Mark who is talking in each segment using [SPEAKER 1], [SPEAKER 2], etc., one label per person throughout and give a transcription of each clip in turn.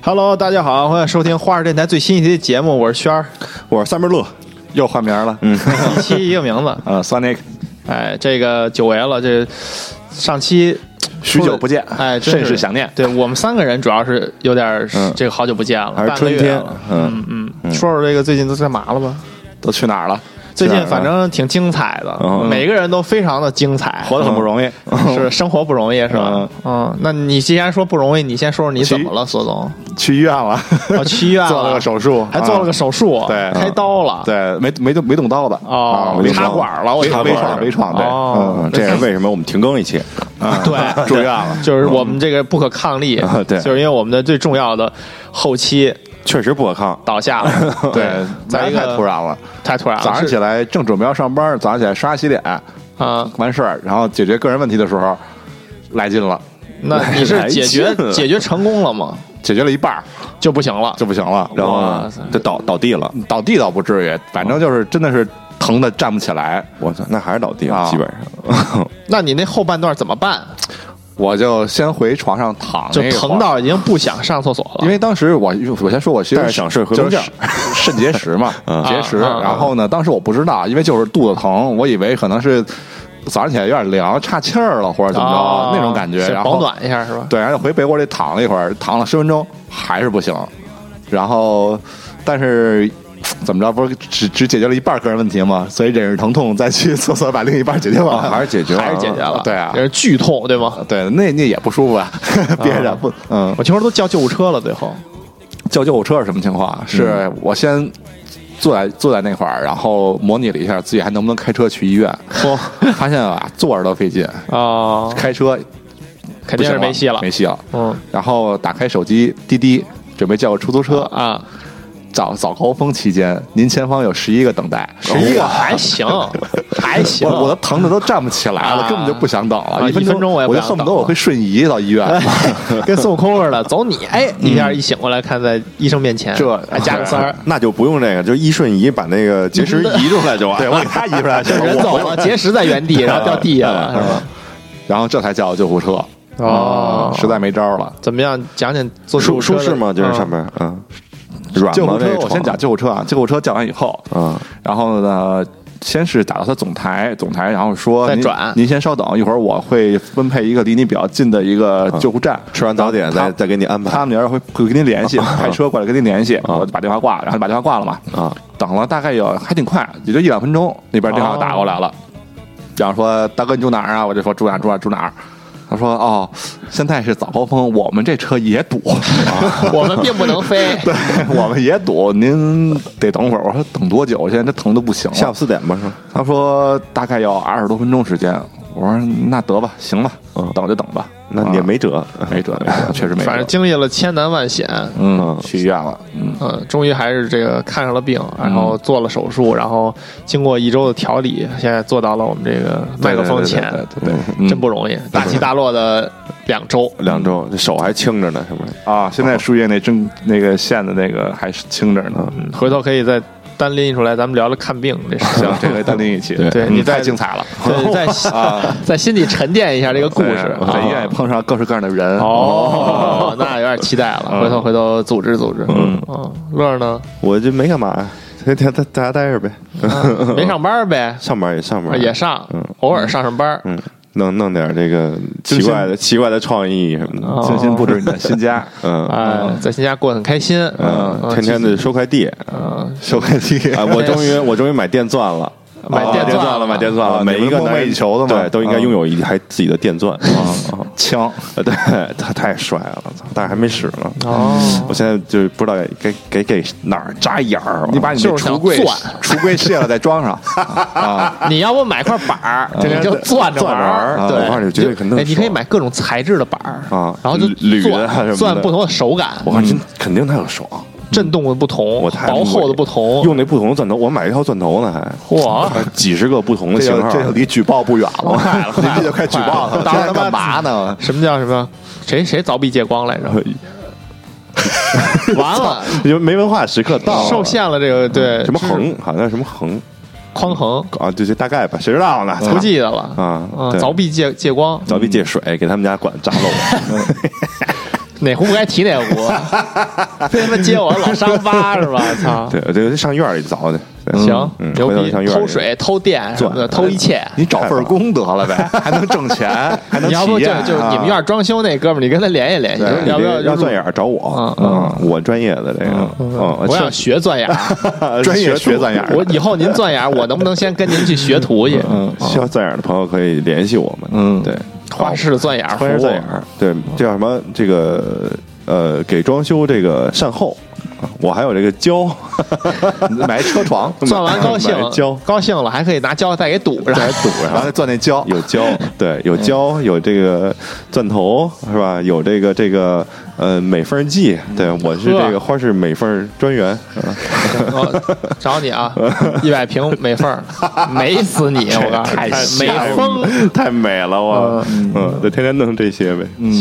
[SPEAKER 1] Hello，大家好，欢迎收听花儿电台最新一期的节目，我是轩 儿，
[SPEAKER 2] 我是三门乐，又换名了。嗯，，
[SPEAKER 1] 一期一个名字
[SPEAKER 2] 啊，Sonic，
[SPEAKER 1] 哎，这个久违了，这上期
[SPEAKER 2] 许久不见
[SPEAKER 1] 哎，真
[SPEAKER 2] 甚是想念
[SPEAKER 1] 对我们三个人主要是有点儿
[SPEAKER 2] 嗯
[SPEAKER 1] 这个好久不见了，
[SPEAKER 2] 还是
[SPEAKER 1] 半个
[SPEAKER 2] 春
[SPEAKER 1] 月
[SPEAKER 2] 天
[SPEAKER 1] 了，
[SPEAKER 2] 嗯，
[SPEAKER 1] 嗯嗯，说说这个最近都干嘛了吧？
[SPEAKER 2] 都去哪儿了？
[SPEAKER 1] 最
[SPEAKER 2] 去哪
[SPEAKER 1] 近
[SPEAKER 2] 儿
[SPEAKER 1] 反
[SPEAKER 2] 了
[SPEAKER 1] 正挺精彩的，
[SPEAKER 2] 啊嗯
[SPEAKER 1] 每个人都非常的精彩，嗯
[SPEAKER 2] 活得很不容易。
[SPEAKER 1] 是生活不容易是吧？嗯，那你既然说不容易，你先说说你怎么了，索总？
[SPEAKER 2] 去医院了，
[SPEAKER 1] 哦，去医院
[SPEAKER 2] 嗯 做了个手术嗯
[SPEAKER 1] 还做了个手术，
[SPEAKER 2] 对
[SPEAKER 1] 开刀了，
[SPEAKER 2] 对，没没动没动刀子
[SPEAKER 1] 哦
[SPEAKER 2] 啊没动刀
[SPEAKER 1] 插
[SPEAKER 2] 子
[SPEAKER 1] 管了我以为
[SPEAKER 2] 微微创微创，对，
[SPEAKER 1] 哦
[SPEAKER 2] 嗯，
[SPEAKER 3] 这也是为什么我们停更一期。
[SPEAKER 1] 对，
[SPEAKER 2] 住院啊了
[SPEAKER 1] 就是我们这个不可抗力
[SPEAKER 3] 啊，对
[SPEAKER 1] 就是因为我们的最重要的后期
[SPEAKER 3] 确实不 可抗。
[SPEAKER 1] 倒下 了，
[SPEAKER 2] 对，
[SPEAKER 1] 再
[SPEAKER 2] 来
[SPEAKER 1] 一
[SPEAKER 2] 得
[SPEAKER 1] 个
[SPEAKER 2] 太突然了。
[SPEAKER 1] 太突然了，
[SPEAKER 2] 早上起
[SPEAKER 1] 来
[SPEAKER 2] 来正准备要上班，早上起来刷牙洗脸
[SPEAKER 1] 啊，
[SPEAKER 2] 完事儿，然后解决个人问题的时候，来劲了，
[SPEAKER 1] 那你是
[SPEAKER 3] 来
[SPEAKER 1] 解决
[SPEAKER 3] 劲了
[SPEAKER 1] 解决成功了吗？
[SPEAKER 2] 解决了一半儿
[SPEAKER 1] 就不行了，
[SPEAKER 2] 就不行了，
[SPEAKER 3] 然
[SPEAKER 1] 哇
[SPEAKER 3] 后呢
[SPEAKER 1] 塞，
[SPEAKER 3] 就倒倒地了。
[SPEAKER 2] 倒地倒不至于，反正就是真的是疼的站不起来。
[SPEAKER 3] 我操，那还是倒地了，
[SPEAKER 2] 啊
[SPEAKER 3] 基本上。
[SPEAKER 1] 那你那后半段怎么办？
[SPEAKER 2] 我就先回床上躺
[SPEAKER 1] 就
[SPEAKER 2] 那一会儿，
[SPEAKER 1] 疼到已经不想上厕所了，
[SPEAKER 2] 啊因为当时我我先说，我其实
[SPEAKER 3] 但是想睡回
[SPEAKER 2] 就
[SPEAKER 3] 笼
[SPEAKER 2] 是
[SPEAKER 3] 觉
[SPEAKER 2] 肾结石 嘛，结石。
[SPEAKER 1] 啊啊啊
[SPEAKER 2] 然后呢，当时我不知道，因为就是肚子疼，我以为可能是早上起来有点凉，岔气儿了或者怎么
[SPEAKER 1] 啊
[SPEAKER 2] 着那种感觉。
[SPEAKER 1] 想
[SPEAKER 2] 然
[SPEAKER 1] 保
[SPEAKER 2] 后
[SPEAKER 1] 暖一下是吧？
[SPEAKER 2] 对，然后就回被窝里躺了一会儿，躺了十分钟还是不行。然后，但是。怎么着？不是只只解决了一半个人问题吗？所以忍着疼痛再去厕所把另一半解决完，
[SPEAKER 3] 啊还是解决了
[SPEAKER 1] 还是解决了，
[SPEAKER 2] 对啊嗯
[SPEAKER 1] 也，是剧痛对吗？
[SPEAKER 2] 对，那那也不舒服啊，憋着不，嗯，
[SPEAKER 1] 我听说都叫救护车了，最后
[SPEAKER 2] 叫救护车是什么情况啊？
[SPEAKER 1] 嗯
[SPEAKER 2] 是我先坐在坐在那块儿，然后模拟了一下自己还能不能开车去医院，发现啊坐着都费劲，
[SPEAKER 1] 啊，
[SPEAKER 2] 开车
[SPEAKER 1] 肯
[SPEAKER 2] 不
[SPEAKER 1] 定
[SPEAKER 2] 行
[SPEAKER 1] 是没戏了，
[SPEAKER 2] 没戏了。
[SPEAKER 1] 嗯
[SPEAKER 2] 然后打开手机滴滴，准备叫个出租车。
[SPEAKER 1] 啊，
[SPEAKER 2] 早早高峰期间，您前方有十一个等待，
[SPEAKER 1] 十一个还行，还行，
[SPEAKER 2] 我我都疼的都站不起来
[SPEAKER 1] 啊
[SPEAKER 2] 了，根本就不想等
[SPEAKER 1] 啊
[SPEAKER 2] 了。
[SPEAKER 1] 一分钟我
[SPEAKER 2] 我
[SPEAKER 1] 也不
[SPEAKER 2] 就
[SPEAKER 1] 想
[SPEAKER 2] 恨不得
[SPEAKER 1] 等
[SPEAKER 2] 我
[SPEAKER 1] 了哎
[SPEAKER 2] 会瞬移到医院。
[SPEAKER 1] 跟孙悟空似的，走你，哎，一下一醒过来，看在医生面前，
[SPEAKER 2] 这
[SPEAKER 1] 还加个三儿，
[SPEAKER 3] 那就不用这个，就一瞬移把那个结石移出来就完。
[SPEAKER 2] 对我给他移出 来，行了
[SPEAKER 1] 人
[SPEAKER 2] 我
[SPEAKER 1] 走 了，结石在原地，然后掉地下了，是吧？
[SPEAKER 2] 然后这才叫救护车。啊
[SPEAKER 1] 哦
[SPEAKER 2] 实在没招儿了。
[SPEAKER 1] 怎么样？讲讲坐
[SPEAKER 3] 舒舒适吗？
[SPEAKER 1] 嘛，
[SPEAKER 3] 就是上面
[SPEAKER 2] 嗯
[SPEAKER 3] 啊，软
[SPEAKER 2] 救
[SPEAKER 3] 吗
[SPEAKER 2] 护？
[SPEAKER 3] 那
[SPEAKER 2] 车
[SPEAKER 3] 个，
[SPEAKER 2] 我
[SPEAKER 3] 床
[SPEAKER 2] 先讲救护车啊，救护车叫完以后，
[SPEAKER 3] 啊，
[SPEAKER 2] 然后呢，先是打到他总台，总台然后说
[SPEAKER 1] 再
[SPEAKER 2] 您
[SPEAKER 1] 转
[SPEAKER 2] 您先稍等，一会儿我会分配一个离你比较近的一个救护站，
[SPEAKER 3] 嗯吃完早点
[SPEAKER 2] 然
[SPEAKER 3] 再
[SPEAKER 2] 后
[SPEAKER 3] 再给你安
[SPEAKER 2] 他他
[SPEAKER 3] 排嗯
[SPEAKER 2] 们那边会会跟您联系，派车过来跟您联系，我就把电话挂了，然后把电话挂了嘛，
[SPEAKER 3] 啊。
[SPEAKER 2] 等了大概有还挺快，也就一两分钟，那边电话打过来了，
[SPEAKER 3] 嗯
[SPEAKER 2] 然后说大哥你住哪儿啊？我就说住哪儿住哪儿住哪儿。他说：“哦，现在是早高峰，我们这车也堵，
[SPEAKER 3] 嗯
[SPEAKER 1] 嗯我们并不能飞，
[SPEAKER 2] 对，我们也堵，您得等会儿。我说等多久？我现在这疼的不行
[SPEAKER 3] 下
[SPEAKER 2] 了。
[SPEAKER 3] 午四点吧，是吧？
[SPEAKER 2] 他说大概要二十多分钟时间。我说那得吧，行吧，等就等吧。
[SPEAKER 3] 那你也没辙，
[SPEAKER 2] 啊没 辙，没辙确实没辙。
[SPEAKER 1] 反正经历了千难万险，
[SPEAKER 2] 嗯，去医院了。嗯，
[SPEAKER 1] 嗯，终于还是这个看上了病，然后做了手术，然后经过一周的调理，现在坐到了我们这个麦克风前，
[SPEAKER 2] 对对对对嗯
[SPEAKER 1] 真不容易，大起大落的两周，
[SPEAKER 3] 两周，这手还青着呢，是不是？
[SPEAKER 2] 啊！现在输液那针那个线的那个还是轻着呢。
[SPEAKER 1] 嗯回头可以再单拎出来，咱们聊聊看病这事。
[SPEAKER 2] 行，这回单拎一起。
[SPEAKER 1] 对
[SPEAKER 2] 嗯
[SPEAKER 1] 你再
[SPEAKER 2] 太精彩了。
[SPEAKER 1] 对，在
[SPEAKER 3] 啊
[SPEAKER 1] 在心里沉淀一下这个故
[SPEAKER 2] 对啊
[SPEAKER 1] 事。啊
[SPEAKER 2] 我在医院也碰上各式各样的人。
[SPEAKER 1] 哦，那有点期待
[SPEAKER 3] 嗯
[SPEAKER 1] 了，回头回头组织组织。嗯，乐儿 呢？
[SPEAKER 3] 我这没干嘛呀，天天在家待着呗，
[SPEAKER 1] 没上班呗，
[SPEAKER 3] 上班也上
[SPEAKER 2] 啊
[SPEAKER 3] 班，
[SPEAKER 1] 也上，偶尔上上班。
[SPEAKER 3] 嗯，弄弄点这个
[SPEAKER 2] 精
[SPEAKER 3] 奇
[SPEAKER 2] 心
[SPEAKER 3] 怪的奇怪的创意什么的，
[SPEAKER 2] 精心布置你的新 家。
[SPEAKER 3] 嗯
[SPEAKER 1] 哎，在新家过得很开心，啊
[SPEAKER 3] 嗯，
[SPEAKER 2] 啊
[SPEAKER 3] 天天的收快 递，
[SPEAKER 1] 嗯，
[SPEAKER 2] 收快递
[SPEAKER 3] 啊， 我终于我终于买电钻了。
[SPEAKER 1] 买电钻
[SPEAKER 3] 钻
[SPEAKER 1] 了
[SPEAKER 3] 了，买电钻
[SPEAKER 2] 啊
[SPEAKER 3] 了！每
[SPEAKER 2] 你
[SPEAKER 3] 一个
[SPEAKER 2] 们梦
[SPEAKER 3] 男
[SPEAKER 2] 寐
[SPEAKER 3] 人
[SPEAKER 2] 以求的嘛
[SPEAKER 3] 对，
[SPEAKER 2] 啊
[SPEAKER 3] 都应该拥有一台自己的电钻。啊，
[SPEAKER 2] 枪，
[SPEAKER 3] 对，他太帅了，操但是还没使呢。
[SPEAKER 1] 哦，
[SPEAKER 3] 我现在就是不知道该给给给哪儿扎眼儿。啊
[SPEAKER 2] 你把你
[SPEAKER 1] 就
[SPEAKER 2] 的
[SPEAKER 1] 是想
[SPEAKER 2] 橱柜
[SPEAKER 1] 钻
[SPEAKER 2] 橱柜卸了再装 上。
[SPEAKER 1] 你要不买块板儿，你就攥着玩
[SPEAKER 3] 啊
[SPEAKER 1] 儿。对，哎，你可以买各种材质的板儿然后就
[SPEAKER 3] 啊
[SPEAKER 1] 钻钻不同的手感，
[SPEAKER 3] 我看真肯定他有爽，
[SPEAKER 1] 震动的不同
[SPEAKER 3] 我，太
[SPEAKER 1] 薄厚的不同。
[SPEAKER 3] 用那不同的钻头，我买一套钻头呢，还
[SPEAKER 1] 嚯！
[SPEAKER 3] 几十个不同的
[SPEAKER 2] 这
[SPEAKER 3] 型
[SPEAKER 2] 就
[SPEAKER 3] 号。
[SPEAKER 2] 这就离举报不远了，
[SPEAKER 1] 快了 快
[SPEAKER 2] 您
[SPEAKER 1] 了
[SPEAKER 2] 这就快举报他了，
[SPEAKER 1] 快了
[SPEAKER 2] 当时干嘛呢？
[SPEAKER 1] 什么叫什么？谁谁凿壁借光来着？ 完了，
[SPEAKER 3] 因为没文化时刻到了嗯
[SPEAKER 1] 受限了这个对
[SPEAKER 3] 什么
[SPEAKER 1] 就是
[SPEAKER 3] 横，好像什么横
[SPEAKER 1] 匡衡，
[SPEAKER 3] 啊，对对，大概吧，谁知道呢？
[SPEAKER 1] 不记得了
[SPEAKER 3] 啊
[SPEAKER 1] 嗯
[SPEAKER 3] 对
[SPEAKER 1] 凿壁借借光，
[SPEAKER 3] 凿壁借水，给他们家管扎漏。
[SPEAKER 1] 哪壶不该提哪壶，啊 非他妈揭我老伤疤是吧？操！
[SPEAKER 3] 对对，上院里凿去。对
[SPEAKER 1] 行，
[SPEAKER 3] 嗯
[SPEAKER 1] 牛
[SPEAKER 3] 回头
[SPEAKER 1] 逼
[SPEAKER 3] 上！院里
[SPEAKER 1] 偷水、偷电什么的，
[SPEAKER 3] 对
[SPEAKER 1] 偷一切。
[SPEAKER 2] 你找份工 得了呗，还能挣钱，还能
[SPEAKER 1] 你要不
[SPEAKER 2] 起
[SPEAKER 1] 就
[SPEAKER 2] 宴
[SPEAKER 1] 就
[SPEAKER 2] 啊
[SPEAKER 1] 你们院装修那哥们儿，你跟他联系联
[SPEAKER 3] 对
[SPEAKER 1] 系，
[SPEAKER 3] 你
[SPEAKER 1] 要不
[SPEAKER 3] 这
[SPEAKER 1] 要
[SPEAKER 3] 要
[SPEAKER 1] 就是
[SPEAKER 3] 钻眼儿找我？
[SPEAKER 1] 嗯
[SPEAKER 3] 嗯，我专业的这个，嗯，
[SPEAKER 1] 我想学钻 研儿，
[SPEAKER 2] 专业
[SPEAKER 3] 学
[SPEAKER 2] 学
[SPEAKER 3] 钻
[SPEAKER 2] 钻
[SPEAKER 3] 眼
[SPEAKER 2] 研
[SPEAKER 3] 儿
[SPEAKER 2] 儿
[SPEAKER 3] 的，
[SPEAKER 1] 我以后您钻研儿，我能不能先跟您去学徒去？
[SPEAKER 3] 嗯，需要钻眼儿的朋友可以联系我们。
[SPEAKER 2] 嗯
[SPEAKER 3] 对，
[SPEAKER 1] 花式钻研儿服
[SPEAKER 3] 花式
[SPEAKER 1] 务
[SPEAKER 3] 钻，眼儿，对，这叫什么？这个呃，给装修这个善后，我还有这个胶，
[SPEAKER 2] 买车床，
[SPEAKER 1] 钻完高兴
[SPEAKER 3] 买胶，
[SPEAKER 1] 高兴了还可以拿胶带给堵上。
[SPEAKER 2] 再堵上，然后再钻那胶，
[SPEAKER 3] 有胶，对，有胶，有这个钻头是吧？有这个这个呃美缝剂，对我是这个花市美缝专员，
[SPEAKER 1] 我找你啊，一百平每份儿，美死你！我告诉你，哎美疯。
[SPEAKER 3] 太美了我，嗯，就天天弄这些呗。
[SPEAKER 2] 嗯，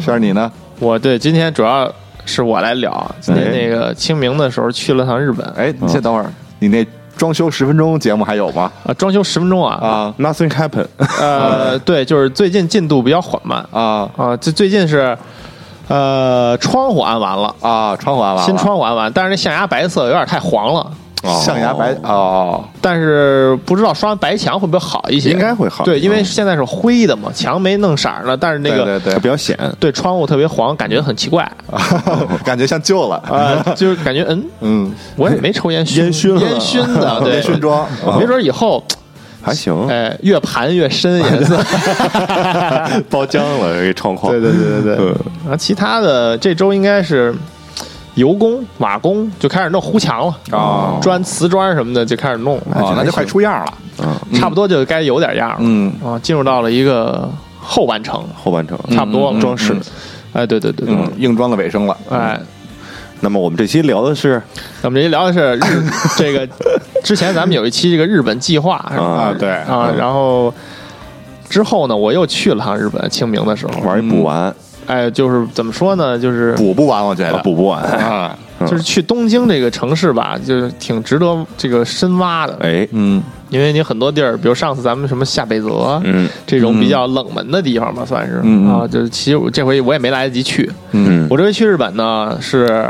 [SPEAKER 2] 轩儿你呢？
[SPEAKER 1] 我对今天主要是我来聊，今天
[SPEAKER 3] 哎
[SPEAKER 1] 那个清明的时候去了趟日本，
[SPEAKER 2] 哎，你先等会儿，你那装修十分钟节目还有吗？
[SPEAKER 1] 啊，装修十分钟啊，
[SPEAKER 2] 啊
[SPEAKER 3] Nothing happen，
[SPEAKER 1] 呃，对，就是最近进度比较缓慢
[SPEAKER 2] 啊
[SPEAKER 1] 啊，这最近是呃窗户安完了，
[SPEAKER 2] 啊，窗户安完了，
[SPEAKER 1] 新窗户安完，但是那象牙白色有点太黄了。
[SPEAKER 2] 象牙白哦，
[SPEAKER 1] 但是不知道刷完白墙会不会好一些？
[SPEAKER 3] 应该会好
[SPEAKER 1] 对，因为
[SPEAKER 3] 嗯
[SPEAKER 1] 现在是灰的嘛，墙没弄色儿呢，但是那个
[SPEAKER 2] 对对
[SPEAKER 3] 比较显，
[SPEAKER 1] 对窗户特别黄，感觉很奇怪
[SPEAKER 2] 对，哦 感觉像旧了，
[SPEAKER 1] 啊，就是感觉嗯，
[SPEAKER 2] 嗯，
[SPEAKER 1] 我也没抽烟熏
[SPEAKER 3] 烟熏了
[SPEAKER 1] 烟熏 的，对，
[SPEAKER 2] 烟熏妆哦
[SPEAKER 1] 没准以后
[SPEAKER 3] 还行，
[SPEAKER 1] 哎越盘越深 颜 色。
[SPEAKER 3] 包浆了这窗框，
[SPEAKER 2] 对对对对对，
[SPEAKER 3] 嗯
[SPEAKER 1] 然后其他的这周应该是油工、瓦工就开始弄糊墙了
[SPEAKER 2] 哦
[SPEAKER 1] 砖瓷砖什么的就开始弄了，
[SPEAKER 2] 哦，那就快出样了，
[SPEAKER 1] 差不多就该有点样了。
[SPEAKER 2] 嗯
[SPEAKER 1] 啊，进入到了一个后半程，
[SPEAKER 3] 后半程
[SPEAKER 1] 差不多了。
[SPEAKER 3] 装饰。
[SPEAKER 1] 哎，对对对对，
[SPEAKER 2] 嗯，硬装的尾声了，嗯
[SPEAKER 1] 哎，
[SPEAKER 3] 嗯那么我们这期聊的是
[SPEAKER 1] 咱们这聊的是日这 个，之前咱们有一期这个日本计划
[SPEAKER 3] 啊
[SPEAKER 2] 啊，对
[SPEAKER 1] 啊，然后之后呢，我又去了趟日本，清明的时候，
[SPEAKER 3] 玩一补完，
[SPEAKER 1] 哎，就是怎么说呢，就是
[SPEAKER 2] 补不完，我觉得
[SPEAKER 3] 补不完，
[SPEAKER 2] 啊，
[SPEAKER 1] 就是去东京这个城市吧，就是挺值得这个深挖的，
[SPEAKER 3] 哎，
[SPEAKER 2] 嗯
[SPEAKER 1] 因为你很多地儿，比如上次咱们什么下北泽，
[SPEAKER 3] 嗯
[SPEAKER 1] 这种比较冷门的地方吧，算是
[SPEAKER 2] 嗯嗯
[SPEAKER 1] 啊，就是其实我这回我也没来得及去，
[SPEAKER 3] 嗯，
[SPEAKER 1] 我这回去日本呢是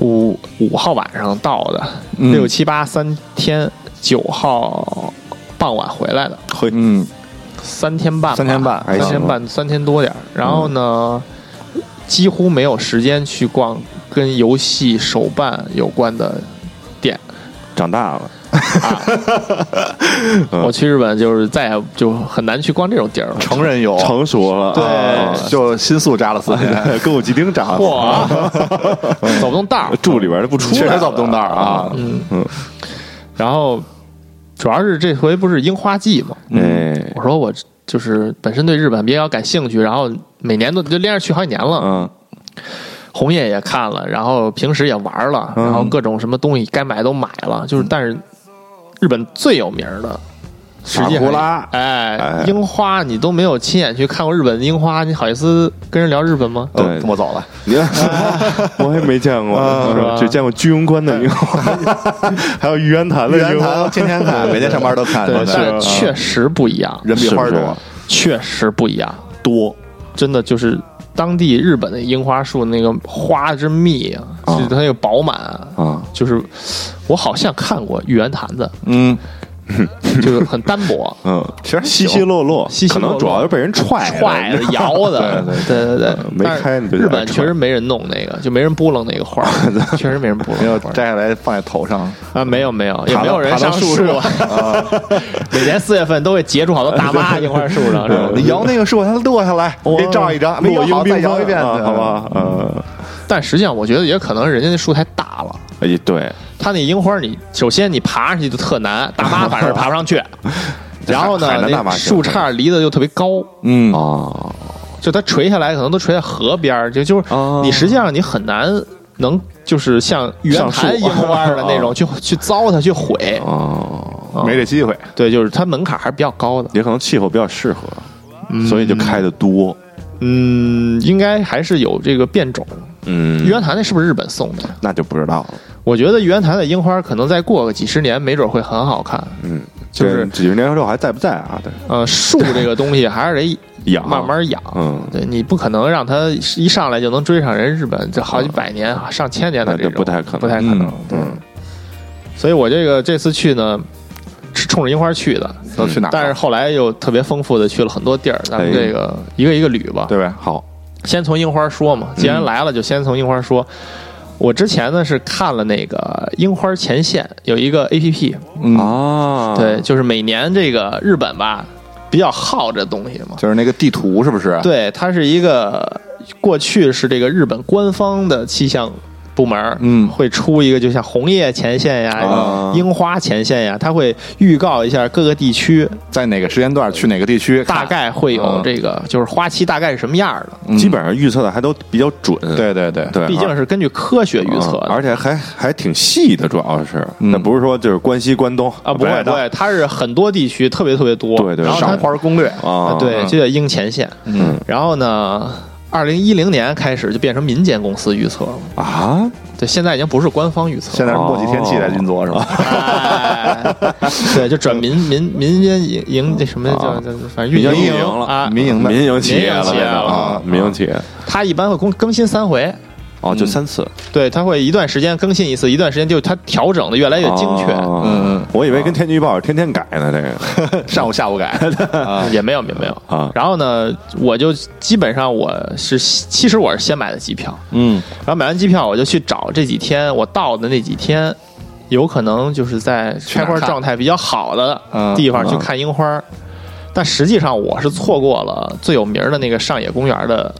[SPEAKER 1] 五五号晚上到的，
[SPEAKER 2] 嗯
[SPEAKER 1] 六七八三天，九号傍晚回来的，
[SPEAKER 3] 会
[SPEAKER 2] 嗯，
[SPEAKER 1] 三天半吧，
[SPEAKER 2] 三天半
[SPEAKER 3] 还行
[SPEAKER 1] 三天半，三天多点儿。然后呢，几乎没有时间去逛跟游戏手办有关的店。
[SPEAKER 3] 长大了，
[SPEAKER 2] 嗯
[SPEAKER 1] 我去日本就是再也就很难去逛这种地儿了。
[SPEAKER 2] 成人有，
[SPEAKER 3] 成熟了，
[SPEAKER 2] 哦对，
[SPEAKER 3] 啊
[SPEAKER 2] 就新宿扎了四 天，
[SPEAKER 3] 跟我鸡丁长得
[SPEAKER 1] 哇，走不动道儿。
[SPEAKER 3] 住里边的不出来
[SPEAKER 2] 确
[SPEAKER 3] 了，
[SPEAKER 2] 实走不动道儿啊，
[SPEAKER 1] 然后主要是这回不是樱花季嘛，
[SPEAKER 2] 嗯
[SPEAKER 3] 哎，
[SPEAKER 1] 我说我就是本身对日本比较感兴趣，然后每年都就连着去好几年了，
[SPEAKER 3] 嗯，
[SPEAKER 1] 红叶也看了，然后平时也玩了，然后各种什么东西该买都买了，就是但是日本最有名的。实际
[SPEAKER 2] 法
[SPEAKER 1] 上
[SPEAKER 2] 库拉
[SPEAKER 1] 哎
[SPEAKER 3] 哎，
[SPEAKER 1] 樱花你都没有亲眼去看过日本的樱花，你好意思跟人聊日本吗？
[SPEAKER 3] 对
[SPEAKER 2] 哦我走了，
[SPEAKER 3] 你看， 我也没见过，
[SPEAKER 1] 是吧
[SPEAKER 3] 只见过居庸关的 樱花，还有玉渊潭的
[SPEAKER 2] 玉渊
[SPEAKER 3] 樱花
[SPEAKER 2] 潭，天 天看，每天上班都看，
[SPEAKER 1] 对，
[SPEAKER 2] 真
[SPEAKER 1] 但
[SPEAKER 2] 的
[SPEAKER 1] 是
[SPEAKER 2] 是
[SPEAKER 1] 确实不一样，
[SPEAKER 2] 人比花
[SPEAKER 3] 是不是
[SPEAKER 2] 多，
[SPEAKER 1] 确实不一样，
[SPEAKER 3] 多，
[SPEAKER 1] 真的就是当地日本的樱花树那个花之密啊，
[SPEAKER 3] 啊
[SPEAKER 1] 就是它那个饱满啊
[SPEAKER 3] 啊，，
[SPEAKER 1] 就是我好像看过玉渊潭的，
[SPEAKER 2] 嗯，
[SPEAKER 1] 就是很单薄
[SPEAKER 3] 嗯，其实稀稀落落，
[SPEAKER 1] 稀稀落落
[SPEAKER 3] 可能主要是被人踹了
[SPEAKER 1] 踹 的、摇的，对对对，
[SPEAKER 3] 呃没
[SPEAKER 1] 但是
[SPEAKER 3] 开你就
[SPEAKER 1] 日
[SPEAKER 3] 得
[SPEAKER 1] 本
[SPEAKER 3] 踹
[SPEAKER 1] 确实没人弄那个，就没人拨楞那个花儿，确实没人拨
[SPEAKER 2] 没有
[SPEAKER 1] 楞花儿
[SPEAKER 2] 摘下来放在头上，
[SPEAKER 1] 啊，没有没有，也
[SPEAKER 2] 爬
[SPEAKER 1] 没
[SPEAKER 2] 到
[SPEAKER 1] 有人
[SPEAKER 2] 爬到
[SPEAKER 1] 上
[SPEAKER 2] 树
[SPEAKER 1] 树啊
[SPEAKER 2] 上，
[SPEAKER 3] 啊
[SPEAKER 1] 每年四月份都会结出好多大妈樱花树上，是吧
[SPEAKER 2] 你摇那个树，它落下来，
[SPEAKER 3] 哇
[SPEAKER 2] 别照一张，没
[SPEAKER 3] 落
[SPEAKER 2] 摇
[SPEAKER 3] 英
[SPEAKER 2] 好再
[SPEAKER 3] 缤
[SPEAKER 2] 摇
[SPEAKER 3] 纷
[SPEAKER 2] 一遍，嗯
[SPEAKER 3] 啊好？吧，呃，
[SPEAKER 1] 但实际上我觉得也可能人家那树太大了。
[SPEAKER 3] 哎，对，
[SPEAKER 1] 它那樱花你，首先你爬上去就特难，大妈反正爬不上 去。然后
[SPEAKER 3] 海
[SPEAKER 1] 呢，
[SPEAKER 3] 南大
[SPEAKER 1] 那
[SPEAKER 3] 妈行
[SPEAKER 1] 树杈离得又特别高，
[SPEAKER 2] 嗯，
[SPEAKER 3] 啊，
[SPEAKER 1] 就它垂下来可能都垂在河边儿，就就是
[SPEAKER 3] 哦
[SPEAKER 1] 你实际上你很难能就是像原
[SPEAKER 3] 上
[SPEAKER 1] 坛
[SPEAKER 3] 树
[SPEAKER 1] 樱花的那种去去糟蹋去毁，
[SPEAKER 3] 哦，
[SPEAKER 1] 啊
[SPEAKER 2] 没这机会，
[SPEAKER 1] 对，就是它门槛还是比较高的。
[SPEAKER 3] 也可能气候比较适合，所以就开的多，
[SPEAKER 1] 嗯，应该还是有这个变种。
[SPEAKER 3] 嗯
[SPEAKER 1] 玉渊潭那是不是日本送的？
[SPEAKER 3] 那就不知道了，
[SPEAKER 1] 我觉得玉渊潭的樱花可能再过个几十年，没准会很好看。
[SPEAKER 3] 嗯，
[SPEAKER 1] 就是
[SPEAKER 3] 这几十年之后还在不在啊？对，
[SPEAKER 1] 呃，树这个东西还是得
[SPEAKER 3] 养，
[SPEAKER 1] 慢慢养。
[SPEAKER 3] 嗯，
[SPEAKER 1] 对你不可能让它一上来就能追上人日本这好几百年、嗯、上千年的这种，
[SPEAKER 3] 不太可能，
[SPEAKER 1] 不太可能。嗯，所以我这个这次去呢。是冲着樱花去的，
[SPEAKER 2] 都去哪？哎
[SPEAKER 1] 但是后来又特别丰富的去了很多地儿，咱们这个一个一个捋吧，
[SPEAKER 2] 对嗯吧？好，
[SPEAKER 1] 先从樱花说嘛，既然来了，就先从樱花说。我之前呢是看了那个《樱花前线》有一个 A P P
[SPEAKER 3] 啊，
[SPEAKER 1] 对，就是每年这个日本吧比较好这东西嘛，
[SPEAKER 2] 就是那个地图是不 是？
[SPEAKER 1] 对，它是一个过去是这个日本官方的气象。部门
[SPEAKER 2] 嗯
[SPEAKER 1] 会出一个，就像红叶前线呀、
[SPEAKER 2] 啊、
[SPEAKER 1] 樱花前线呀，它会预告一下各个地区
[SPEAKER 2] 在哪个时间段去哪个地区，
[SPEAKER 1] 大概会有这个，嗯、就是花期大概是什么样的。
[SPEAKER 3] 嗯、基本上预测的还都比较准，
[SPEAKER 2] 对对对
[SPEAKER 3] 对，啊嗯
[SPEAKER 1] 毕竟是根据科学预测的，
[SPEAKER 3] 而且还还挺细的，主要是那、
[SPEAKER 2] 嗯、
[SPEAKER 3] 不是说就是关西、关东
[SPEAKER 1] 啊，不会不会，它是很多地区特别特别多，
[SPEAKER 3] 对对，
[SPEAKER 1] 然后
[SPEAKER 2] 赏花攻略
[SPEAKER 3] 啊，
[SPEAKER 1] 对，就叫樱前线，
[SPEAKER 3] 嗯，
[SPEAKER 1] 然后呢。二零一零年开始就变成民间公司预测了
[SPEAKER 3] 啊！
[SPEAKER 1] 对，现在已经不是官方预测，
[SPEAKER 2] 现在是墨迹天气在运作是吧？
[SPEAKER 1] 对，就转
[SPEAKER 3] 嗯
[SPEAKER 1] 民民民间营营这什么叫反正
[SPEAKER 3] 民
[SPEAKER 1] 营
[SPEAKER 3] 啊运营了
[SPEAKER 1] 啊，
[SPEAKER 2] 民营的
[SPEAKER 3] 民营
[SPEAKER 1] 企
[SPEAKER 3] 业了
[SPEAKER 1] 啊，
[SPEAKER 3] 民营企业。
[SPEAKER 1] 它一般会更更新三回
[SPEAKER 3] 哦，就三次。
[SPEAKER 1] 对，它会一段时间更新一次，一段时间就它调整的越来越精确。
[SPEAKER 3] 嗯嗯，我以为跟天气预报是天天改呢，这
[SPEAKER 2] 个上午下 午改。
[SPEAKER 1] 也没有，也没有
[SPEAKER 3] 啊。
[SPEAKER 1] 然后呢，我就基本上我是，其实我是先买的机票，
[SPEAKER 3] 嗯，
[SPEAKER 1] 然后买完机票我就去找这几天我到的那几天，有可能就是在开花状态比较好的地方去看樱花，
[SPEAKER 3] 嗯
[SPEAKER 1] 嗯、但实际上我是错过了最有名的那个上野公园的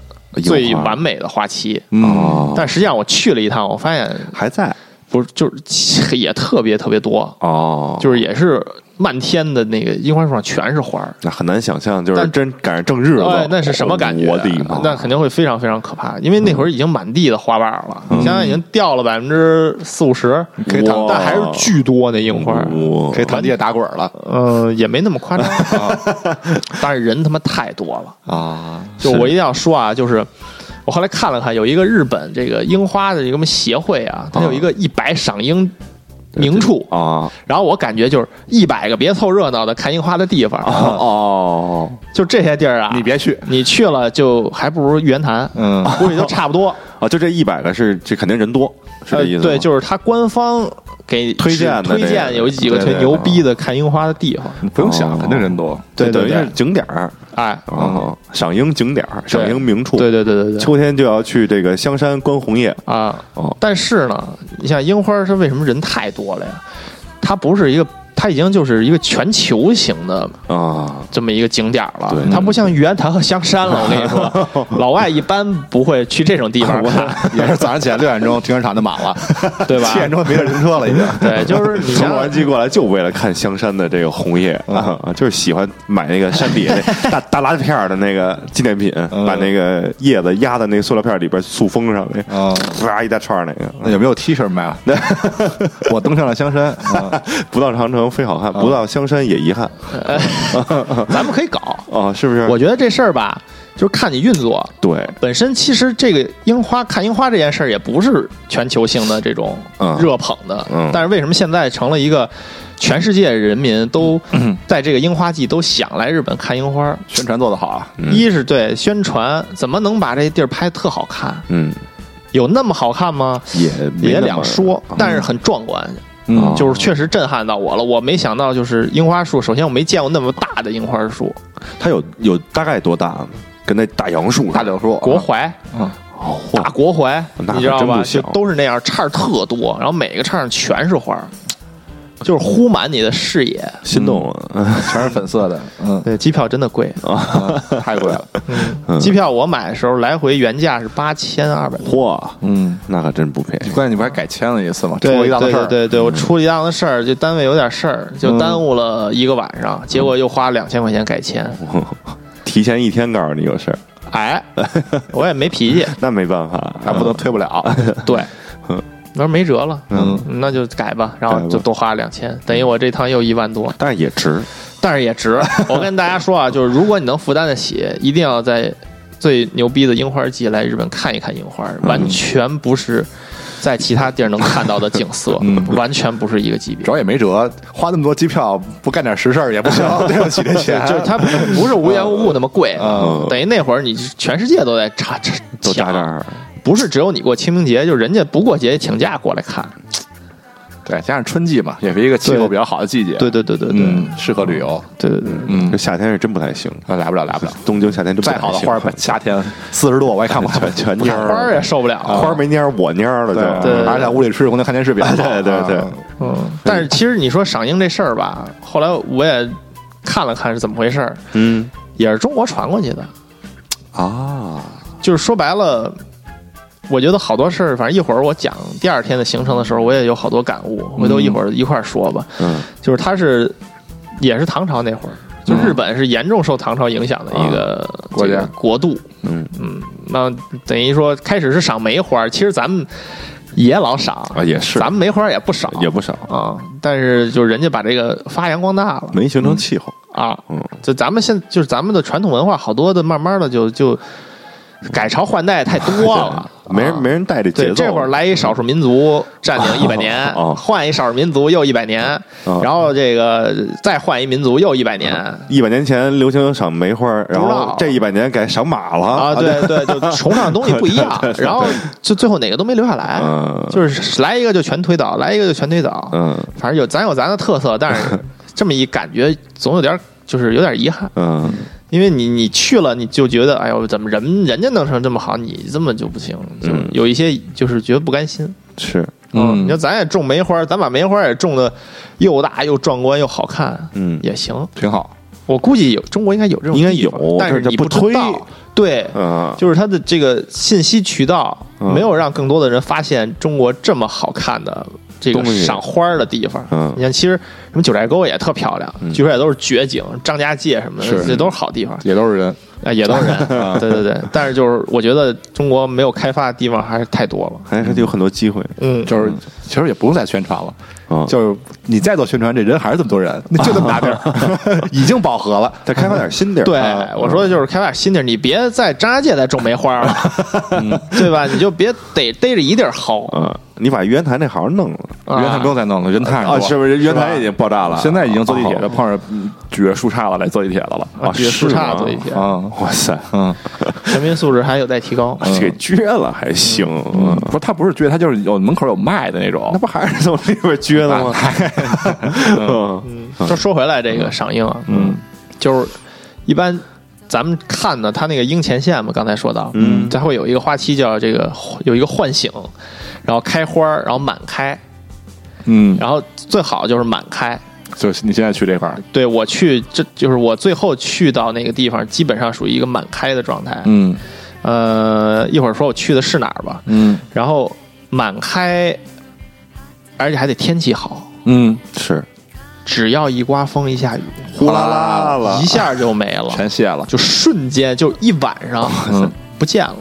[SPEAKER 1] 最完美的花期，
[SPEAKER 3] 嗯，
[SPEAKER 1] 但实际上我去了一趟，我发现
[SPEAKER 3] 还在。
[SPEAKER 1] 不是，就是 也特别特别多
[SPEAKER 3] 哦，
[SPEAKER 1] 就是也是漫天的那个樱花树上全是花儿，
[SPEAKER 3] 那很难想象，就是
[SPEAKER 1] 但
[SPEAKER 3] 真赶上正日子、
[SPEAKER 1] 哎，那是什么感觉？
[SPEAKER 3] 我的妈！
[SPEAKER 1] 那肯定会非常非常可怕，因为那会儿已经满地的花瓣了，你想想已经掉了百分之四五十，
[SPEAKER 2] 可以躺
[SPEAKER 1] 但还是巨多那樱花，
[SPEAKER 3] 哇
[SPEAKER 2] 可以躺地下打滚了。
[SPEAKER 1] 嗯，也没那么夸张，啊但是人他妈太多了。
[SPEAKER 2] 啊，
[SPEAKER 1] 就我一定要说啊，就是我后来看了看，有一个日本这个樱花的一个什么协会啊，它有一个一百赏樱名处
[SPEAKER 3] 啊，
[SPEAKER 1] 然后我感觉就是一百个别凑热闹的看樱花的地方，
[SPEAKER 3] 哦，
[SPEAKER 1] 就这些地儿啊，
[SPEAKER 2] 你别去，
[SPEAKER 1] 你去了就还不如玉渊潭，
[SPEAKER 2] 嗯
[SPEAKER 1] 估计都差不多。
[SPEAKER 3] 啊，就这一百个是这肯定人多， 是这意思吗、
[SPEAKER 1] 呃对，就是他官方给
[SPEAKER 3] 推荐的
[SPEAKER 1] 推
[SPEAKER 3] 这个
[SPEAKER 1] 荐有几个
[SPEAKER 2] 对
[SPEAKER 1] 特
[SPEAKER 2] 对
[SPEAKER 1] 牛逼的看樱花的地方，
[SPEAKER 2] 不用想，肯定人多。
[SPEAKER 1] 对
[SPEAKER 3] 等
[SPEAKER 1] 对
[SPEAKER 3] 于
[SPEAKER 1] 对
[SPEAKER 3] 是，景点儿
[SPEAKER 1] 哎，
[SPEAKER 3] 啊，赏樱景点儿，赏樱名处。
[SPEAKER 1] 对对对对对，
[SPEAKER 3] 秋天就要去这个香山观红叶。
[SPEAKER 1] 啊
[SPEAKER 3] 哦，
[SPEAKER 1] 但是呢，你像樱花，它为什么人太多了呀？它不是一个，它已经就是一个全球型的
[SPEAKER 3] 啊，
[SPEAKER 1] 这么一个景点儿了
[SPEAKER 3] 对，嗯
[SPEAKER 1] 它不像玉渊潭和香山了。我跟你 说，老外一般不会去这种地方看，
[SPEAKER 2] 也是早上起来六点钟，停车场就满了，
[SPEAKER 1] 对吧
[SPEAKER 2] 七？点钟没有人车了已经。
[SPEAKER 1] 对，就是 你嗯
[SPEAKER 3] 从
[SPEAKER 1] 想
[SPEAKER 3] 洛
[SPEAKER 1] 想
[SPEAKER 3] 杉矶过来就为了看香山的这个红叶啊，就是喜欢买那个山底下 那大大拉片儿的那个纪念品，
[SPEAKER 1] 嗯
[SPEAKER 3] 把那个叶子压在那个塑料片儿里边塑封上，那
[SPEAKER 2] 啊
[SPEAKER 3] 啪一大串儿那个。
[SPEAKER 2] 那有没有 T 恤卖啊？我登上了香山，啊
[SPEAKER 3] 不到长城非好汉，
[SPEAKER 1] 嗯
[SPEAKER 3] 不到香山也遗憾。
[SPEAKER 1] 咱们可以搞。
[SPEAKER 3] 哦，是不是？
[SPEAKER 1] 我觉得这事儿吧，就是看你运作。
[SPEAKER 3] 对，
[SPEAKER 1] 本身其实这个樱花看樱花这件事儿也不是全球性的这种
[SPEAKER 3] 嗯
[SPEAKER 1] 热捧的，
[SPEAKER 3] 嗯
[SPEAKER 1] 但是为什么现在成了一个全世界人民都
[SPEAKER 3] 嗯
[SPEAKER 1] 在这个樱花季都想来日本看樱花？
[SPEAKER 2] 宣传做得好啊！
[SPEAKER 3] 嗯
[SPEAKER 1] 一是对宣传，怎么能把这地儿拍特好看？
[SPEAKER 3] 嗯，
[SPEAKER 1] 有那么好看吗？
[SPEAKER 3] 也没
[SPEAKER 1] 也
[SPEAKER 3] 那
[SPEAKER 1] 两
[SPEAKER 3] 么
[SPEAKER 1] 说，但是很壮观。
[SPEAKER 3] 嗯
[SPEAKER 1] 就是确实震撼到我了，我没想到就是樱花树。首先我没见过那么大的樱花树，
[SPEAKER 3] 它有有大概多大呢？跟那大杨树似的，啊
[SPEAKER 2] 大柳树，
[SPEAKER 1] 国槐，
[SPEAKER 3] 哦
[SPEAKER 1] 大国槐，
[SPEAKER 3] 那可
[SPEAKER 1] 你知道
[SPEAKER 3] 真
[SPEAKER 1] 吧？
[SPEAKER 3] 不小
[SPEAKER 1] 就都是那样，杈儿特多，然后每个杈儿上全是花儿，就是呼满你的视野。嗯
[SPEAKER 3] 心动 了。
[SPEAKER 2] 全是粉色的，嗯，
[SPEAKER 1] 对，机票真的贵。
[SPEAKER 2] 啊太贵了，
[SPEAKER 1] 嗯， 机票我买的时候来回原价是八千二百。
[SPEAKER 3] 嚯，
[SPEAKER 2] 嗯。
[SPEAKER 3] 那可真不便宜。
[SPEAKER 2] 关键你不还改签了一次吗？出
[SPEAKER 1] 对
[SPEAKER 2] 了
[SPEAKER 1] 对
[SPEAKER 2] 一档子事
[SPEAKER 1] 对
[SPEAKER 2] 儿，
[SPEAKER 1] 对对，我出了一档子事儿，就单位有点事儿，就耽误了一个晚上，结果又花两千块钱改签。
[SPEAKER 3] 提前一天告诉你有事儿，
[SPEAKER 1] 哎，我也没脾气，
[SPEAKER 3] 那没办法。
[SPEAKER 2] 还不能推不了。
[SPEAKER 1] 对，我说没辙了，
[SPEAKER 2] 嗯，
[SPEAKER 1] 那就改吧，然
[SPEAKER 3] 改
[SPEAKER 1] 后
[SPEAKER 3] 吧
[SPEAKER 1] 就多花两千，等于我这趟又一万多。
[SPEAKER 3] 但是也值，
[SPEAKER 1] 但是也 值。我跟大家说啊，就是如果你能负担得起，一定要嗯在最牛逼的樱花季来日本看一看樱花，完全不是在其他地儿能看到的景 色，完全不是一个级别。
[SPEAKER 2] 主要也没辙，花那么多机票不干点实事儿也不行，对 不起这钱。
[SPEAKER 1] 就是它嗯不是无缘无故那么贵，
[SPEAKER 2] 嗯
[SPEAKER 1] 等于那会儿你全世界都在查查
[SPEAKER 3] 都扎这
[SPEAKER 1] 抢，
[SPEAKER 3] 儿，
[SPEAKER 1] 不是只有你过清明节，就人家不过节请假过来看。
[SPEAKER 2] 对，加上春季嘛，也是一个气候比较好的季节。
[SPEAKER 1] 对对对对对
[SPEAKER 2] 嗯，适合旅游。
[SPEAKER 1] 对对对，
[SPEAKER 2] 嗯
[SPEAKER 3] 这，夏天是真不太行，
[SPEAKER 2] 啊来不了，来不了。
[SPEAKER 3] 东京夏天真不
[SPEAKER 2] 再
[SPEAKER 3] 太
[SPEAKER 2] 好的
[SPEAKER 3] 行
[SPEAKER 2] 花儿，夏天四十度我也看不了，
[SPEAKER 3] 全全
[SPEAKER 2] 不太
[SPEAKER 3] 蔫
[SPEAKER 1] 花
[SPEAKER 3] 儿
[SPEAKER 2] 好
[SPEAKER 1] 嗯儿也受不了。
[SPEAKER 3] 花儿没蔫儿，我蔫儿了
[SPEAKER 2] 对
[SPEAKER 3] 就。
[SPEAKER 1] 对
[SPEAKER 2] 还是在屋里吃着空调看电视比较好。
[SPEAKER 3] 对对对
[SPEAKER 2] 啊
[SPEAKER 1] 嗯，但是其实你说赏樱这事儿吧，后来我也看了看是怎么回事儿，
[SPEAKER 3] 嗯
[SPEAKER 1] 也是中国传过去的。
[SPEAKER 3] 啊，
[SPEAKER 1] 就是说白了，我觉得好多事儿，反正一会儿我讲第二天的行程的时候，我也有好多感悟，回头一会儿一块儿说吧。
[SPEAKER 3] 嗯
[SPEAKER 1] 就是它是也是唐朝那会儿，就日本是严重受唐朝影响的一个
[SPEAKER 2] 嗯啊国家
[SPEAKER 1] 这个国度。
[SPEAKER 3] 嗯
[SPEAKER 1] 嗯，那等于说开始是赏梅花，其实咱们也老赏
[SPEAKER 2] 哎
[SPEAKER 3] 啊，也是
[SPEAKER 1] 咱，们梅花也不少，
[SPEAKER 3] 也不少，
[SPEAKER 1] 啊，但是就人家把这个发扬光大了
[SPEAKER 3] 没形成气候。
[SPEAKER 1] 啊，
[SPEAKER 3] 嗯
[SPEAKER 1] 就咱们现就是咱们的传统文化，好多的慢慢的就就改朝换代太多了，
[SPEAKER 3] 对没人、
[SPEAKER 1] 啊
[SPEAKER 3] 没人带这节
[SPEAKER 1] 对，
[SPEAKER 3] 奏。
[SPEAKER 1] 这会儿来一少数民族占领一 百年，
[SPEAKER 3] 哦
[SPEAKER 1] 换一少数民族又一百年，
[SPEAKER 3] 哦嗯
[SPEAKER 1] 然后这个再换一民族又一百年。
[SPEAKER 3] 一百年前流行赏梅花，然
[SPEAKER 1] 不知
[SPEAKER 3] 后
[SPEAKER 1] 道
[SPEAKER 3] 这一百年改赏马了
[SPEAKER 1] 啊，对对，就崇尚的东西不一样
[SPEAKER 3] 对对，对
[SPEAKER 1] 然后就最后哪个都没留下来
[SPEAKER 3] 嗯，
[SPEAKER 1] 就是来一个就全推倒，来一个就全推倒，
[SPEAKER 3] 嗯
[SPEAKER 1] 反正有咱有咱的特色，但是这么一感觉总有点儿就是有点遗憾，
[SPEAKER 3] 嗯，
[SPEAKER 1] 因为你你去了你就觉得哎呦怎么人人家弄成这么好，你这么就不行，就
[SPEAKER 3] 嗯
[SPEAKER 1] 有一些就是觉得不甘心。哦
[SPEAKER 3] 是，
[SPEAKER 2] 嗯
[SPEAKER 1] 你说咱也种梅花，咱把梅花也种的又大又壮观又好看，
[SPEAKER 3] 嗯
[SPEAKER 1] 也行。
[SPEAKER 2] 挺好。
[SPEAKER 1] 我估计有中国应该有这种地
[SPEAKER 3] 应
[SPEAKER 1] 方，
[SPEAKER 3] 该有
[SPEAKER 1] 但是
[SPEAKER 3] 但是它
[SPEAKER 1] 你
[SPEAKER 3] 不
[SPEAKER 1] 知
[SPEAKER 3] 推
[SPEAKER 1] 道对，
[SPEAKER 3] 嗯，
[SPEAKER 1] 就是它的这个信息渠道
[SPEAKER 3] 嗯
[SPEAKER 1] 没有让更多的人发现中国这么好看的这个
[SPEAKER 3] 东西
[SPEAKER 1] 赏花儿的地方。
[SPEAKER 3] 嗯
[SPEAKER 1] 你看，其实什么九寨沟也特漂亮，据说也都是绝景，张家界什么的，
[SPEAKER 2] 是
[SPEAKER 1] 这都是好地方，
[SPEAKER 2] 也都是人，
[SPEAKER 1] 啊，也都是人。对对对，但是就是我觉得中国没有开发的地方还是太多了。
[SPEAKER 3] 还是有很多机会。
[SPEAKER 1] 嗯，
[SPEAKER 2] 就是其实也不用再宣传了，
[SPEAKER 3] 嗯
[SPEAKER 2] 就是你再做宣传，这人还是这么多人， 那就这么大地儿，已经饱和了。
[SPEAKER 3] 再开发点新地儿。
[SPEAKER 1] 对
[SPEAKER 3] 啊，
[SPEAKER 1] 哎我说的就是开发新地儿，你别在张家界再种梅花了，对吧？你就别逮逮着一地儿薅。
[SPEAKER 3] 嗯，你把玉渊潭那好好弄了
[SPEAKER 1] 啊
[SPEAKER 2] 嗯原台不用再弄了，人太多
[SPEAKER 3] 啊，
[SPEAKER 2] 了
[SPEAKER 3] 是不是？玉渊潭已经爆炸了，哦
[SPEAKER 2] 现在已经坐地铁
[SPEAKER 3] 了
[SPEAKER 2] 的碰上嗯举着树杈子来坐地铁的了
[SPEAKER 1] 啊举着树杈子坐地铁
[SPEAKER 2] 啊
[SPEAKER 3] 哇塞，
[SPEAKER 2] 嗯，
[SPEAKER 1] 人民素质还有待提高。
[SPEAKER 3] 给撅了还行，
[SPEAKER 2] 嗯
[SPEAKER 3] 嗯
[SPEAKER 2] 不是他不是撅，他就是有门口有卖的那
[SPEAKER 3] 那
[SPEAKER 2] 种，
[SPEAKER 3] 不还是从里边撅的 吗？嗯
[SPEAKER 1] 就说回来这个赏樱啊，
[SPEAKER 2] 嗯，
[SPEAKER 1] 就是一般咱们看的它那个樱前线嘛，刚才说到，
[SPEAKER 3] 嗯
[SPEAKER 1] 它会有一个花期叫这个有一个唤醒，然后开花儿，然后满开，
[SPEAKER 2] 嗯，
[SPEAKER 1] 然后最好就是满开。
[SPEAKER 2] 就是你现在去这块儿，
[SPEAKER 1] 对我去，这就是我最后去到那个地方，基本上属于一个满开的状态。
[SPEAKER 2] 嗯
[SPEAKER 1] 呃，一会儿说我去的是哪儿吧，
[SPEAKER 2] 嗯
[SPEAKER 1] 然后满开，而且还得天气好，
[SPEAKER 2] 嗯，
[SPEAKER 3] 是
[SPEAKER 1] 只要一刮风一下雨，
[SPEAKER 2] 呼啦啦了，
[SPEAKER 1] 一下就没了，
[SPEAKER 2] 全卸了，
[SPEAKER 1] 就瞬间就一晚上
[SPEAKER 2] 嗯
[SPEAKER 1] 不见了。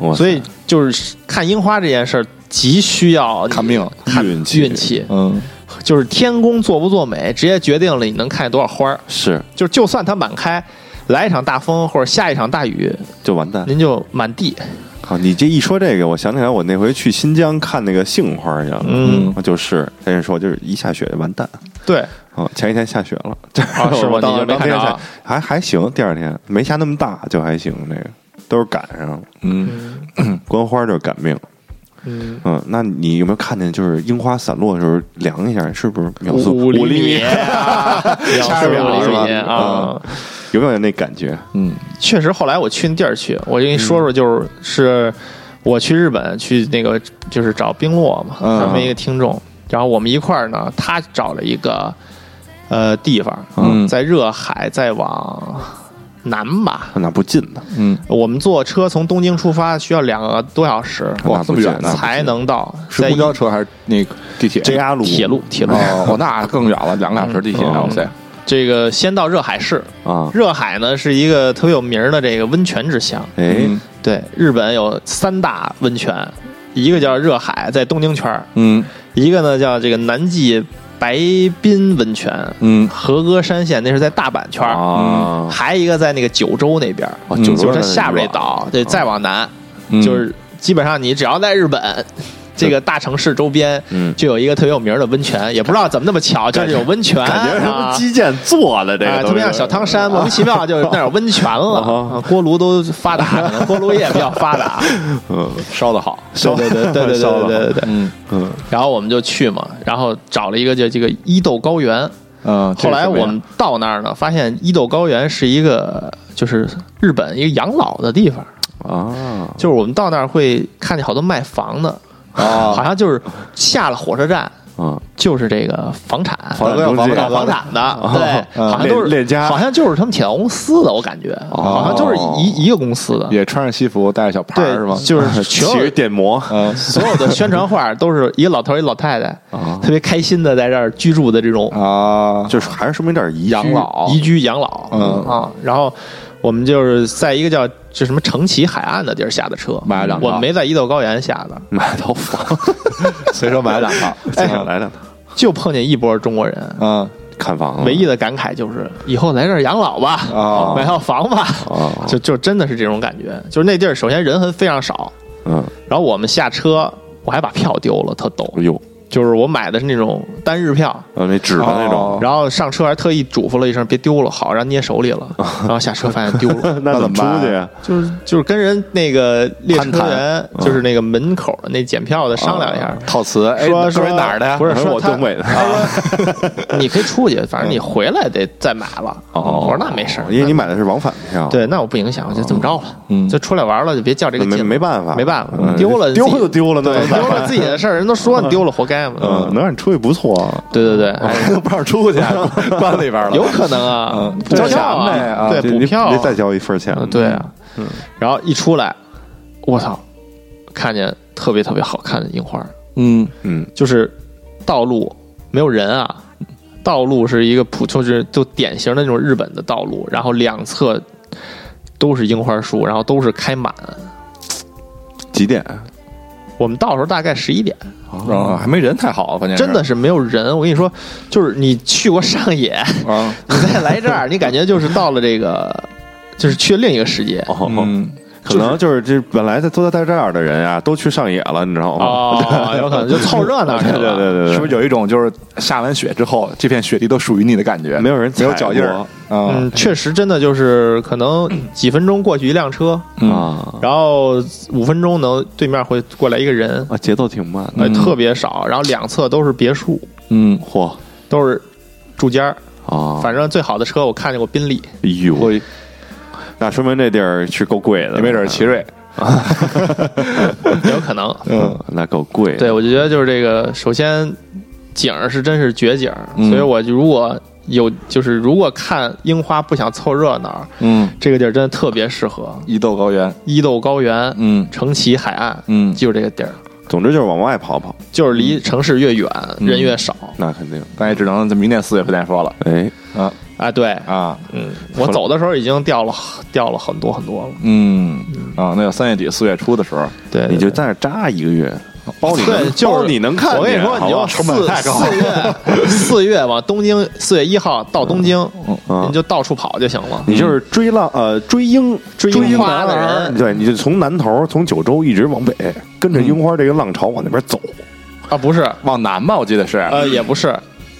[SPEAKER 3] 哇塞
[SPEAKER 1] 所以就是看樱花这件事儿，极需要你
[SPEAKER 2] 看命
[SPEAKER 1] 看
[SPEAKER 3] 运气
[SPEAKER 1] 运气
[SPEAKER 2] 嗯
[SPEAKER 1] 就是天公做不做美，直接决定了你能看见多少花儿。
[SPEAKER 3] 是
[SPEAKER 1] 就就算它满开，来一场大风或者下一场大雨，
[SPEAKER 3] 就完蛋。
[SPEAKER 1] 您就满地。
[SPEAKER 3] 好，你这一说这个，我想起来我那回去新疆看那个杏花去了，
[SPEAKER 1] 嗯，
[SPEAKER 3] 就是但是说就是一下雪就完蛋。
[SPEAKER 1] 对，
[SPEAKER 3] 啊，前一天下雪了，这
[SPEAKER 1] 啊是吗
[SPEAKER 3] 我当
[SPEAKER 1] 你就没
[SPEAKER 3] 当
[SPEAKER 1] 看
[SPEAKER 3] 天
[SPEAKER 1] 着
[SPEAKER 3] 下
[SPEAKER 1] 啊
[SPEAKER 3] 还还行，第二天没下那么大，就还行。这个都是赶上了，
[SPEAKER 2] 嗯
[SPEAKER 3] 观花就是赶命。
[SPEAKER 1] 嗯，
[SPEAKER 3] 嗯，那你有没有看见，就是樱花散落的时候量一下，是不是秒速
[SPEAKER 1] 五
[SPEAKER 3] 厘
[SPEAKER 1] 厘 米，
[SPEAKER 3] 下
[SPEAKER 1] 十
[SPEAKER 3] 一秒
[SPEAKER 1] 五
[SPEAKER 3] 是
[SPEAKER 1] 厘
[SPEAKER 3] 吧
[SPEAKER 1] 米啊！
[SPEAKER 3] 有没有那感觉？
[SPEAKER 2] 嗯
[SPEAKER 1] 确实，后来我去那地儿去，我就跟你说说，就是、是我去日本去那个就是找冰洛嘛，
[SPEAKER 2] 嗯
[SPEAKER 1] 咱们一个听众，然后我们一块儿呢，他找了一个呃地方，
[SPEAKER 2] 嗯
[SPEAKER 1] 在热海，再往南吧。
[SPEAKER 3] 那不近呢？
[SPEAKER 2] 嗯，
[SPEAKER 1] 我们坐车从东京出发需要两个多小时
[SPEAKER 3] 那
[SPEAKER 2] 哇这
[SPEAKER 3] 不
[SPEAKER 2] 么
[SPEAKER 3] 近
[SPEAKER 2] 远呢
[SPEAKER 3] 那不
[SPEAKER 1] 才
[SPEAKER 3] 近
[SPEAKER 1] 能到，
[SPEAKER 2] 是
[SPEAKER 1] 在
[SPEAKER 2] 公交车还是那个地铁
[SPEAKER 3] JR 路
[SPEAKER 1] 铁路铁路。
[SPEAKER 2] 哦，那更远了，两个小时地铁，
[SPEAKER 3] 嗯
[SPEAKER 2] 哇塞，
[SPEAKER 1] 这个先到热海市，
[SPEAKER 3] 啊，
[SPEAKER 1] 热海呢是一个特别有名儿的这个温泉之乡，
[SPEAKER 3] 哎，
[SPEAKER 2] 嗯
[SPEAKER 1] 对，日本有三大温泉，一个叫热海，在东京圈儿；
[SPEAKER 2] 嗯
[SPEAKER 1] 一个呢叫这个南纪白滨温泉，
[SPEAKER 2] 嗯
[SPEAKER 1] 和歌山县那是在大阪圈儿，
[SPEAKER 3] 啊，
[SPEAKER 1] 还一个在那个九州那边儿，
[SPEAKER 3] 哦
[SPEAKER 2] 嗯
[SPEAKER 3] 九
[SPEAKER 1] 就
[SPEAKER 3] 州
[SPEAKER 1] 是它
[SPEAKER 3] 那哦
[SPEAKER 1] 下边这岛，对，再往南、
[SPEAKER 2] 嗯
[SPEAKER 1] 就是基本上你只要在日本，这个大城市周边，
[SPEAKER 3] 嗯
[SPEAKER 1] 就有一个特别有名儿的温泉，也不知道怎么那么巧，就是有温泉，
[SPEAKER 3] 感觉是什么
[SPEAKER 1] 啊
[SPEAKER 3] 基建做的这
[SPEAKER 1] 啊，
[SPEAKER 3] 个，
[SPEAKER 1] 特别像小汤 山，莫名其妙就那儿有温泉了，
[SPEAKER 3] 啊
[SPEAKER 1] 啊锅炉都发达， 可能锅炉业比较发达，
[SPEAKER 3] 嗯
[SPEAKER 1] 烧的好，
[SPEAKER 3] 烧
[SPEAKER 1] 对对对对对
[SPEAKER 3] 烧
[SPEAKER 1] 对
[SPEAKER 3] 得好
[SPEAKER 1] 对对对。
[SPEAKER 2] 嗯
[SPEAKER 3] 嗯，
[SPEAKER 1] 然后我们就去嘛，然后找了一个就这个伊豆高原。
[SPEAKER 2] 嗯，
[SPEAKER 1] 后来我们到那儿呢，发现伊豆高原是一个就是日本一个养老的地方，
[SPEAKER 2] 哦
[SPEAKER 3] 啊，
[SPEAKER 1] 就是我们到那儿会看见好多卖房的，好
[SPEAKER 2] 啊，
[SPEAKER 1] 像就是下了火车站
[SPEAKER 3] 嗯，
[SPEAKER 1] 就是这个房产。
[SPEAKER 2] 房子要
[SPEAKER 3] 房
[SPEAKER 2] 房
[SPEAKER 3] 子
[SPEAKER 2] 子
[SPEAKER 1] 搞房产的，对，
[SPEAKER 2] 嗯
[SPEAKER 1] 好像都是
[SPEAKER 3] 链链家
[SPEAKER 1] 好像就是他们铁道公司的，我感觉好像就是一一个公司的，
[SPEAKER 2] 哦也穿上西服，带着小牌
[SPEAKER 1] 对
[SPEAKER 2] 儿是吗？，
[SPEAKER 1] 就是
[SPEAKER 3] 骑
[SPEAKER 1] 全
[SPEAKER 3] 着电摩，
[SPEAKER 2] 嗯
[SPEAKER 1] 所有的宣传画都是一个老头儿一老太太，
[SPEAKER 2] 哦
[SPEAKER 1] 特别开心的在这儿居住的这种
[SPEAKER 2] 啊，
[SPEAKER 3] 就是还是说明点儿遗
[SPEAKER 1] 居
[SPEAKER 3] 养老
[SPEAKER 1] 宜居养老，
[SPEAKER 2] 嗯
[SPEAKER 1] 啊，然后我们就是在一个叫这什么城崎海岸的地儿下的车，
[SPEAKER 2] 买了两套
[SPEAKER 1] 我们没在伊豆高原下的，
[SPEAKER 3] 买 套房，
[SPEAKER 2] 随手买了两套，
[SPEAKER 3] 哎，来两套
[SPEAKER 1] 就碰见一波中国人。
[SPEAKER 2] 嗯
[SPEAKER 3] 看房了，
[SPEAKER 1] 唯一的感慨就是，以后来这儿养老吧，
[SPEAKER 2] 哦
[SPEAKER 1] 买套房吧，
[SPEAKER 3] 哦
[SPEAKER 1] 就就真的是这种感觉。就是那地儿，首先人很非常少，
[SPEAKER 3] 嗯，
[SPEAKER 1] 然后我们下车，我还把票丢了，特逗。
[SPEAKER 3] 哎呦，
[SPEAKER 1] 就是我买的是那种单日票，
[SPEAKER 3] 呃，那纸的那种
[SPEAKER 2] 哦，
[SPEAKER 1] 然后上车还特意嘱咐了一声，别丢了，好让人捏手里了。然后下车发现丢了，
[SPEAKER 3] 哦 那怎么
[SPEAKER 2] 那怎么
[SPEAKER 3] 出去啊
[SPEAKER 2] 办
[SPEAKER 3] 呀？
[SPEAKER 1] 就是就是跟人那个列车
[SPEAKER 2] 攀
[SPEAKER 1] 员，
[SPEAKER 3] 嗯
[SPEAKER 1] 就是那个门口的那检票的商量一下，
[SPEAKER 2] 套词，哎，
[SPEAKER 1] 说
[SPEAKER 2] 各位
[SPEAKER 1] 说
[SPEAKER 2] 哪儿的呀？
[SPEAKER 1] 不是
[SPEAKER 3] 我说
[SPEAKER 1] 说
[SPEAKER 3] 我
[SPEAKER 1] 他
[SPEAKER 3] 东北的，啊
[SPEAKER 1] 你可以出去，反正你回来得再买了。
[SPEAKER 3] 哦
[SPEAKER 1] 我说那没事儿，
[SPEAKER 3] 因为你买的是往返票，
[SPEAKER 1] 那对，那我不影响，就这么着了，
[SPEAKER 2] 嗯
[SPEAKER 1] 就出来玩了，就别较这个
[SPEAKER 3] 那没
[SPEAKER 1] 劲，
[SPEAKER 3] 没办法，
[SPEAKER 1] 没办法
[SPEAKER 3] 嗯
[SPEAKER 1] 丢了
[SPEAKER 3] 丢
[SPEAKER 1] 自己
[SPEAKER 3] 就丢了，那
[SPEAKER 1] 对，
[SPEAKER 3] 怎么办
[SPEAKER 1] 丢了自己的事儿，人都说你丢了活该嘛。
[SPEAKER 3] 嗯，能让你出去不错啊，
[SPEAKER 1] 对对对，哎
[SPEAKER 2] 都不让出 去，关里边了。
[SPEAKER 1] 有可能啊，
[SPEAKER 3] 嗯
[SPEAKER 1] 补
[SPEAKER 2] 交
[SPEAKER 1] 票
[SPEAKER 2] 钱呗啊
[SPEAKER 1] 对，
[SPEAKER 3] 这
[SPEAKER 1] 补
[SPEAKER 3] 你
[SPEAKER 1] 票啊
[SPEAKER 3] 你得再交一份钱
[SPEAKER 1] 嗯，，对啊，然后一出来，我操，看见特别特别好看的樱花，
[SPEAKER 2] 嗯
[SPEAKER 3] 嗯，
[SPEAKER 1] 就是道路没有人啊，道路是一个普，就是就典型的那种日本的道路，然后两侧都是樱花树，然后都是开满。
[SPEAKER 3] 几点？
[SPEAKER 1] 我们到时候大概十一点，
[SPEAKER 2] 啊，还没人太好，关键是
[SPEAKER 1] 真的是没有人。我跟你说，就是你去过上野，
[SPEAKER 2] 啊，
[SPEAKER 1] 你再来这儿，你感觉就是到了这个，就是去了另一个世界。
[SPEAKER 3] 哦
[SPEAKER 2] 嗯，
[SPEAKER 3] 可能就是这本来在都在这儿的人呀，都去上野了，你知道吗？
[SPEAKER 1] 哦，有可能就凑热闹去
[SPEAKER 3] 对
[SPEAKER 1] 了。
[SPEAKER 3] 对对对，
[SPEAKER 2] 是不是有一种就是下完雪之后，这片雪地都属于你的感觉？
[SPEAKER 3] 没有人踩
[SPEAKER 2] 没
[SPEAKER 3] 过
[SPEAKER 2] 有脚印儿啊
[SPEAKER 1] 嗯，确实真的就是可能几分钟过去一辆车，
[SPEAKER 2] 嗯
[SPEAKER 3] 啊
[SPEAKER 1] 然后五分钟能对面会过来一个人，
[SPEAKER 3] 啊，节奏挺慢的，
[SPEAKER 1] 哎，特别少，然后两侧都是别墅，
[SPEAKER 2] 嗯，
[SPEAKER 3] 嚯
[SPEAKER 1] 都是住家儿，
[SPEAKER 3] 啊！
[SPEAKER 1] 反正最好的车我看见过宾 利，
[SPEAKER 3] 哎呦，那说明这地儿是够贵的，
[SPEAKER 2] 也没准儿奇瑞
[SPEAKER 1] 有可能。
[SPEAKER 3] 嗯，那够贵的。
[SPEAKER 1] 对，我就觉得就是这个，首先景儿是真是绝景儿，
[SPEAKER 2] 嗯
[SPEAKER 1] 所以我就如果有就是如果看樱花不想凑热闹，
[SPEAKER 2] 嗯，
[SPEAKER 1] 这个地儿真的特别适合，
[SPEAKER 2] 伊豆高原，
[SPEAKER 1] 伊豆高原、
[SPEAKER 2] 嗯
[SPEAKER 1] 城崎海岸，
[SPEAKER 2] 嗯
[SPEAKER 1] 就是这个地儿，
[SPEAKER 3] 总之就是往外跑跑，
[SPEAKER 1] 就是离城市越远
[SPEAKER 2] 嗯
[SPEAKER 1] 人越少。
[SPEAKER 3] 那肯定。
[SPEAKER 2] 那也只能在明年四月份再说了
[SPEAKER 3] 哎，
[SPEAKER 2] 啊
[SPEAKER 1] 啊，对，
[SPEAKER 2] 啊，
[SPEAKER 1] 嗯，我走的时候已经掉了掉了很多很多了，
[SPEAKER 2] 嗯啊，那要三月底四月初的时候，
[SPEAKER 1] 对，
[SPEAKER 3] 你
[SPEAKER 1] 对
[SPEAKER 3] 就在那儿扎一个月，包你
[SPEAKER 1] 对，
[SPEAKER 3] 能
[SPEAKER 1] 就
[SPEAKER 3] 包
[SPEAKER 1] 是
[SPEAKER 3] 你能看见。
[SPEAKER 1] 我跟你说，你
[SPEAKER 3] 好
[SPEAKER 1] 就
[SPEAKER 3] 吧
[SPEAKER 1] 四四 月四月往东京，四月一号到东京，
[SPEAKER 3] 嗯
[SPEAKER 1] 你就到处跑就行了。
[SPEAKER 3] 你就是追浪呃追樱
[SPEAKER 1] 追
[SPEAKER 3] 樱
[SPEAKER 1] 樱花的
[SPEAKER 3] 男儿
[SPEAKER 1] 人嗯
[SPEAKER 3] 对，你就从南头从九州一直往北，跟着樱花这个浪潮往那边走。
[SPEAKER 1] 啊，不是，
[SPEAKER 2] 往南吧，我记得是，
[SPEAKER 1] 呃，也不是，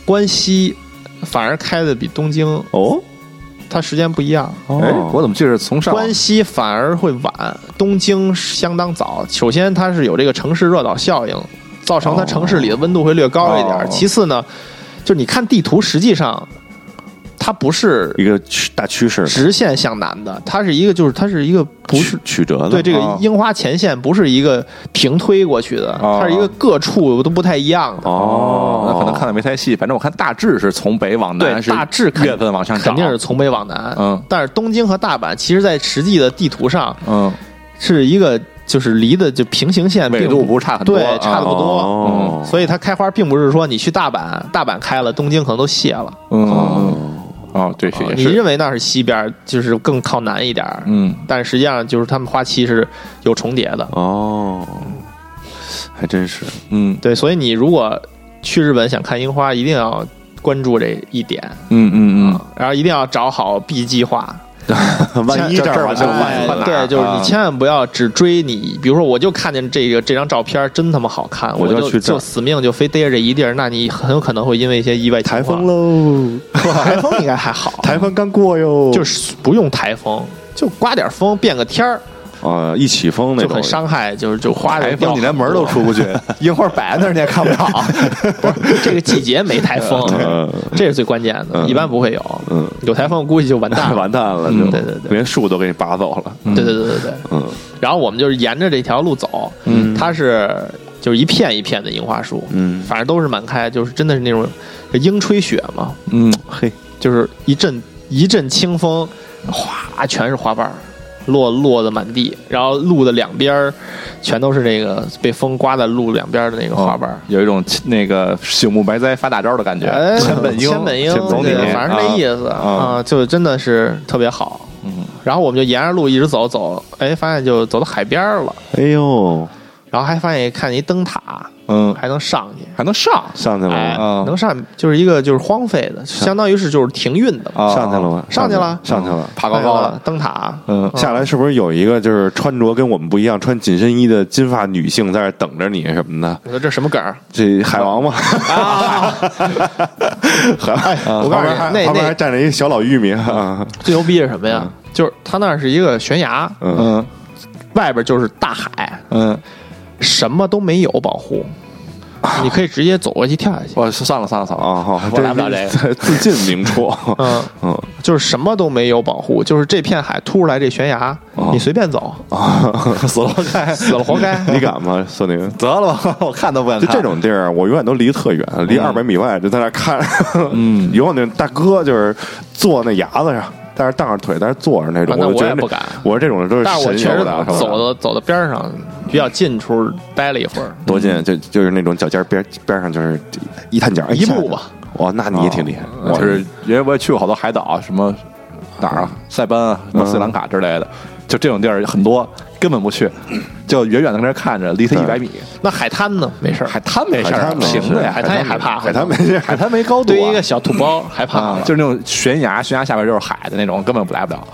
[SPEAKER 1] 关西反而开的比东京，
[SPEAKER 3] 哦，
[SPEAKER 1] 它时间不一样。
[SPEAKER 2] 哎，
[SPEAKER 1] 哦
[SPEAKER 2] 我怎么记得是从上
[SPEAKER 1] 关西反而会晚，东京相当早。首先，它是有这个城市热岛效应，造成它城市里的温度会略高一点。
[SPEAKER 2] 哦
[SPEAKER 1] 其次呢，就是你看地图，实际上它不是
[SPEAKER 3] 一个趋大趋势，
[SPEAKER 1] 直线向南的，它是一个就是它是一个不是
[SPEAKER 3] 曲曲折的。
[SPEAKER 1] 对这个
[SPEAKER 2] 啊
[SPEAKER 1] 樱花前线不是一个平推过去的，
[SPEAKER 2] 哦
[SPEAKER 1] 它是一个各处都不太一样的。
[SPEAKER 3] 哦，
[SPEAKER 2] 那可能看的没太细，反正我看大致是从北往
[SPEAKER 1] 对
[SPEAKER 2] 南，是
[SPEAKER 1] 大致肯
[SPEAKER 2] 月份往上涨，
[SPEAKER 1] 肯定是从北往南。
[SPEAKER 2] 嗯
[SPEAKER 1] 但是东京和大阪其实在实际的地图上
[SPEAKER 2] 嗯，
[SPEAKER 1] 是一个就是离的就平行线
[SPEAKER 2] 纬
[SPEAKER 1] 并
[SPEAKER 2] 度不是差很多，啊
[SPEAKER 1] 对差得不多
[SPEAKER 3] 哦
[SPEAKER 1] 所以它开花并不是说你去大阪，大阪开了，东京可能都谢了。
[SPEAKER 2] 嗯嗯
[SPEAKER 3] 哦
[SPEAKER 2] 哦，对，是也
[SPEAKER 1] 你
[SPEAKER 2] 是，
[SPEAKER 1] 认为那是西边，就是更靠南一点儿，
[SPEAKER 2] 嗯
[SPEAKER 1] 但实际上就是他们花期是有重叠的。
[SPEAKER 3] 哦，还真是
[SPEAKER 2] 嗯
[SPEAKER 1] 对，所以你如果去日本想看樱花，一定要关注这一点，
[SPEAKER 2] 嗯嗯嗯
[SPEAKER 1] 然后一定要找好 B 计划。
[SPEAKER 3] 万一这儿
[SPEAKER 2] 这儿
[SPEAKER 3] 就万
[SPEAKER 2] 哎
[SPEAKER 1] 哎
[SPEAKER 3] 万哪
[SPEAKER 1] 对，
[SPEAKER 3] 儿
[SPEAKER 1] 就是
[SPEAKER 2] 啊
[SPEAKER 1] 你千万不要只追你，比如说我就看见这个这张照片真他妈好看，
[SPEAKER 3] 我
[SPEAKER 1] 我
[SPEAKER 3] 就
[SPEAKER 1] 就
[SPEAKER 3] 去这儿
[SPEAKER 1] 就死命就非逮着这一地儿，那你很有可能会因为一些意外情
[SPEAKER 3] 台
[SPEAKER 1] 况
[SPEAKER 3] 风，喽，
[SPEAKER 1] 台风应该还好，
[SPEAKER 3] 台风刚过哟，
[SPEAKER 1] 就是不用台风，就刮点风变个天儿
[SPEAKER 3] 呃一起风那
[SPEAKER 1] 就
[SPEAKER 3] 种，
[SPEAKER 1] 很伤害，就是就花
[SPEAKER 2] 台
[SPEAKER 1] 的
[SPEAKER 2] 风你连门儿都出不去，樱花摆在那儿你也看 不着。嗯
[SPEAKER 1] 这个季节没台风，
[SPEAKER 3] 呃，
[SPEAKER 1] 这是最关键的，
[SPEAKER 3] 嗯
[SPEAKER 1] 一般不会有，
[SPEAKER 3] 嗯，
[SPEAKER 1] 有台风估计就完蛋了，
[SPEAKER 3] 完蛋了，
[SPEAKER 1] 嗯
[SPEAKER 3] 就
[SPEAKER 1] 对对对
[SPEAKER 3] 连树都给你拔走了，
[SPEAKER 1] 对对对对对，
[SPEAKER 3] 嗯。
[SPEAKER 1] 然后我们就是沿着这条路走，
[SPEAKER 3] 嗯
[SPEAKER 1] 它是就是一片一片的樱花树，
[SPEAKER 3] 嗯
[SPEAKER 1] 反正都是满开，就是真的是那种呃樱吹雪嘛，
[SPEAKER 2] 嗯，
[SPEAKER 3] 嘿，
[SPEAKER 1] 就是一阵一阵清风，哗，全是花瓣儿落落的满地，然后路的两边儿全都是那个被风刮在路两边儿的那个
[SPEAKER 2] 哦
[SPEAKER 1] 花瓣儿。
[SPEAKER 2] 有一种那个朽木白哉发大招的感觉
[SPEAKER 1] 哎，，
[SPEAKER 2] 千本樱，
[SPEAKER 1] 千本樱，
[SPEAKER 2] 总
[SPEAKER 1] 对
[SPEAKER 2] 理，
[SPEAKER 1] 反正那意
[SPEAKER 2] 思，
[SPEAKER 1] 思
[SPEAKER 2] 啊
[SPEAKER 1] 啊，就真的是特别好。
[SPEAKER 2] 嗯，
[SPEAKER 1] 然后我们就沿着路一直走走，哎，发现就走到海边儿了，
[SPEAKER 3] 哎呦，
[SPEAKER 1] 然后还发现看见一灯塔，
[SPEAKER 2] 嗯，
[SPEAKER 1] 还能上去，
[SPEAKER 2] 还能上
[SPEAKER 3] 上去了
[SPEAKER 1] 哎
[SPEAKER 3] 吗？哦
[SPEAKER 2] 啊，
[SPEAKER 1] 能上就是一个就是荒废的，相当于是就是停运的，哦
[SPEAKER 2] 啊
[SPEAKER 3] 上去了吗？
[SPEAKER 1] 上去了
[SPEAKER 3] 哦上去了。哎
[SPEAKER 2] 爬高高了，，
[SPEAKER 1] 灯塔，
[SPEAKER 2] 嗯
[SPEAKER 3] 下来是不是有一个就是穿着跟我们不一样，穿紧身衣的金发女性在那儿等着你什么的？
[SPEAKER 1] 你说这什么梗儿？
[SPEAKER 3] 这海王嘛， 海王，
[SPEAKER 1] 啊哎
[SPEAKER 3] 啊
[SPEAKER 1] 我告诉你
[SPEAKER 3] 旁边还
[SPEAKER 1] 那
[SPEAKER 3] 旁边
[SPEAKER 1] 那
[SPEAKER 3] 还站着一个小老玉米啊，
[SPEAKER 1] 最牛逼是什么呀？就是它那儿是一个悬崖，
[SPEAKER 3] 嗯，
[SPEAKER 2] 嗯
[SPEAKER 1] 外边就是大海，
[SPEAKER 2] 嗯，
[SPEAKER 1] 什么都没有保护，你可以直接走过去跳下去。
[SPEAKER 3] 哦
[SPEAKER 2] 我算了算了算了，
[SPEAKER 3] 啊，好，
[SPEAKER 1] 我来嗯不了这
[SPEAKER 3] 个，自尽明处，
[SPEAKER 1] 嗯，
[SPEAKER 3] 嗯，
[SPEAKER 1] 就是什么都没有保护，就是这片海突出来这悬崖，
[SPEAKER 3] 哦
[SPEAKER 1] 你随便走，嗯哎
[SPEAKER 2] 死了活该，
[SPEAKER 1] 死了活该。
[SPEAKER 3] 你敢吗，孙宁？
[SPEAKER 2] 得了吧，我看都不想
[SPEAKER 3] 就
[SPEAKER 2] 看
[SPEAKER 3] 这，种地儿，我永远都离特远，离
[SPEAKER 2] 嗯
[SPEAKER 3] 二百米外就在那儿看。
[SPEAKER 2] 嗯
[SPEAKER 3] 有我那大哥就是坐那牙子上，在那儿荡着腿，在那儿坐着那种，
[SPEAKER 1] 啊那
[SPEAKER 3] 我就
[SPEAKER 1] 我
[SPEAKER 3] 觉得
[SPEAKER 1] 也
[SPEAKER 3] 那
[SPEAKER 1] 不敢
[SPEAKER 3] 我说这种人都是
[SPEAKER 1] 但是我
[SPEAKER 3] 神
[SPEAKER 1] 确实
[SPEAKER 3] 游的，啊是吧嗯
[SPEAKER 1] 走到走到边儿上比较近处待了一会儿，
[SPEAKER 3] 多近，就就是那种脚尖边边上就是一探脚
[SPEAKER 1] 一
[SPEAKER 3] 下
[SPEAKER 1] 步
[SPEAKER 3] 就
[SPEAKER 1] 吧。
[SPEAKER 3] 哇，那你也挺厉害，
[SPEAKER 2] 我是因为我也去过好多海岛，什么哪儿啊，塞班啊、什么斯里兰卡之类的，就这种地儿很多，根本不去，就远远的跟那儿看着，离它
[SPEAKER 3] 对
[SPEAKER 2] 一百米，
[SPEAKER 1] 那海滩呢？没事儿，
[SPEAKER 2] 海滩没事
[SPEAKER 3] 海
[SPEAKER 2] 儿，
[SPEAKER 3] 滩没
[SPEAKER 2] 平的呀，
[SPEAKER 1] 海
[SPEAKER 2] 海
[SPEAKER 1] 滩
[SPEAKER 2] 滩
[SPEAKER 1] 也害怕，
[SPEAKER 3] 海滩没事，
[SPEAKER 2] 海滩没高度
[SPEAKER 1] 对于
[SPEAKER 2] 啊，
[SPEAKER 1] 一个小土包害怕
[SPEAKER 2] 啊
[SPEAKER 1] 了，，
[SPEAKER 2] 就是那种悬崖，悬崖下边就是海的那种，根本不来不了。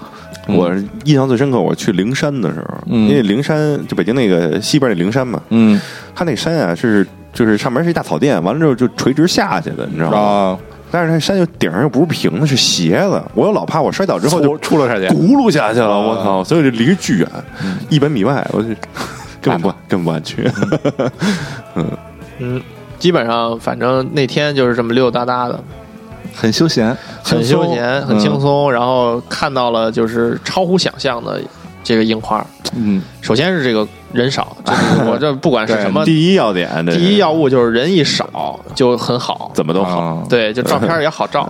[SPEAKER 3] 我印象最深刻，我去灵山的时候，
[SPEAKER 2] 嗯
[SPEAKER 3] 因为灵山就北京那个西边那灵山嘛，
[SPEAKER 2] 嗯
[SPEAKER 3] 它那山啊是就是上面是一大草甸，完了之后就垂直下去的，你知道吗？
[SPEAKER 2] 啊，
[SPEAKER 3] 但是它山就顶上又不是平的，是斜的，我又老怕我摔倒之
[SPEAKER 2] 之
[SPEAKER 3] 后
[SPEAKER 2] 后
[SPEAKER 3] 就
[SPEAKER 2] 哦就出了这去，
[SPEAKER 3] 轱辘下去了，
[SPEAKER 2] 啊
[SPEAKER 3] 我操！所以就离着巨远，一百米外，我就根本不根本不敢去。
[SPEAKER 1] 嗯，基本上反正那天就是这么溜达达的，
[SPEAKER 2] 很休闲，
[SPEAKER 1] 很
[SPEAKER 2] 轻松嗯
[SPEAKER 1] 休闲，很轻。松，然后看到了就是超乎想象的这个樱花。
[SPEAKER 2] 嗯，
[SPEAKER 1] 首先是这个人少，这个我这不管是什么，
[SPEAKER 3] 第一要点，这是
[SPEAKER 1] 第一要务就是人一少就很好，
[SPEAKER 3] 怎么都好。
[SPEAKER 2] 啊，
[SPEAKER 1] 对，就照片也好照。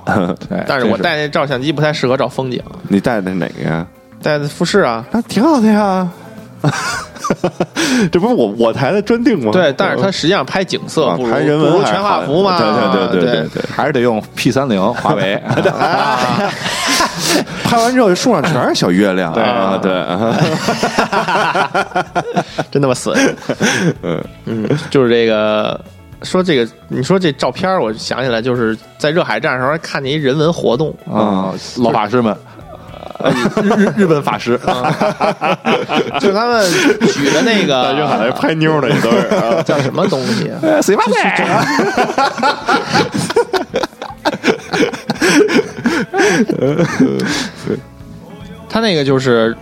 [SPEAKER 2] 对
[SPEAKER 1] 但是
[SPEAKER 2] 这
[SPEAKER 1] 我带那照相机不太适合照风景，
[SPEAKER 3] 你带的哪个呀？
[SPEAKER 1] 带的富士啊，
[SPEAKER 3] 那挺好的呀。 这不是我我台的专定吗？
[SPEAKER 1] 对，但是它实际上拍景色
[SPEAKER 3] 啊
[SPEAKER 1] 不如
[SPEAKER 3] 拍人
[SPEAKER 1] 不
[SPEAKER 3] 文
[SPEAKER 1] 如
[SPEAKER 3] 还是
[SPEAKER 1] 全
[SPEAKER 3] 好
[SPEAKER 1] 画
[SPEAKER 3] 的
[SPEAKER 1] 幅嘛，
[SPEAKER 3] 对对对对
[SPEAKER 1] 对
[SPEAKER 3] 对对。
[SPEAKER 2] 还是得用 P 三零 华为，
[SPEAKER 3] 拍完之后树上全是小月亮，
[SPEAKER 2] 对
[SPEAKER 3] 啊对，
[SPEAKER 1] 真他妈损。 嗯嗯，就是这个。说这个，你说这照片儿，我想起来就是在热海站的时候看见一人文活动，
[SPEAKER 2] 啊，老法 师们，日日本法师，
[SPEAKER 1] 就是他们举的那
[SPEAKER 3] 在
[SPEAKER 1] 个
[SPEAKER 3] 热海来哎拍妞的也都是 啊
[SPEAKER 1] 叫什么东西啊？
[SPEAKER 2] 谁发的？
[SPEAKER 1] 他那个就是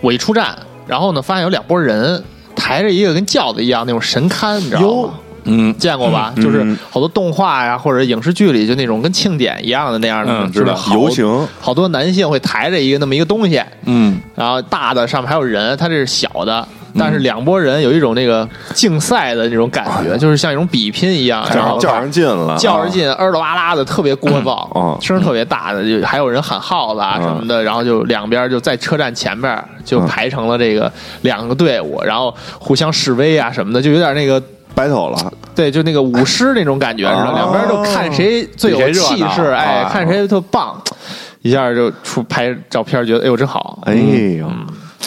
[SPEAKER 1] 我一出站，然后呢发现有两拨人抬着一个跟轿子一样那种神龛，你知道
[SPEAKER 2] 哟
[SPEAKER 1] 吗？
[SPEAKER 2] 嗯，
[SPEAKER 1] 见过吧？就是好多动画呀或者影视剧里就那种跟庆典一样的那样的，
[SPEAKER 2] 嗯
[SPEAKER 1] 就是
[SPEAKER 2] 知道
[SPEAKER 1] 好
[SPEAKER 3] 游行，
[SPEAKER 1] 好多男性会抬着一个那么一个东西，
[SPEAKER 2] 嗯，
[SPEAKER 1] 然后大的上面还有人，它这是小的，但是两拨人有一种那个竞赛的那种感
[SPEAKER 2] 哎
[SPEAKER 1] 觉，就是像一种比拼一样，然
[SPEAKER 3] 叫
[SPEAKER 1] 后
[SPEAKER 3] 叫人进了，
[SPEAKER 1] 较着劲，嗷啦哇啦的，特别聒噪，
[SPEAKER 3] 啊嗯
[SPEAKER 1] 声儿特别大的，就还有人喊号子啊什么的，然后就两边就在车站前面就
[SPEAKER 3] 嗯
[SPEAKER 1] 排成了这个两个队伍，然后互相示威啊什么的，就有点那个。
[SPEAKER 3] battle 了，
[SPEAKER 1] 对，就那个舞狮那种感觉似的，
[SPEAKER 3] 哦
[SPEAKER 1] 两边就看谁最有
[SPEAKER 2] 比谁
[SPEAKER 1] 气
[SPEAKER 2] 热
[SPEAKER 1] 势，
[SPEAKER 2] 闹
[SPEAKER 1] 哎
[SPEAKER 2] 啊，
[SPEAKER 1] 看谁特棒，一下就出拍照片，觉得哎呦真好。
[SPEAKER 3] 哎呦，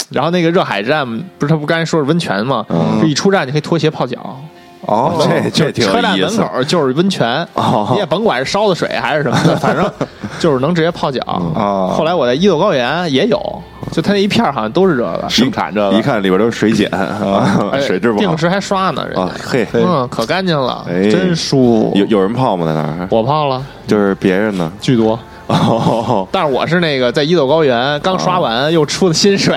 [SPEAKER 1] 然后那个热海站不是他不刚才说是温泉吗？
[SPEAKER 3] 嗯
[SPEAKER 1] 就一出站就可以脱鞋泡脚，
[SPEAKER 3] 哦，这这挺有
[SPEAKER 1] 车站
[SPEAKER 3] 意
[SPEAKER 1] 门
[SPEAKER 3] 思
[SPEAKER 1] 口就是温泉，
[SPEAKER 3] 哦
[SPEAKER 1] 你也甭管是烧的水还是什么的，反正就是能直接泡脚。
[SPEAKER 3] 嗯
[SPEAKER 2] 啊
[SPEAKER 1] 后来我在伊豆高原也有，就它那一片儿好像都是这个，
[SPEAKER 2] 盛产这个
[SPEAKER 3] 一看里边都是水 碱，啊
[SPEAKER 1] 哎
[SPEAKER 3] 水质不好
[SPEAKER 1] 定时还刷呢，人
[SPEAKER 3] 啊
[SPEAKER 1] 家，
[SPEAKER 3] 嘿，
[SPEAKER 1] 嗯，可干净了，
[SPEAKER 3] 哎
[SPEAKER 1] 真舒
[SPEAKER 3] 有
[SPEAKER 1] 服。
[SPEAKER 3] 有人泡吗？在那儿
[SPEAKER 1] 我泡了
[SPEAKER 3] 就是别人呢？
[SPEAKER 1] 巨多，
[SPEAKER 3] 哦，
[SPEAKER 1] 但是我是那个在伊豆高原刚刷完又出的新水，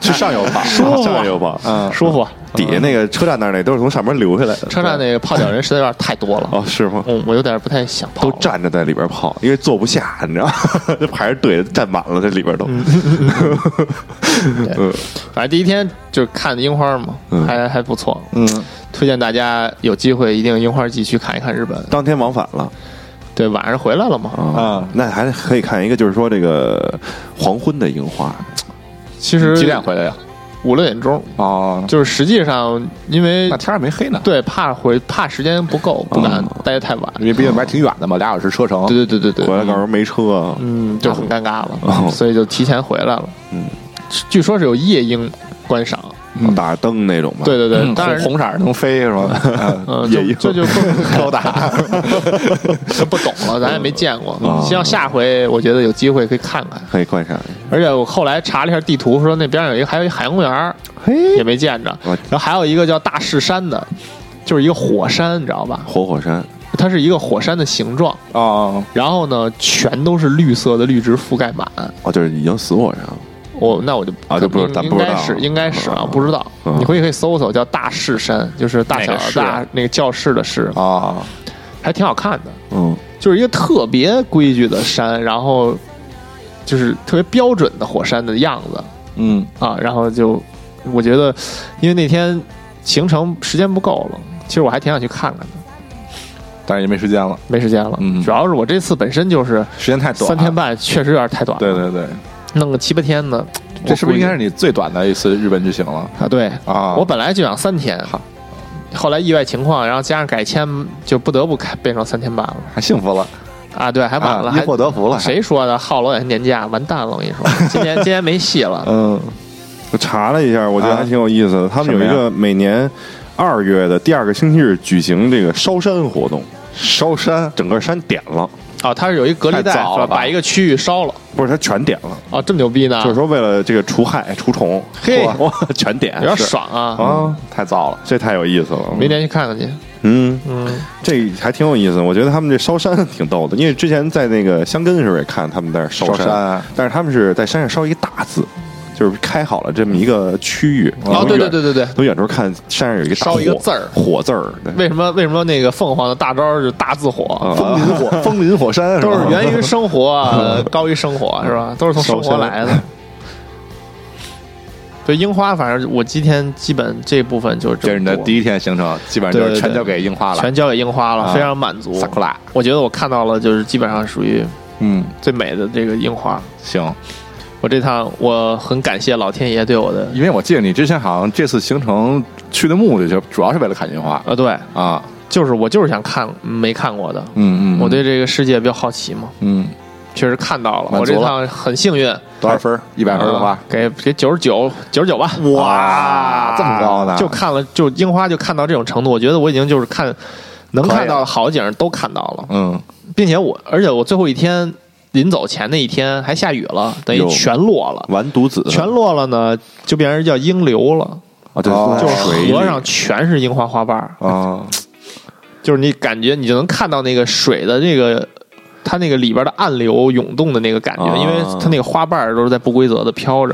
[SPEAKER 2] 去上游吧。
[SPEAKER 1] 舒服
[SPEAKER 3] 上游吧，
[SPEAKER 2] 嗯，
[SPEAKER 1] 舒服。
[SPEAKER 3] 底下那个车站那儿那都是从上面流下来的。
[SPEAKER 1] 车站那个泡脚人实在有点太多了，
[SPEAKER 3] 哦，是吗？
[SPEAKER 1] 嗯，我有点不太想泡
[SPEAKER 3] 都
[SPEAKER 1] 了。
[SPEAKER 3] 站着在里边泡，因为坐不下，你知道， 这排着队站满了，这里边都。嗯
[SPEAKER 1] 反正第一天就是看樱花嘛，还还不错，
[SPEAKER 2] 嗯，
[SPEAKER 1] 推荐大家有机会一定樱花季去看一看日本。
[SPEAKER 3] 当天往返了
[SPEAKER 1] 对，晚上回来了嘛，
[SPEAKER 2] 啊，
[SPEAKER 3] 那还可以看一个，就是说这个黄昏的樱花，
[SPEAKER 1] 其实
[SPEAKER 2] 几点回来呀？
[SPEAKER 1] 五六点钟，
[SPEAKER 2] 哦，
[SPEAKER 1] 就是实际上因为
[SPEAKER 2] 那天嗯还没黑呢，
[SPEAKER 1] 对怕回怕时间不够，不敢待得太晚。
[SPEAKER 2] 因为毕竟还挺远的嘛，俩小时车程。
[SPEAKER 1] 对对对对
[SPEAKER 3] 回
[SPEAKER 1] 对，
[SPEAKER 3] 来告诉没车，啊
[SPEAKER 1] 嗯，就很尴尬了，
[SPEAKER 3] 哦
[SPEAKER 1] 所以就提前回来了。嗯，据说是有夜樱观赏，
[SPEAKER 3] 啊打着灯那种吧。
[SPEAKER 1] 对对对，
[SPEAKER 2] 嗯
[SPEAKER 1] 当然
[SPEAKER 2] 红红色儿能飞是吧？
[SPEAKER 1] 嗯，
[SPEAKER 3] 夜
[SPEAKER 1] 就
[SPEAKER 3] 樱
[SPEAKER 1] 这就不
[SPEAKER 2] 高大，
[SPEAKER 1] 这不懂了，咱也没见过
[SPEAKER 3] 嗯。
[SPEAKER 1] 希望下回我觉得有机会可以看看。
[SPEAKER 3] 可以观赏。
[SPEAKER 1] 而且我后来查了一下地图，说那边有一个还有一海洋公园儿，
[SPEAKER 3] 嘿
[SPEAKER 1] 也，没见着。
[SPEAKER 3] 我
[SPEAKER 1] 然后还有一个叫大势山的，就是一个火山，你知道吧？
[SPEAKER 3] 活火山，
[SPEAKER 1] 它是一个火山的形状，
[SPEAKER 2] 哦，
[SPEAKER 1] 然后呢，全都是绿色的绿植覆盖满。
[SPEAKER 3] 哦，就是已经死火山了。
[SPEAKER 1] 我那我就
[SPEAKER 3] 啊就不知
[SPEAKER 1] 应
[SPEAKER 3] 咱
[SPEAKER 1] 应
[SPEAKER 3] 不知
[SPEAKER 1] 该
[SPEAKER 3] 道
[SPEAKER 1] 是应该是啊
[SPEAKER 3] 嗯，
[SPEAKER 1] 不知道。
[SPEAKER 3] 嗯
[SPEAKER 1] 你回去可以搜搜，叫大势山，就是大小
[SPEAKER 2] 哪个
[SPEAKER 1] 的
[SPEAKER 2] 市啊
[SPEAKER 1] 大那个教室的室，
[SPEAKER 2] 啊，
[SPEAKER 1] 还挺好看的。
[SPEAKER 3] 嗯，
[SPEAKER 1] 就是一个特别规矩的山，然后就是特别标准的火山的样子
[SPEAKER 2] 嗯，
[SPEAKER 1] 啊。然后就我觉得，因为那天行程时间不够了，其实我还挺想去看看的，
[SPEAKER 2] 但是也没时间了，
[SPEAKER 1] 没时间了。
[SPEAKER 2] 嗯
[SPEAKER 1] 主要是我这次本身就是
[SPEAKER 2] 时间太短，
[SPEAKER 1] 三天。半，确实有点太短了，
[SPEAKER 2] 对对对，
[SPEAKER 1] 弄个七八天呢，
[SPEAKER 2] 这是不是应该是
[SPEAKER 1] 你
[SPEAKER 2] 你最短的一次日本之行了
[SPEAKER 1] 啊？对，
[SPEAKER 2] 啊？
[SPEAKER 1] 我本来就想三天
[SPEAKER 2] 好。
[SPEAKER 1] 后来意外情况，然后加上改签，就不得不开变成三天半了
[SPEAKER 2] 还幸 福了，
[SPEAKER 1] 啊！对，还晚了，
[SPEAKER 2] 啊
[SPEAKER 1] 还
[SPEAKER 2] 因祸得福了。？
[SPEAKER 1] 谁说的？耗了我两天年假，完蛋了！我跟你说，今年今年没戏 了。
[SPEAKER 2] 嗯，
[SPEAKER 3] 我查了一下，我觉得还挺有意思的。他们有一
[SPEAKER 2] 什么
[SPEAKER 3] 个每年二月的第二个星期日举行这个烧山活动，
[SPEAKER 2] 烧山
[SPEAKER 3] 整个山点了，
[SPEAKER 1] 哦，它是有一隔离带，
[SPEAKER 2] 太早了
[SPEAKER 1] 是吧
[SPEAKER 2] 吧
[SPEAKER 1] 把一个区域烧了。
[SPEAKER 3] 不是它全点了，
[SPEAKER 1] 哦，这么牛逼呢？
[SPEAKER 3] 就是说为了这个除害除虫，
[SPEAKER 1] 嘿
[SPEAKER 3] 哇哇全点，
[SPEAKER 1] 有点
[SPEAKER 3] 是
[SPEAKER 1] 爽啊！
[SPEAKER 3] 啊，
[SPEAKER 2] 太燥了，
[SPEAKER 3] 这太有意思了。
[SPEAKER 1] 明天去看看去。
[SPEAKER 3] 嗯，
[SPEAKER 1] 嗯，
[SPEAKER 3] 这还挺有意思，我觉得他们这烧山挺逗的，因为之前在那个香根的时候也看他们在那儿烧
[SPEAKER 2] 烧山
[SPEAKER 3] 但是他们是在山上烧一个大字，就是开好了这么一个区域。
[SPEAKER 1] 哦，对对对对对，
[SPEAKER 3] 从远处看山上有一个大
[SPEAKER 1] 烧一个
[SPEAKER 3] 火
[SPEAKER 1] 字儿
[SPEAKER 3] 火字儿，对
[SPEAKER 1] 为什么为什么那个凤凰的大招就是大字火？
[SPEAKER 3] 啊
[SPEAKER 2] 风林火嗯风林火山
[SPEAKER 1] 都是
[SPEAKER 2] 原
[SPEAKER 1] 源于生活， 呃高于生活，是吧？都是从生活来的。 对樱花，反正我今天基本这部分就是
[SPEAKER 2] 这
[SPEAKER 1] 么
[SPEAKER 2] 是你的
[SPEAKER 1] 多
[SPEAKER 2] 第一天行程，基本上就是全交给樱花了，
[SPEAKER 1] 全交给樱花了，
[SPEAKER 2] 啊
[SPEAKER 1] 非常满足
[SPEAKER 2] 萨。库拉。
[SPEAKER 1] 我觉得我看到了，就是基本上属于
[SPEAKER 2] 嗯，
[SPEAKER 1] 最美的这个樱花。
[SPEAKER 2] 行，
[SPEAKER 1] 我这趟我很感谢老天爷对我的，
[SPEAKER 2] 因为我记得你之前好像这次行程去的目的就主要是为了看樱花
[SPEAKER 1] 呃，对，
[SPEAKER 2] 啊。
[SPEAKER 1] 就是我就是想看没看过的，
[SPEAKER 2] 嗯嗯，
[SPEAKER 1] 我对这个世界比较好奇嘛，
[SPEAKER 2] 嗯
[SPEAKER 1] 确实看到了。
[SPEAKER 2] 满
[SPEAKER 1] 我
[SPEAKER 2] 足
[SPEAKER 1] 这
[SPEAKER 2] 了
[SPEAKER 1] 趟很幸运，
[SPEAKER 2] 多少分？一百分的话
[SPEAKER 1] 啊，给给九十九，九十九吧。
[SPEAKER 2] 哇这么高呢？
[SPEAKER 1] 就看了，就樱花就看到这种程度，我觉得我已经就是看能
[SPEAKER 2] 可以
[SPEAKER 1] 看到
[SPEAKER 2] 了
[SPEAKER 1] 的好景儿都看到了，
[SPEAKER 2] 嗯，
[SPEAKER 1] 并且我而且我最后一天临走前那一天还下雨了，等于
[SPEAKER 3] 哟
[SPEAKER 1] 全落了，
[SPEAKER 3] 完犊子，
[SPEAKER 1] 全落了呢就变成叫樱流了，
[SPEAKER 3] 啊，对，
[SPEAKER 2] 哦
[SPEAKER 1] 就是
[SPEAKER 3] 水里
[SPEAKER 1] 河上全是樱花花瓣儿，
[SPEAKER 2] 啊，
[SPEAKER 1] 就是你感觉你就能看到那个水的那个。它那个里边的暗流涌动的那个感觉，
[SPEAKER 3] 啊
[SPEAKER 1] 因为它那个花瓣儿都是在不规则的飘着，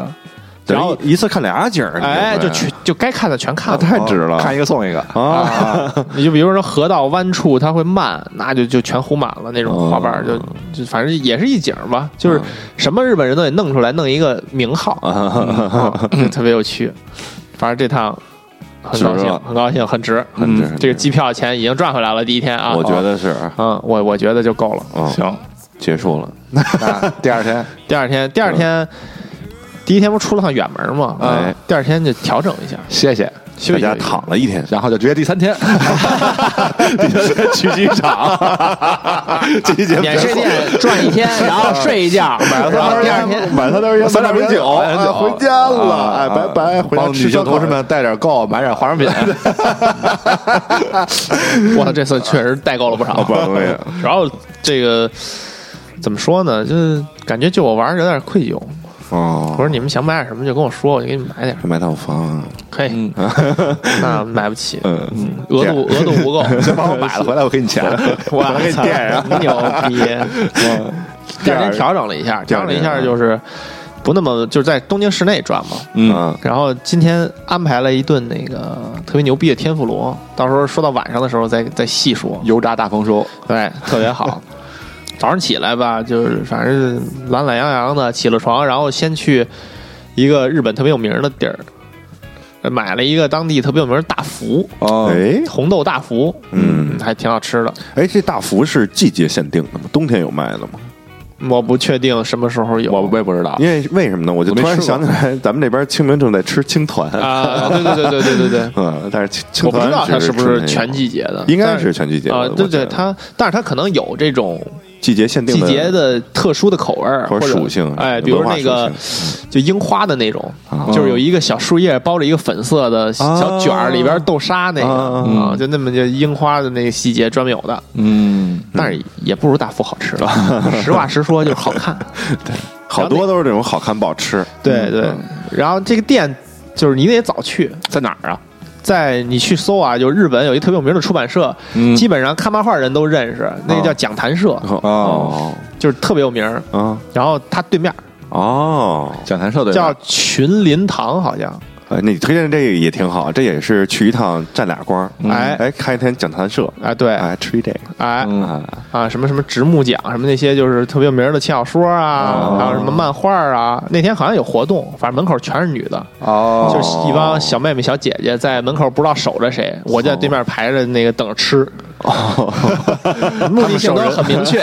[SPEAKER 3] 等于
[SPEAKER 1] 然后
[SPEAKER 3] 一次看俩景儿，
[SPEAKER 1] 哎，就
[SPEAKER 3] 对不对
[SPEAKER 1] 全就该看的全看
[SPEAKER 3] 啊
[SPEAKER 1] 了，
[SPEAKER 3] 太值了
[SPEAKER 2] 看一个送一个。
[SPEAKER 3] 啊，
[SPEAKER 1] 你就比如说河道弯处，它会慢，那就就全糊满了那种花瓣儿，就
[SPEAKER 3] 嗯
[SPEAKER 1] 就反正也是一景儿吧，就是
[SPEAKER 3] 嗯
[SPEAKER 1] 什么日本人都得弄出来，弄一个名号，啊 就特别有趣。反正这趟很高
[SPEAKER 3] 值
[SPEAKER 1] 兴
[SPEAKER 3] 了，
[SPEAKER 1] 很高兴，很值。嗯
[SPEAKER 3] 很值很值
[SPEAKER 1] 这个机票钱已经赚回来了，第一天啊，
[SPEAKER 3] 我觉得是，
[SPEAKER 1] 嗯，我我觉得就够了。
[SPEAKER 3] 嗯，
[SPEAKER 2] 行，
[SPEAKER 3] 结束了，
[SPEAKER 2] 那第二 天
[SPEAKER 1] 第二天，第二天，第一天不出了趟远门嘛，
[SPEAKER 3] 哎
[SPEAKER 1] 第二天就调整一下，
[SPEAKER 2] 歇歇，
[SPEAKER 1] 休息
[SPEAKER 3] 在家
[SPEAKER 1] 休息
[SPEAKER 3] 躺了一天，
[SPEAKER 2] 然后就直接第三天，
[SPEAKER 3] 第三天去机 场，这期节目
[SPEAKER 1] 免税 店转一天，然后睡一觉，
[SPEAKER 3] 买了
[SPEAKER 1] 然
[SPEAKER 3] 三
[SPEAKER 1] 后
[SPEAKER 3] 瓶
[SPEAKER 1] 第二天
[SPEAKER 3] 买了三瓶
[SPEAKER 2] 三
[SPEAKER 3] 三两瓶酒，
[SPEAKER 2] 三两瓶
[SPEAKER 3] 哎
[SPEAKER 2] 酒
[SPEAKER 3] 回家了，哎，
[SPEAKER 2] 啊
[SPEAKER 3] 拜拜，回家
[SPEAKER 2] 帮
[SPEAKER 3] 吃
[SPEAKER 2] 女
[SPEAKER 3] 烧
[SPEAKER 2] 性
[SPEAKER 3] 烤
[SPEAKER 2] 同事。们带点购，买点化妆品。
[SPEAKER 1] 我操，这次确实代购了不少
[SPEAKER 3] 啊，不。好东西，
[SPEAKER 1] 然后这个怎么说呢？就是感觉就我玩儿有点愧疚。我
[SPEAKER 3] 哦，
[SPEAKER 1] 说你们想买点什么就跟我说，我就给你们买点。
[SPEAKER 3] 买套房，
[SPEAKER 1] 可以，那买不起，
[SPEAKER 3] 嗯，
[SPEAKER 1] 额度额度不够，
[SPEAKER 2] 先帮我买了回来，我给你 钱。
[SPEAKER 1] 我
[SPEAKER 3] 来给你垫上
[SPEAKER 1] 操牛逼！ 第二天调整了一下，
[SPEAKER 3] 第
[SPEAKER 1] 调整
[SPEAKER 3] 二天
[SPEAKER 1] 了一下就是不那么就是在东京市内转嘛。
[SPEAKER 3] 嗯，
[SPEAKER 1] 然后今天安排了一顿那个特别牛逼的天妇罗，到时候说到晚上的时候再再细说。
[SPEAKER 2] 油炸大丰收，
[SPEAKER 1] 对，特别 好。早上起来吧，就是反正懒懒洋洋的起了床，然后先去一个日本特别有名的地儿，呃买了一个当地特别有名的大福，
[SPEAKER 2] 哦
[SPEAKER 3] 哎
[SPEAKER 1] 红豆大福，
[SPEAKER 3] 嗯
[SPEAKER 1] 还挺好吃的。
[SPEAKER 3] 哎，这大福是季节限定的吗？冬天有卖的吗？
[SPEAKER 1] 我不确定什么时候有，
[SPEAKER 2] 我我也不知道。
[SPEAKER 3] 因为为什么呢？我就
[SPEAKER 2] 我没
[SPEAKER 3] 突然
[SPEAKER 2] 吃过
[SPEAKER 3] 想起来，咱们这边清明正在吃青团，
[SPEAKER 1] 啊，对对对对对对对，
[SPEAKER 3] 嗯，但是青 青
[SPEAKER 1] 我不
[SPEAKER 3] 团
[SPEAKER 1] 知道它
[SPEAKER 3] 只
[SPEAKER 1] 是不
[SPEAKER 3] 春
[SPEAKER 1] 是
[SPEAKER 3] 天
[SPEAKER 1] 全
[SPEAKER 3] 有
[SPEAKER 1] 季节的，
[SPEAKER 3] 应该
[SPEAKER 1] 但
[SPEAKER 3] 是全季节的
[SPEAKER 1] 啊，对
[SPEAKER 3] 我觉
[SPEAKER 1] 对，
[SPEAKER 3] 得
[SPEAKER 1] 它但是它可能有这种
[SPEAKER 3] 季节限定
[SPEAKER 1] 季
[SPEAKER 3] 的
[SPEAKER 1] 节的特殊的口味儿
[SPEAKER 3] 或者属性
[SPEAKER 1] 哎，比如
[SPEAKER 3] 文化
[SPEAKER 1] 那个
[SPEAKER 3] 属
[SPEAKER 1] 就樱花的那种，就是有一个小树叶包着一个粉色的小卷
[SPEAKER 3] 啊
[SPEAKER 1] 儿，里边豆沙那个
[SPEAKER 3] 啊
[SPEAKER 1] 啊，就那么就樱花的那个细节专门有的，
[SPEAKER 2] 嗯，
[SPEAKER 1] 但是也不如大福好吃了。 实话实说，就是好看。
[SPEAKER 3] 好多都是这种好看不好吃，
[SPEAKER 1] 对对，
[SPEAKER 3] 嗯
[SPEAKER 1] 然后这个店就是你得早去，在哪儿啊？在你去搜啊，就日本有一特别有名的出版社，基本上看漫画人都认识，那个叫讲谈社，
[SPEAKER 3] 哦
[SPEAKER 1] 就是特别有名儿。
[SPEAKER 3] 啊
[SPEAKER 1] 然后它对面
[SPEAKER 3] 哦，
[SPEAKER 2] 讲坛社对吧
[SPEAKER 1] 叫群林堂，好像
[SPEAKER 3] 哎，那你推荐这个也挺好，这也是去一趟占俩光，
[SPEAKER 1] 哎
[SPEAKER 3] 哎，看一天讲谈社，
[SPEAKER 1] 啊，对，
[SPEAKER 3] 哎，吃一这个，
[SPEAKER 1] 哎
[SPEAKER 2] 嗯，
[SPEAKER 3] 啊，
[SPEAKER 1] 啊，什么什么直木奖，什么那些就是特别有名的轻小说啊，还有什么漫画啊。那天好像有活动，反正门口全是女的，
[SPEAKER 2] 哦，
[SPEAKER 1] 就是一帮小妹妹、小姐姐在门口不知道守着谁，我就在对面排着那个等着吃，哦 目的性都很明确。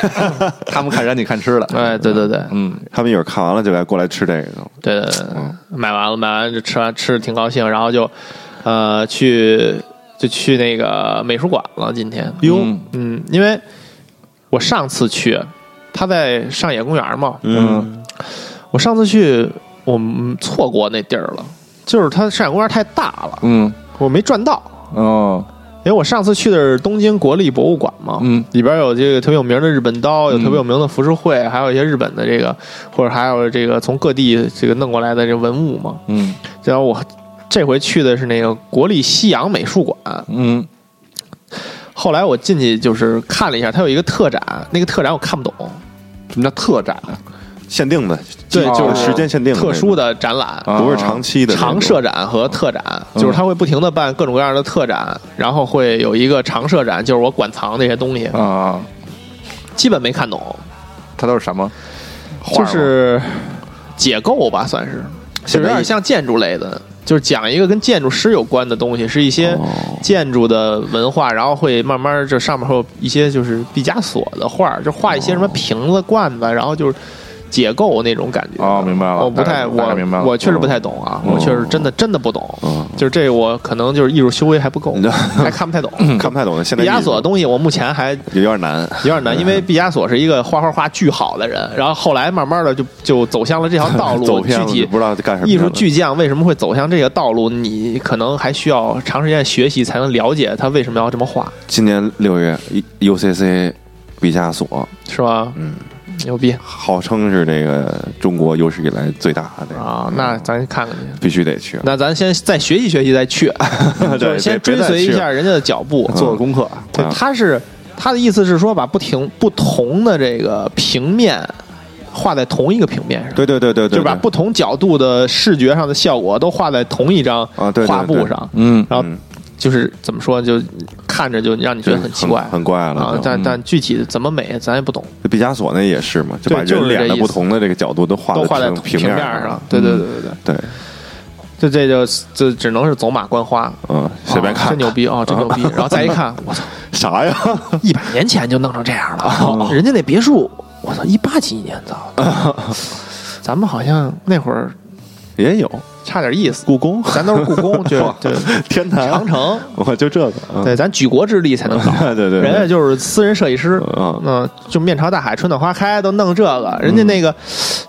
[SPEAKER 2] 他们看人，你看吃的。
[SPEAKER 1] 哎，对对对，
[SPEAKER 2] 嗯，
[SPEAKER 3] 他们一会儿看完了就来过来吃这个，
[SPEAKER 1] 对对对，买完了，买完就吃完，吃的挺高兴，然后就呃去就去那个美术馆了。今天
[SPEAKER 2] 哟
[SPEAKER 1] 嗯，因为我上次去，他在上野公园嘛，
[SPEAKER 3] 嗯，
[SPEAKER 1] 我上次去我嗯错过那地儿了，就是它上野公园太大了，
[SPEAKER 2] 嗯，
[SPEAKER 1] 我没转到。
[SPEAKER 2] 哦，
[SPEAKER 1] 因为哎我上次去的是东京国立博物馆嘛，
[SPEAKER 2] 嗯，
[SPEAKER 1] 里边有这个特别有名的日本刀，有特别有名的浮世绘，还有一些日本的这个，或者还有这个从各地这个弄过来的这文物嘛。
[SPEAKER 2] 嗯
[SPEAKER 1] 然后我这回去的是那个国立西洋美术馆，
[SPEAKER 2] 嗯，
[SPEAKER 1] 后来我进去就是看了一下，它有一个特展，那个特展我看不懂，
[SPEAKER 2] 什么叫特展？
[SPEAKER 3] 限定的，
[SPEAKER 1] 对，
[SPEAKER 2] 哦
[SPEAKER 1] 就是
[SPEAKER 3] 时间限定的那种
[SPEAKER 1] 特殊的展览，
[SPEAKER 2] 啊
[SPEAKER 3] 不是长期的那种
[SPEAKER 1] 常设展和特展，就是它会不停的办各种各样的特展，然后会有一个常设展，就是我馆藏这些东西，
[SPEAKER 2] 啊，
[SPEAKER 1] 基本没看懂，
[SPEAKER 2] 它都是什么？画
[SPEAKER 1] 就
[SPEAKER 2] 吗
[SPEAKER 1] 是解构吧，算是，就有点像建筑类的，就是讲一个跟建筑师有关的东西，是一些
[SPEAKER 3] 哦
[SPEAKER 1] 建筑的文化，然后会慢慢这上面会有一些就是毕加索的画，就画一些什么瓶子、罐子，然后就是解构那种感觉。
[SPEAKER 2] 哦明白了
[SPEAKER 1] 我不
[SPEAKER 2] 大
[SPEAKER 1] 太
[SPEAKER 2] 概
[SPEAKER 1] 我
[SPEAKER 2] 大概明白了嗯哦
[SPEAKER 1] 我确实不太懂啊，我确实真的真的不懂
[SPEAKER 3] 嗯，
[SPEAKER 1] 就是这我可能就是艺术修为还 不够
[SPEAKER 3] 你这，
[SPEAKER 1] 还看不太懂。
[SPEAKER 2] 嗯
[SPEAKER 3] 看不太懂的，现在
[SPEAKER 1] 毕加索的东西我目前还
[SPEAKER 3] 也有点难，
[SPEAKER 1] 有点难，因为毕加索是一个画画画巨好的人，然后后来慢慢的就就 走向了这条道路。
[SPEAKER 3] 走偏
[SPEAKER 1] 具
[SPEAKER 3] 了
[SPEAKER 1] 体
[SPEAKER 3] 不知道干什么去
[SPEAKER 1] 艺
[SPEAKER 3] 了
[SPEAKER 1] 术巨匠为什么会走向这个道路，你可能还需要长时间学习才能了解他为什么要这么画，
[SPEAKER 3] 今年六月，U C C 毕加索
[SPEAKER 1] 是吧？嗯，牛逼
[SPEAKER 3] 号称是这个中国有史以来最大的
[SPEAKER 1] 啊！那咱看看去。
[SPEAKER 3] 必须 得去。啊
[SPEAKER 1] 那咱先再学习学习再去，就是先追随一下人家的脚
[SPEAKER 3] 嗯
[SPEAKER 1] 步，嗯
[SPEAKER 2] 做功课。
[SPEAKER 1] 对，他是他的意思是说，把不停不同的这个平面画在同一个平面上。
[SPEAKER 3] 对对对对对，
[SPEAKER 1] 就是把不同角度的视觉上的效果都画在同一张
[SPEAKER 3] 啊对对
[SPEAKER 1] 画布
[SPEAKER 3] 对
[SPEAKER 1] 上，
[SPEAKER 2] 嗯
[SPEAKER 1] 然后就是怎么说，就看着就让你觉得很奇怪，
[SPEAKER 3] 很很怪了
[SPEAKER 1] 啊
[SPEAKER 3] 就！嗯
[SPEAKER 1] 但但具体怎么美，咱也不懂，
[SPEAKER 3] 毕加索那也是嘛，就把
[SPEAKER 1] 对就是
[SPEAKER 3] 人脸
[SPEAKER 1] 这
[SPEAKER 3] 的
[SPEAKER 1] 意
[SPEAKER 3] 不
[SPEAKER 1] 思
[SPEAKER 3] 同的这个角度都画
[SPEAKER 1] 都画在
[SPEAKER 3] 在平
[SPEAKER 1] 平面
[SPEAKER 3] 面啊嗯
[SPEAKER 1] 上。对对对对对，
[SPEAKER 3] 对，
[SPEAKER 1] 就这就就只能是走马观花，
[SPEAKER 3] 嗯，随便
[SPEAKER 1] 啊
[SPEAKER 3] 看
[SPEAKER 1] 真牛逼啊，真牛逼！然后再一看，我操，
[SPEAKER 3] 啥呀？
[SPEAKER 1] 一百年前就弄成这样
[SPEAKER 3] 哦
[SPEAKER 1] 了，人家那 别墅，我操，一八几几年造的，咱们好像那会儿
[SPEAKER 3] 也有
[SPEAKER 1] 差点意思。
[SPEAKER 3] 故宫、
[SPEAKER 1] 咱都是故 宫，就就
[SPEAKER 3] 天坛
[SPEAKER 1] 长，城，
[SPEAKER 3] 我就这个。嗯
[SPEAKER 1] 对，咱举国之力才能搞。
[SPEAKER 3] 对对对，
[SPEAKER 1] 人家就是私人设计师，
[SPEAKER 3] 嗯
[SPEAKER 1] 嗯，就面朝大海，春暖花开，都弄这个。人家那个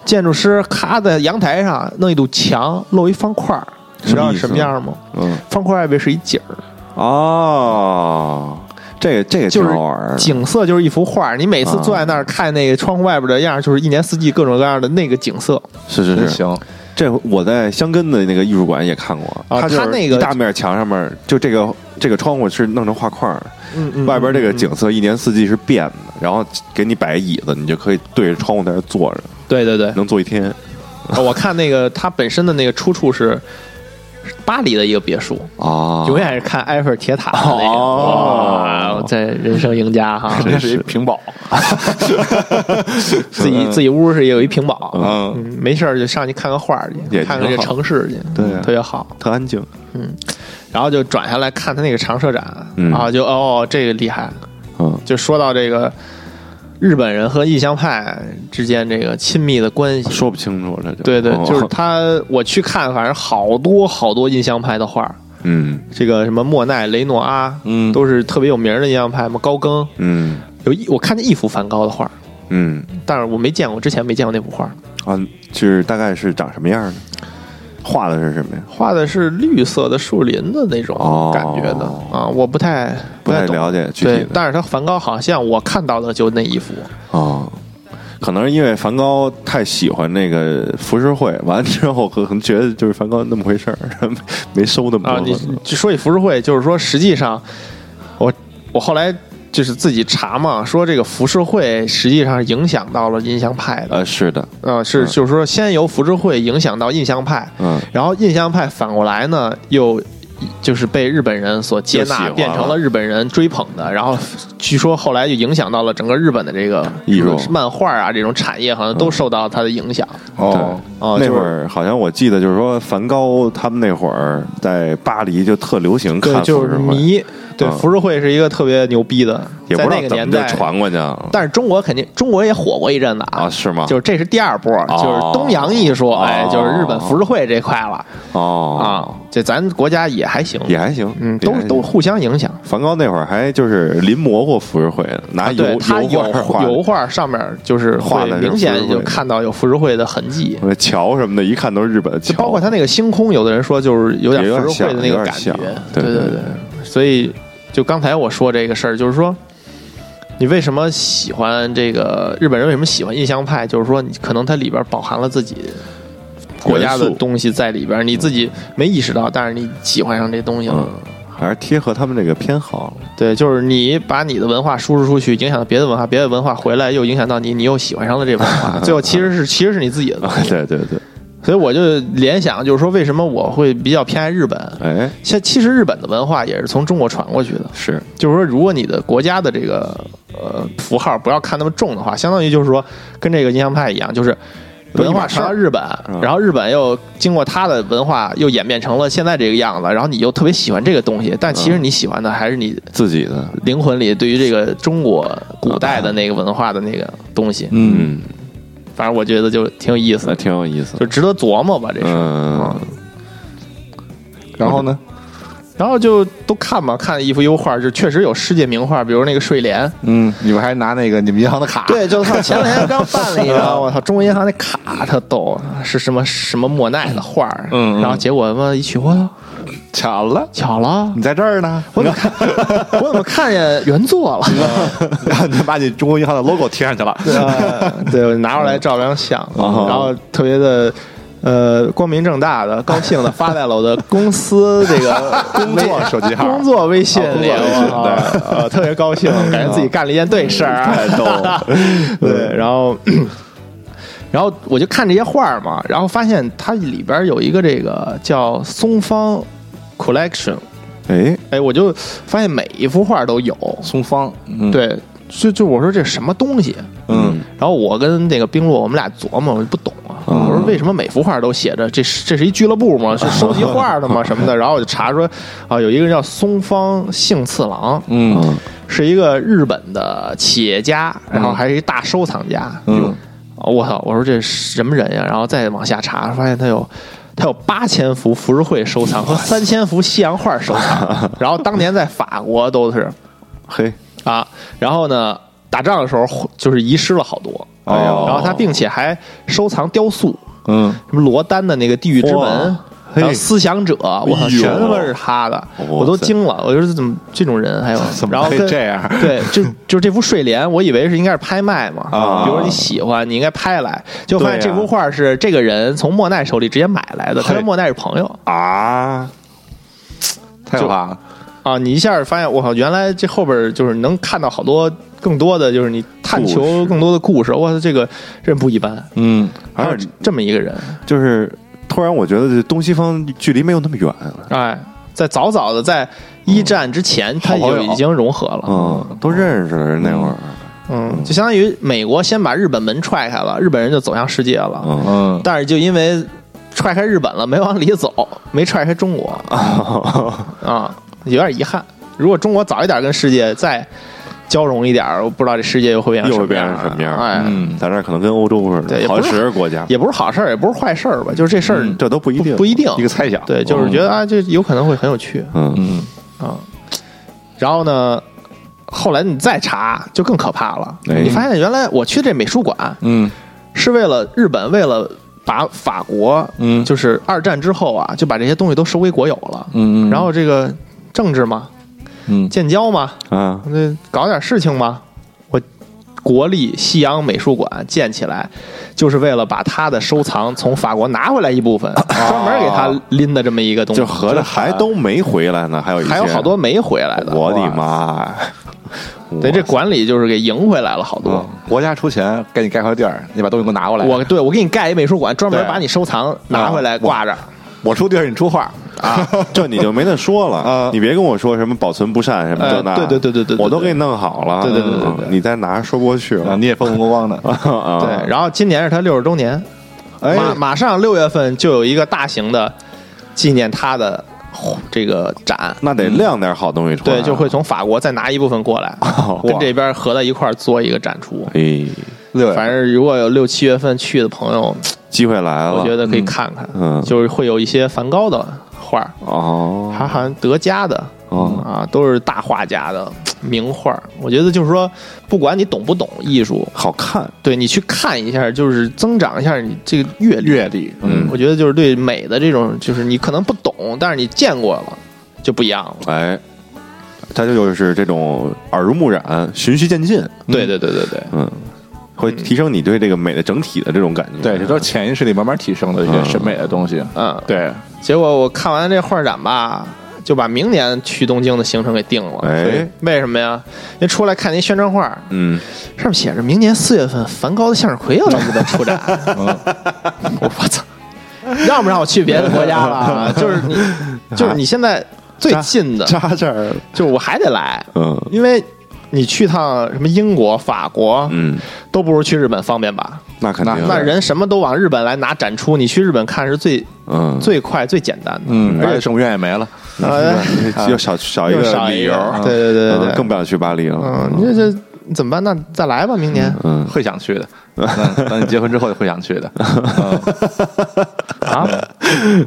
[SPEAKER 1] 建筑师，咔在阳台上弄一堵墙，露一方块儿，知道是什么样吗？
[SPEAKER 3] 嗯
[SPEAKER 1] 方块外边是一景儿，
[SPEAKER 3] 哦，这个这个
[SPEAKER 1] 就
[SPEAKER 3] 挺
[SPEAKER 1] 是
[SPEAKER 3] 好玩儿的，
[SPEAKER 1] 景色就是一幅画儿。你每次
[SPEAKER 3] 啊
[SPEAKER 1] 坐在那儿看那个窗户外边的样儿，就是一年四季各种各样的那个景色。
[SPEAKER 3] 是是
[SPEAKER 2] 真
[SPEAKER 3] 是，
[SPEAKER 2] 行，
[SPEAKER 3] 这我在香根的那个艺术馆也看过，
[SPEAKER 1] 啊
[SPEAKER 3] 它就
[SPEAKER 1] 它
[SPEAKER 3] 是
[SPEAKER 1] 那
[SPEAKER 3] 一
[SPEAKER 1] 个
[SPEAKER 3] 大面墙上面就这个这个窗户是弄成画框儿，
[SPEAKER 1] 嗯嗯，
[SPEAKER 3] 外边这个
[SPEAKER 1] 嗯
[SPEAKER 3] 景色一年四季是变的，然后给你摆椅子，你就可以对着窗户在那坐着，
[SPEAKER 1] 对对 对，
[SPEAKER 3] 能坐一天。
[SPEAKER 1] 哦我看那个它本身的那个出处是是巴黎的一个别墅，
[SPEAKER 3] 哦
[SPEAKER 1] 啊 永远是看埃菲尔铁塔的那个。
[SPEAKER 3] 哦
[SPEAKER 1] 哇，这人生赢家哈！
[SPEAKER 2] 这是一屏保，
[SPEAKER 1] 自己自己屋是有一屏保，
[SPEAKER 3] 嗯
[SPEAKER 1] 嗯，没事儿就上去看看画儿
[SPEAKER 3] 也
[SPEAKER 1] 去，看看这
[SPEAKER 3] 挺好
[SPEAKER 1] 城市去，
[SPEAKER 3] 对啊
[SPEAKER 1] 特别好。
[SPEAKER 3] 特安静，
[SPEAKER 1] 然后就转下来看他那个长社展，
[SPEAKER 3] 嗯
[SPEAKER 1] 然后就哦，这个厉害。
[SPEAKER 3] 嗯
[SPEAKER 1] 就说到这个日本人和印象派之间这个亲密的关系，
[SPEAKER 3] 说不清楚了就。
[SPEAKER 1] 对对
[SPEAKER 3] 哦，
[SPEAKER 1] 就是他，我去看，反正好多好多印象派的画儿，
[SPEAKER 3] 嗯
[SPEAKER 1] 这个什么莫奈、雷诺阿，
[SPEAKER 2] 嗯
[SPEAKER 1] 都是特别有名儿的印象派嘛。高更
[SPEAKER 3] 嗯
[SPEAKER 1] 有一，我看见一幅梵高的画儿，
[SPEAKER 3] 嗯
[SPEAKER 1] 但是我没见过，之前没见过那幅画儿，
[SPEAKER 3] 啊，就是大概是长什么样的，画的是什么呀？
[SPEAKER 1] 画的是绿色的树林的那种
[SPEAKER 3] 哦
[SPEAKER 1] 感觉的、啊，我不太
[SPEAKER 3] 不太
[SPEAKER 1] 懂
[SPEAKER 3] 了解具体
[SPEAKER 1] 对
[SPEAKER 3] 的，
[SPEAKER 1] 但是他梵高好像我看到的就那一幅，
[SPEAKER 3] 哦，可能是因为梵高太喜欢那个浮世绘，完了之后可能觉得就是梵高那么回事儿，没收那么多。
[SPEAKER 1] 啊，你你说起浮世绘，就是说实际上，我我后来就是自己查嘛，说这个浮世绘实际上影响到了印象派的，
[SPEAKER 3] 呃，是的，
[SPEAKER 1] 呃，是
[SPEAKER 3] 嗯
[SPEAKER 1] 就是说先由浮世绘影响到印象派，
[SPEAKER 3] 嗯，
[SPEAKER 1] 然后印象派反过来呢又。就是被日本人所接
[SPEAKER 3] 就喜
[SPEAKER 1] 纳，
[SPEAKER 3] 欢
[SPEAKER 1] 变成了日本人追捧的，然后据说后来就影响到了整个日本的这个
[SPEAKER 3] 艺术
[SPEAKER 1] 漫画啊这种产业，好像都受到它的影响。
[SPEAKER 3] 嗯
[SPEAKER 2] 哦，
[SPEAKER 1] 哦，
[SPEAKER 3] 那
[SPEAKER 1] 就是
[SPEAKER 3] 会儿好像我记得就是说，梵高他们那会儿在巴黎就特流行
[SPEAKER 1] 对，
[SPEAKER 3] 看
[SPEAKER 1] 就
[SPEAKER 3] 浮
[SPEAKER 1] 是
[SPEAKER 3] 世绘，
[SPEAKER 1] 迷。对，
[SPEAKER 3] 嗯
[SPEAKER 1] 浮世绘是一个特别牛逼的，
[SPEAKER 3] 也不
[SPEAKER 1] 在那个
[SPEAKER 3] 知道怎么
[SPEAKER 1] 年
[SPEAKER 3] 就
[SPEAKER 1] 代
[SPEAKER 3] 传过去了
[SPEAKER 1] 但是中国肯定，中国也火过一阵子
[SPEAKER 3] 啊？
[SPEAKER 1] 啊，
[SPEAKER 3] 是吗？
[SPEAKER 1] 就是这是第二波，就是东洋艺术，
[SPEAKER 3] 哦
[SPEAKER 1] 哎，就是日本浮世绘这块了啊
[SPEAKER 3] 哦，。
[SPEAKER 1] 这咱国家也还行，
[SPEAKER 3] 也还行，
[SPEAKER 1] 嗯，
[SPEAKER 3] 也
[SPEAKER 1] 都
[SPEAKER 3] 还行
[SPEAKER 1] 都。互相影响。
[SPEAKER 3] 梵高那会儿还就是临摹过浮世绘呢，拿油
[SPEAKER 1] 啊对，它
[SPEAKER 3] 油
[SPEAKER 1] 有
[SPEAKER 3] 画画
[SPEAKER 1] 油画上面就是
[SPEAKER 3] 画
[SPEAKER 1] 会
[SPEAKER 3] 的是嗯
[SPEAKER 1] 明
[SPEAKER 3] 浮世
[SPEAKER 1] 显
[SPEAKER 3] 绘
[SPEAKER 1] 就看到有浮世绘的痕迹，
[SPEAKER 3] 那桥什么的，一看都是日本的
[SPEAKER 1] 就
[SPEAKER 3] 桥，
[SPEAKER 1] 包括它那个星空，有的人说就是有点
[SPEAKER 3] 也有点
[SPEAKER 1] 浮世绘的那个感觉
[SPEAKER 3] 像有点像，
[SPEAKER 1] 对
[SPEAKER 3] 对对
[SPEAKER 1] 对。所以就刚才我说这个事儿，就是说你为什么喜欢这个日本人为什么喜欢印象派，就是说你可能它里边饱含了自己国家的
[SPEAKER 3] 元素
[SPEAKER 1] 东西在里边，你自己没意识到，但是你喜欢上这东西了。
[SPEAKER 3] 嗯，还是贴合他们这个偏好了。
[SPEAKER 1] 对，就是你把你的文化输出出去，影响到别的文化，别的文化回来又影响到你，你又喜欢上了这文 化，最后其实是其实是你自己的东西。
[SPEAKER 3] 对对对，
[SPEAKER 1] 所以我就联想，就是说为什么我会比较偏爱日本？
[SPEAKER 3] 哎，
[SPEAKER 1] 现其实日本的文化也是从中国传过去的，
[SPEAKER 3] 是，
[SPEAKER 1] 就是说，如果你的国家的这个呃符号不要看那么重的话，相当于就是说跟这个印象派一样，就是
[SPEAKER 3] 都一
[SPEAKER 1] 文化
[SPEAKER 3] 码事儿
[SPEAKER 1] 传到日本，
[SPEAKER 3] 嗯
[SPEAKER 1] 然后日本又经过它的文化又演变成了现在这个样子，然后你又特别喜欢这个东西，但其实你喜欢的还是你
[SPEAKER 3] 自己的，
[SPEAKER 1] 灵魂里对于这个中国古代的那个文化的那个东西。
[SPEAKER 2] 嗯，
[SPEAKER 3] 嗯，
[SPEAKER 1] 反正我觉得就挺有意思
[SPEAKER 3] 那
[SPEAKER 1] 的，
[SPEAKER 3] 挺有意思
[SPEAKER 1] 就
[SPEAKER 3] 的。
[SPEAKER 1] 值得琢磨吧，这是。啊
[SPEAKER 3] 嗯，
[SPEAKER 2] 然后呢？
[SPEAKER 1] 然后就都看吧，看一幅油画，就确实有世界名画，比如那个睡莲。
[SPEAKER 2] 嗯，你们还拿那个你们银行的卡，
[SPEAKER 1] 对，就操，前两天刚办 了一张，我操，中国银行那卡特逗，是什么什么莫奈的画儿，
[SPEAKER 2] 嗯嗯
[SPEAKER 1] 然后结果嘛一取我操，
[SPEAKER 2] 巧了，
[SPEAKER 1] 巧了，
[SPEAKER 2] 你在这儿呢，
[SPEAKER 1] 我怎么看我怎么看见原作了？
[SPEAKER 2] 然后 你把你中国银行的 logo 贴上去了，
[SPEAKER 1] 啊对，对，我拿出来照了张相，
[SPEAKER 3] 嗯
[SPEAKER 1] 然后特别的。呃，光明正大的、高兴的发在了我的公司这 个
[SPEAKER 2] 工作手机号
[SPEAKER 1] 工作微信
[SPEAKER 2] 啊工
[SPEAKER 1] 里，
[SPEAKER 2] 作微信
[SPEAKER 1] 我呃，特别高兴，感觉自己干了一件对事儿，啊
[SPEAKER 3] 太逗了。
[SPEAKER 1] 对，然后， 然后我就看这些画儿嘛，然后发现它里边有一个这个叫松方 collection，
[SPEAKER 3] 哎，
[SPEAKER 1] 哎，我就发现每一幅画都有，
[SPEAKER 2] 松方，嗯，
[SPEAKER 1] 对，就就我说这什么东西？
[SPEAKER 2] 嗯，
[SPEAKER 1] 然后我跟那个冰洛，我们俩琢磨，我就不懂啊。
[SPEAKER 3] 嗯
[SPEAKER 1] 我说为什么每幅画都写着这是这是一俱乐部吗？是收集画的吗？什么的？然后我就查说啊，有一个人叫松方幸次郎，
[SPEAKER 2] 嗯，
[SPEAKER 3] 嗯，
[SPEAKER 1] 是一个日本的企业家，然后还是一大收藏家。
[SPEAKER 2] 嗯，
[SPEAKER 1] 哦我操！我说这是什么人呀？然后再往下查，发现他有他有八千幅浮世绘收藏和三千幅西洋画收藏，然后当年在法国都是
[SPEAKER 3] 嘿，
[SPEAKER 1] 啊，然后呢，打仗的时候就是遗失了好多，
[SPEAKER 2] 哎呦
[SPEAKER 1] 然后他并且还收藏雕塑，
[SPEAKER 2] 嗯，
[SPEAKER 1] 什么罗丹的那个《地狱之门
[SPEAKER 3] 哇》，
[SPEAKER 1] 还有
[SPEAKER 3] 嘿
[SPEAKER 1] 《思想者》，我操，
[SPEAKER 3] 哎呦
[SPEAKER 1] 全他妈是他的，我都惊了，我就是怎么这种人还有，
[SPEAKER 2] 怎么
[SPEAKER 1] 然后
[SPEAKER 2] 会
[SPEAKER 1] 跟
[SPEAKER 2] 这样
[SPEAKER 1] 对，就就这幅睡莲，我以为是应该是拍卖嘛，
[SPEAKER 2] 啊
[SPEAKER 1] 比如说你喜欢，你应该拍来，就发现
[SPEAKER 3] 对
[SPEAKER 1] 这
[SPEAKER 3] 呀
[SPEAKER 1] 幅画是这个人从莫奈手里直接买来的，他跟莫奈是朋友
[SPEAKER 3] 啊，
[SPEAKER 2] 太可怕了。
[SPEAKER 1] 啊，你一下发现我靠，原来这后边就是能看到好多更多的，就是你探
[SPEAKER 3] 故
[SPEAKER 1] 求
[SPEAKER 3] 事
[SPEAKER 1] 更多的故事，我操，这个真不一般，
[SPEAKER 2] 嗯，
[SPEAKER 1] 还有
[SPEAKER 3] 而且
[SPEAKER 1] 这么一个人，
[SPEAKER 3] 就是突然我觉得这东西方距离没有那么远，
[SPEAKER 1] 哎，在早早的在一战之前，他
[SPEAKER 2] 好朋
[SPEAKER 1] 就
[SPEAKER 2] 友
[SPEAKER 1] 已经融合了，
[SPEAKER 2] 哦
[SPEAKER 3] 嗯，都认识了那会儿，
[SPEAKER 1] 嗯，就相当于美国先把日本门踹开了，日本人就走向世界了。
[SPEAKER 3] 嗯，
[SPEAKER 2] 嗯，
[SPEAKER 1] 但是就因为踹开日本了，没往里走，没踹开中国
[SPEAKER 3] 哦
[SPEAKER 1] 啊，有点遗憾。如果中国早一点跟世界再交融一点儿，我不知道这世界又会变成啊
[SPEAKER 3] 又
[SPEAKER 1] 什
[SPEAKER 3] 会
[SPEAKER 1] 么
[SPEAKER 3] 变
[SPEAKER 1] 样儿
[SPEAKER 3] 成什么样？
[SPEAKER 1] 哎，
[SPEAKER 3] 嗯，咱这可能跟欧洲似
[SPEAKER 1] 对
[SPEAKER 3] 的，
[SPEAKER 1] 也不
[SPEAKER 3] 好
[SPEAKER 1] 是
[SPEAKER 3] 几十个国家，
[SPEAKER 1] 也不是好事儿，也不是坏事儿吧？就是这事儿、
[SPEAKER 3] 嗯这都不一定，
[SPEAKER 1] 不不一定
[SPEAKER 2] 一个猜想，
[SPEAKER 1] 对，就是觉得啊，这有可能会很有趣
[SPEAKER 3] 嗯，
[SPEAKER 2] 嗯，
[SPEAKER 1] 啊。然后呢，后来你再查就更可怕了，
[SPEAKER 3] 哎
[SPEAKER 1] 你发现原来我去这美术馆，
[SPEAKER 2] 嗯
[SPEAKER 1] 是为了日本为了把法国，
[SPEAKER 2] 嗯
[SPEAKER 1] 就是二战之后啊，就把这些东西都收归国有了。
[SPEAKER 2] 嗯嗯，
[SPEAKER 1] 然后这个政治嘛，
[SPEAKER 2] 嗯
[SPEAKER 1] 建交嘛，
[SPEAKER 3] 啊，
[SPEAKER 1] 那搞点事情嘛，我国立西洋美术馆建起来，就是为了把他的收藏从法国拿回来一部分，专门给他拎的这么一个东西
[SPEAKER 3] 哦就。合着还都没回来呢，还有一些
[SPEAKER 1] 还有好多，没回来的，
[SPEAKER 3] 我的妈呀！
[SPEAKER 1] 对
[SPEAKER 3] 哇
[SPEAKER 1] 这管理就是给赢回来了好
[SPEAKER 3] 嗯
[SPEAKER 1] 多。
[SPEAKER 2] 国家出钱给你盖块地儿，你把东西给哦我拿过来，
[SPEAKER 1] 我对我给你盖一美术馆，专门
[SPEAKER 2] 对
[SPEAKER 1] 把你收藏拿回来挂着。
[SPEAKER 2] 我出地儿，你出画，
[SPEAKER 3] 这你就没得说
[SPEAKER 2] 啊
[SPEAKER 3] 了，你别跟我说什么保存不善什么
[SPEAKER 1] 呃
[SPEAKER 3] 这那，
[SPEAKER 1] 对对对对对对
[SPEAKER 3] 我都给你弄好了，
[SPEAKER 1] 对对对对对
[SPEAKER 3] 嗯你再拿说不过去
[SPEAKER 2] 啊，
[SPEAKER 3] 了，
[SPEAKER 2] 你也风风光光 的，
[SPEAKER 3] 啊
[SPEAKER 1] 对，，然后今年是他六十周年，
[SPEAKER 2] 哎，
[SPEAKER 1] 马马上六月份就有一个大型的纪念他的哦这个展，
[SPEAKER 3] 那得亮点好东西出来，
[SPEAKER 1] 嗯对，就会从法国再拿一部分过来， 跟这边合在一块儿做一个展出。
[SPEAKER 3] 哎，
[SPEAKER 2] 六
[SPEAKER 1] 反
[SPEAKER 2] 月，
[SPEAKER 1] 正如果有六七月份去的朋友，
[SPEAKER 3] 机会来了，
[SPEAKER 1] 我觉得可以看看，
[SPEAKER 3] 嗯
[SPEAKER 1] 就是会有一些梵高的画儿，
[SPEAKER 3] 哦，
[SPEAKER 1] 还好像德加的。
[SPEAKER 3] 哦
[SPEAKER 1] 啊，都是大画家的名画儿。我觉得就是说，不管你懂不懂艺术，
[SPEAKER 3] 好看，
[SPEAKER 1] 对你去看一下，就是增长一下你这个阅历。
[SPEAKER 2] 阅历，
[SPEAKER 3] 嗯
[SPEAKER 1] 我觉得就是对美的这种，就是你可能不懂，但是你见过了就不一样了。
[SPEAKER 3] 哎，它就是这种耳濡目染，循序渐进，
[SPEAKER 1] 对对对对对，
[SPEAKER 3] 嗯，会提升你对这个美的整体的这种感觉，
[SPEAKER 2] 对，这都是潜意识里慢慢提升的一些审美的东西，
[SPEAKER 1] 嗯，
[SPEAKER 2] 对，
[SPEAKER 1] 结果我看完这画展吧，就把明年去东京的行程给定了。
[SPEAKER 3] 哎，
[SPEAKER 1] 为什么呀？因为出来看那宣传画，
[SPEAKER 3] 嗯，
[SPEAKER 1] 上面写着明年四月份梵高的向日葵要来日本 出展。
[SPEAKER 3] 哦
[SPEAKER 1] 我操！让不让我去别的国家 了？就是你，
[SPEAKER 3] 啊
[SPEAKER 1] 就是你现在最近的，
[SPEAKER 3] 扎这儿，
[SPEAKER 1] 就是我还得来，
[SPEAKER 3] 啊嗯
[SPEAKER 1] 因为你去趟什么英国、法国，
[SPEAKER 3] 嗯，
[SPEAKER 1] 都不如去日本方便吧？
[SPEAKER 3] 那肯定，
[SPEAKER 1] 那人什么都往日本来拿展出，你去日本看是最
[SPEAKER 3] 嗯，
[SPEAKER 1] 最快、最简单的。
[SPEAKER 2] 嗯，而
[SPEAKER 1] 而
[SPEAKER 2] 且圣母院也没了，
[SPEAKER 1] 呃，
[SPEAKER 3] 又少少一
[SPEAKER 1] 又少
[SPEAKER 3] 个
[SPEAKER 1] 一
[SPEAKER 3] 理
[SPEAKER 1] 个
[SPEAKER 3] 由，
[SPEAKER 1] 对对对对对
[SPEAKER 3] 嗯更不想去巴黎了。
[SPEAKER 1] 嗯，你这这怎么办？那再来吧，明年
[SPEAKER 3] 嗯，
[SPEAKER 2] 会想去的，嗯等你结婚之后会想 去的，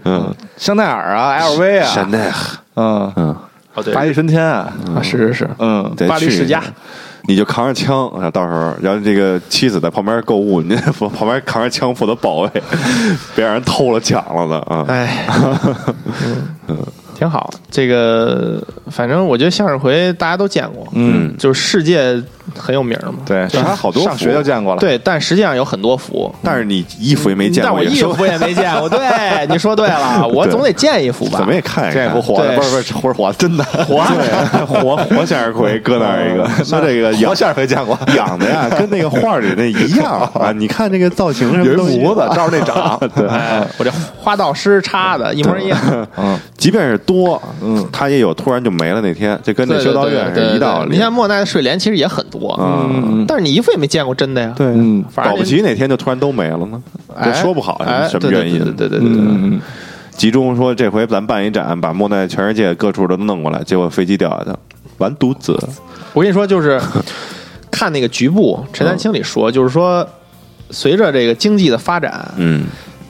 [SPEAKER 2] 嗯
[SPEAKER 1] 啊？
[SPEAKER 2] 香奈儿啊，LV
[SPEAKER 3] 山
[SPEAKER 2] 啊，
[SPEAKER 3] 奈，
[SPEAKER 2] 嗯，
[SPEAKER 3] 嗯，
[SPEAKER 1] 哦，对
[SPEAKER 2] 巴黎春天啊，
[SPEAKER 1] 啊，是是是，
[SPEAKER 2] 嗯，
[SPEAKER 3] 得
[SPEAKER 1] 巴黎
[SPEAKER 3] 呃去
[SPEAKER 1] 世家，
[SPEAKER 3] 你就扛着枪，啊到时候，然后这个妻子在旁边购物，你在 旁边扛着枪负责保卫， 别让人偷了抢了的啊！
[SPEAKER 1] 哎，嗯，挺好。这个反正我觉得向日葵大家都见过，
[SPEAKER 2] 嗯，
[SPEAKER 1] 就是世界很有名儿嘛。
[SPEAKER 2] 对，
[SPEAKER 3] 就是还好多
[SPEAKER 2] 上
[SPEAKER 3] 幅
[SPEAKER 2] 学就见过了，
[SPEAKER 1] 对，但实际上有很多幅。
[SPEAKER 3] 但是你衣服也没见
[SPEAKER 1] 但
[SPEAKER 3] 过，
[SPEAKER 1] 我
[SPEAKER 3] 也
[SPEAKER 1] 衣
[SPEAKER 3] 说
[SPEAKER 1] 服也没见 过，对，你说对了，我总得见一幅吧？
[SPEAKER 3] 怎么也看一
[SPEAKER 2] 这也
[SPEAKER 3] 看
[SPEAKER 2] 不。火的，
[SPEAKER 1] 对
[SPEAKER 2] 不是不是，不是火的，真的
[SPEAKER 3] 活活活向日葵搁那儿一个，说这个
[SPEAKER 2] 活
[SPEAKER 3] 养
[SPEAKER 2] 向日葵见过，
[SPEAKER 3] 养的呀，跟那个画里那一样 啊！你看这个造型什
[SPEAKER 2] 有
[SPEAKER 3] 么
[SPEAKER 2] 一
[SPEAKER 3] 东西
[SPEAKER 2] 模子，照着那 长，对，
[SPEAKER 1] 哎，我这花道师插的一模一样。
[SPEAKER 2] 嗯
[SPEAKER 3] 即便是多，嗯，它也有突然就没了那天，就跟 那
[SPEAKER 1] 对
[SPEAKER 3] 修道
[SPEAKER 1] 对
[SPEAKER 3] 院
[SPEAKER 1] 对
[SPEAKER 3] 是一
[SPEAKER 1] 对
[SPEAKER 3] 道
[SPEAKER 1] 对
[SPEAKER 3] 理
[SPEAKER 1] 你。像莫奈的睡莲其实也很多，
[SPEAKER 3] 嗯
[SPEAKER 1] 但是你一幅也没见过真的呀。
[SPEAKER 3] 对，
[SPEAKER 2] 嗯
[SPEAKER 1] 反正
[SPEAKER 3] 保不齐哪天就突然都没了呢，
[SPEAKER 1] 哎，
[SPEAKER 3] 这说不好
[SPEAKER 1] 哎
[SPEAKER 3] 什么原因。
[SPEAKER 1] 对对对对对对对
[SPEAKER 2] 嗯嗯
[SPEAKER 3] 集中说这回咱办一展，把莫奈全世界各处都弄过来，结果飞机掉下去了，完犊子！
[SPEAKER 1] 我跟你说，就是看那个局部，陈
[SPEAKER 3] 嗯
[SPEAKER 1] 丹青里说，就是说，随着这个经济的发展，
[SPEAKER 3] 嗯，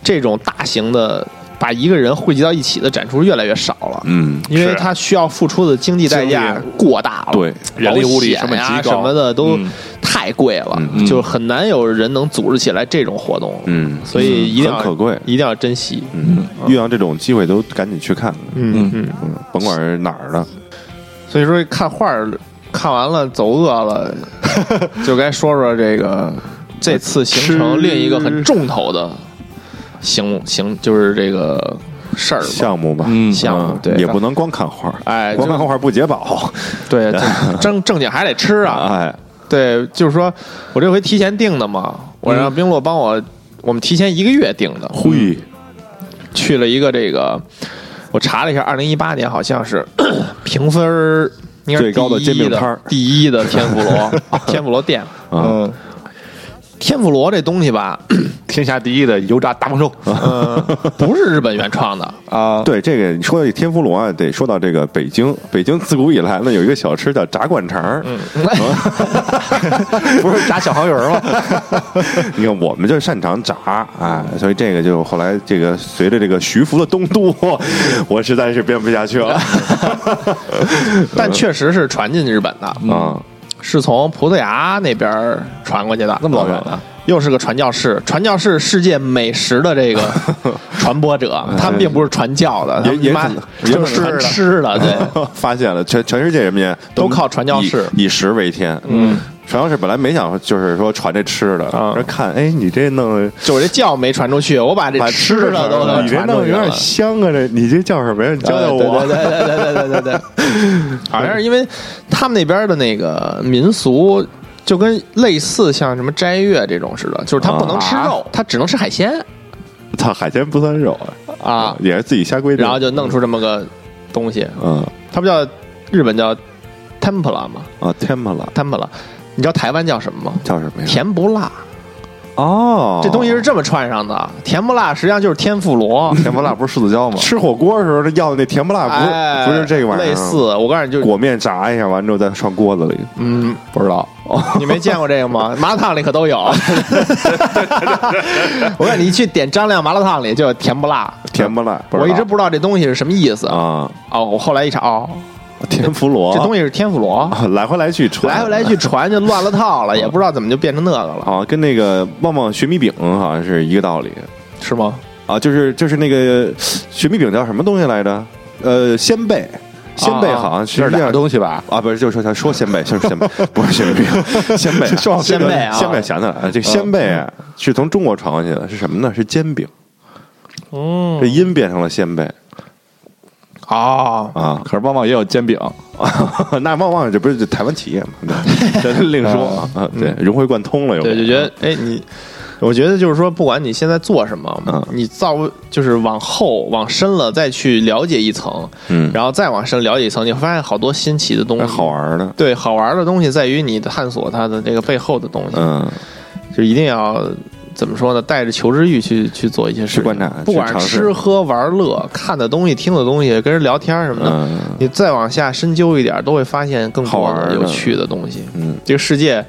[SPEAKER 1] 这种大型的。把一个人汇集到一起的展出越来越少了。
[SPEAKER 3] 嗯，
[SPEAKER 1] 因为
[SPEAKER 3] 是
[SPEAKER 1] 他需要付出的经济代价
[SPEAKER 3] 经济啊
[SPEAKER 1] 过大了，
[SPEAKER 3] 对
[SPEAKER 1] 人
[SPEAKER 3] 人
[SPEAKER 1] 力
[SPEAKER 3] 力
[SPEAKER 1] 物
[SPEAKER 3] 物
[SPEAKER 1] 力
[SPEAKER 3] 力
[SPEAKER 1] 什
[SPEAKER 3] 成
[SPEAKER 1] 么
[SPEAKER 3] 本极高
[SPEAKER 1] 什么的都
[SPEAKER 2] 嗯
[SPEAKER 1] 太贵了，
[SPEAKER 3] 嗯
[SPEAKER 1] 就是很难有人能组织起来这种活动。
[SPEAKER 3] 嗯
[SPEAKER 1] 所以一定要
[SPEAKER 3] 很可贵
[SPEAKER 1] 一定要珍惜。
[SPEAKER 3] 嗯，遇到这种机会都赶紧去看看，
[SPEAKER 1] 嗯嗯，
[SPEAKER 3] 嗯，甭管是哪儿的，
[SPEAKER 1] 所以说看画儿看完了走饿 了，就该说说这个这次行程
[SPEAKER 3] 吃
[SPEAKER 1] 另一个很重头的行行就是这个事儿吧
[SPEAKER 3] 项目吧，啊
[SPEAKER 2] 嗯
[SPEAKER 1] 项目对
[SPEAKER 3] 也不能光看花儿，
[SPEAKER 1] 哎
[SPEAKER 3] 光
[SPEAKER 1] 就
[SPEAKER 3] 看花儿不解 饱，
[SPEAKER 1] 对正正正经还得吃啊，
[SPEAKER 3] 哎，
[SPEAKER 1] 对，就是说我这回提前订的嘛，我让冰洛帮我，我们提前一个月订的，
[SPEAKER 3] 嘿，
[SPEAKER 1] 去了一个这个，我查了一下，二零一八年好像是 评分儿应该是
[SPEAKER 3] 最高的
[SPEAKER 1] 第一
[SPEAKER 3] 煎饼摊儿
[SPEAKER 1] 第一的天妇 罗，天妇罗店，
[SPEAKER 3] 啊，
[SPEAKER 2] 嗯，
[SPEAKER 1] 天妇罗这东西吧，
[SPEAKER 2] 天下第一的油炸大丰收
[SPEAKER 1] 嗯， 不是日本原创 的，
[SPEAKER 2] 啊，
[SPEAKER 3] 对这个，你说到这天妇罗啊，得说到这个北京。北京自古以来呢，有一个小吃叫炸灌肠儿。
[SPEAKER 2] 嗯 不是炸小黄鱼吗？
[SPEAKER 3] 你看，我们就擅长炸啊，所以这个就后来这个随着这个徐福的东渡， 我实在是编不下去了
[SPEAKER 1] 但确实是传进日本的，
[SPEAKER 2] 嗯
[SPEAKER 3] 啊。
[SPEAKER 1] 是从葡萄牙那边儿传过去的，那么啊
[SPEAKER 2] 老远呢？
[SPEAKER 1] 又是个传教士，传教士世界美食的 这个传播者，他们并不是传教的，他们
[SPEAKER 3] 也
[SPEAKER 1] 妈
[SPEAKER 3] 也可能也
[SPEAKER 1] 就
[SPEAKER 3] 可
[SPEAKER 1] 哎
[SPEAKER 3] 能
[SPEAKER 1] 是传吃的， 对，
[SPEAKER 3] 发现了，全全世界人民
[SPEAKER 1] 都靠传教士
[SPEAKER 3] 以以食为天。嗯，传教士本来没想就是说传这吃的，
[SPEAKER 1] 啊
[SPEAKER 3] 说看，哎，你这弄
[SPEAKER 1] 就我这教没传出去，我把这
[SPEAKER 3] 把
[SPEAKER 1] 吃的都能
[SPEAKER 3] 啊你这
[SPEAKER 1] 传
[SPEAKER 3] 弄
[SPEAKER 1] 出
[SPEAKER 3] 得
[SPEAKER 1] 去
[SPEAKER 3] 有
[SPEAKER 1] 了
[SPEAKER 3] 点。香啊，这你这叫什么呀？你教教
[SPEAKER 1] 对
[SPEAKER 3] 我。
[SPEAKER 1] 对对对对对对对对， 好像是因为他们那边的那个民俗。就跟类似像什么斋月这种似的，就是他不能吃肉，他只能吃海鲜
[SPEAKER 3] 操，海鲜不算肉啊，
[SPEAKER 1] 啊，
[SPEAKER 3] 也是自己瞎规定。
[SPEAKER 1] 然后就弄出这么个东西，
[SPEAKER 3] 嗯
[SPEAKER 1] 它不叫日本叫 tempura 吗
[SPEAKER 3] 啊，天不了，
[SPEAKER 1] ？tempura，你知道台湾叫什么吗？
[SPEAKER 3] 叫什么呀？
[SPEAKER 1] 甜不辣，
[SPEAKER 3] 哦，
[SPEAKER 1] 这东西是这么串上的。啊甜不辣实际上就是天妇罗，
[SPEAKER 2] 甜不辣不是柿子椒吗？
[SPEAKER 3] 吃火锅的时候要的那甜不辣，不是、
[SPEAKER 1] 哎，
[SPEAKER 3] 不是这个玩意儿，啊
[SPEAKER 1] 类似，我告诉你就，
[SPEAKER 3] 裹面炸一下，完之后再涮锅子里。
[SPEAKER 1] 嗯，不知道， 你没见过这个 吗？麻辣烫里可都有。我告诉你，你去点张亮麻辣烫里就有甜不辣，
[SPEAKER 3] 甜不辣，不
[SPEAKER 1] 我
[SPEAKER 3] 知
[SPEAKER 1] 一
[SPEAKER 3] 道
[SPEAKER 1] 直不知道这东西是什么意思。
[SPEAKER 3] 啊，
[SPEAKER 1] 哦，我后来一查，哦，
[SPEAKER 3] 天妇罗
[SPEAKER 1] 这东西是天妇罗，哦
[SPEAKER 3] 啊 来回来去传，
[SPEAKER 1] 来 回来去传就乱了套了，也不知道怎么就变成那个了，
[SPEAKER 3] 啊，跟那个旺旺雪米饼好像是一个道理
[SPEAKER 1] 是吗？
[SPEAKER 3] 啊，就是就是那个雪米饼叫什么东西来着？呃，鲜贝，鲜贝
[SPEAKER 1] 啊啊
[SPEAKER 3] 好像
[SPEAKER 2] 这
[SPEAKER 3] 是
[SPEAKER 2] 是俩东西吧？
[SPEAKER 3] 啊，不是，就是说说鲜贝，就是鲜贝，不是雪 米饼，鲜贝啊，
[SPEAKER 1] 说到这个鲜贝啊
[SPEAKER 3] 鲜贝想起来了，这鲜贝啊是从中国传过去的，是什么呢？是煎饼，
[SPEAKER 1] 嗯
[SPEAKER 3] 这音变成了鲜贝
[SPEAKER 1] 哦，
[SPEAKER 3] 啊，
[SPEAKER 2] 可是旺旺也有煎饼，
[SPEAKER 3] 那旺旺这不是台湾企业嘛？ 对这另说啊，对，融会贯通了又。
[SPEAKER 1] 嗯对，就觉得哎，你，我觉得就是说，不管你现在做什么，
[SPEAKER 3] 嗯
[SPEAKER 1] 你造就是往后往深了再去了解一层，
[SPEAKER 3] 嗯
[SPEAKER 1] 然后再往深了解一层，你会发现好多新奇的东西，
[SPEAKER 3] 还好。玩呢。
[SPEAKER 1] 对，好玩的东西在于你的探索它的这个背后的东西，
[SPEAKER 3] 嗯，
[SPEAKER 1] 就一定要怎么说呢？带着求知欲去去做一些事情，
[SPEAKER 3] 去观察
[SPEAKER 1] 不管
[SPEAKER 3] 去
[SPEAKER 1] 是
[SPEAKER 3] 尝试
[SPEAKER 1] 吃喝玩乐、看的东西、听的东西、跟人聊天什么的，
[SPEAKER 3] 嗯
[SPEAKER 1] 你再往下深究一点，都会发现更
[SPEAKER 3] 好
[SPEAKER 1] 多
[SPEAKER 3] 玩
[SPEAKER 1] 的
[SPEAKER 3] 的
[SPEAKER 1] 有趣的东西。
[SPEAKER 3] 嗯，
[SPEAKER 1] 这个世界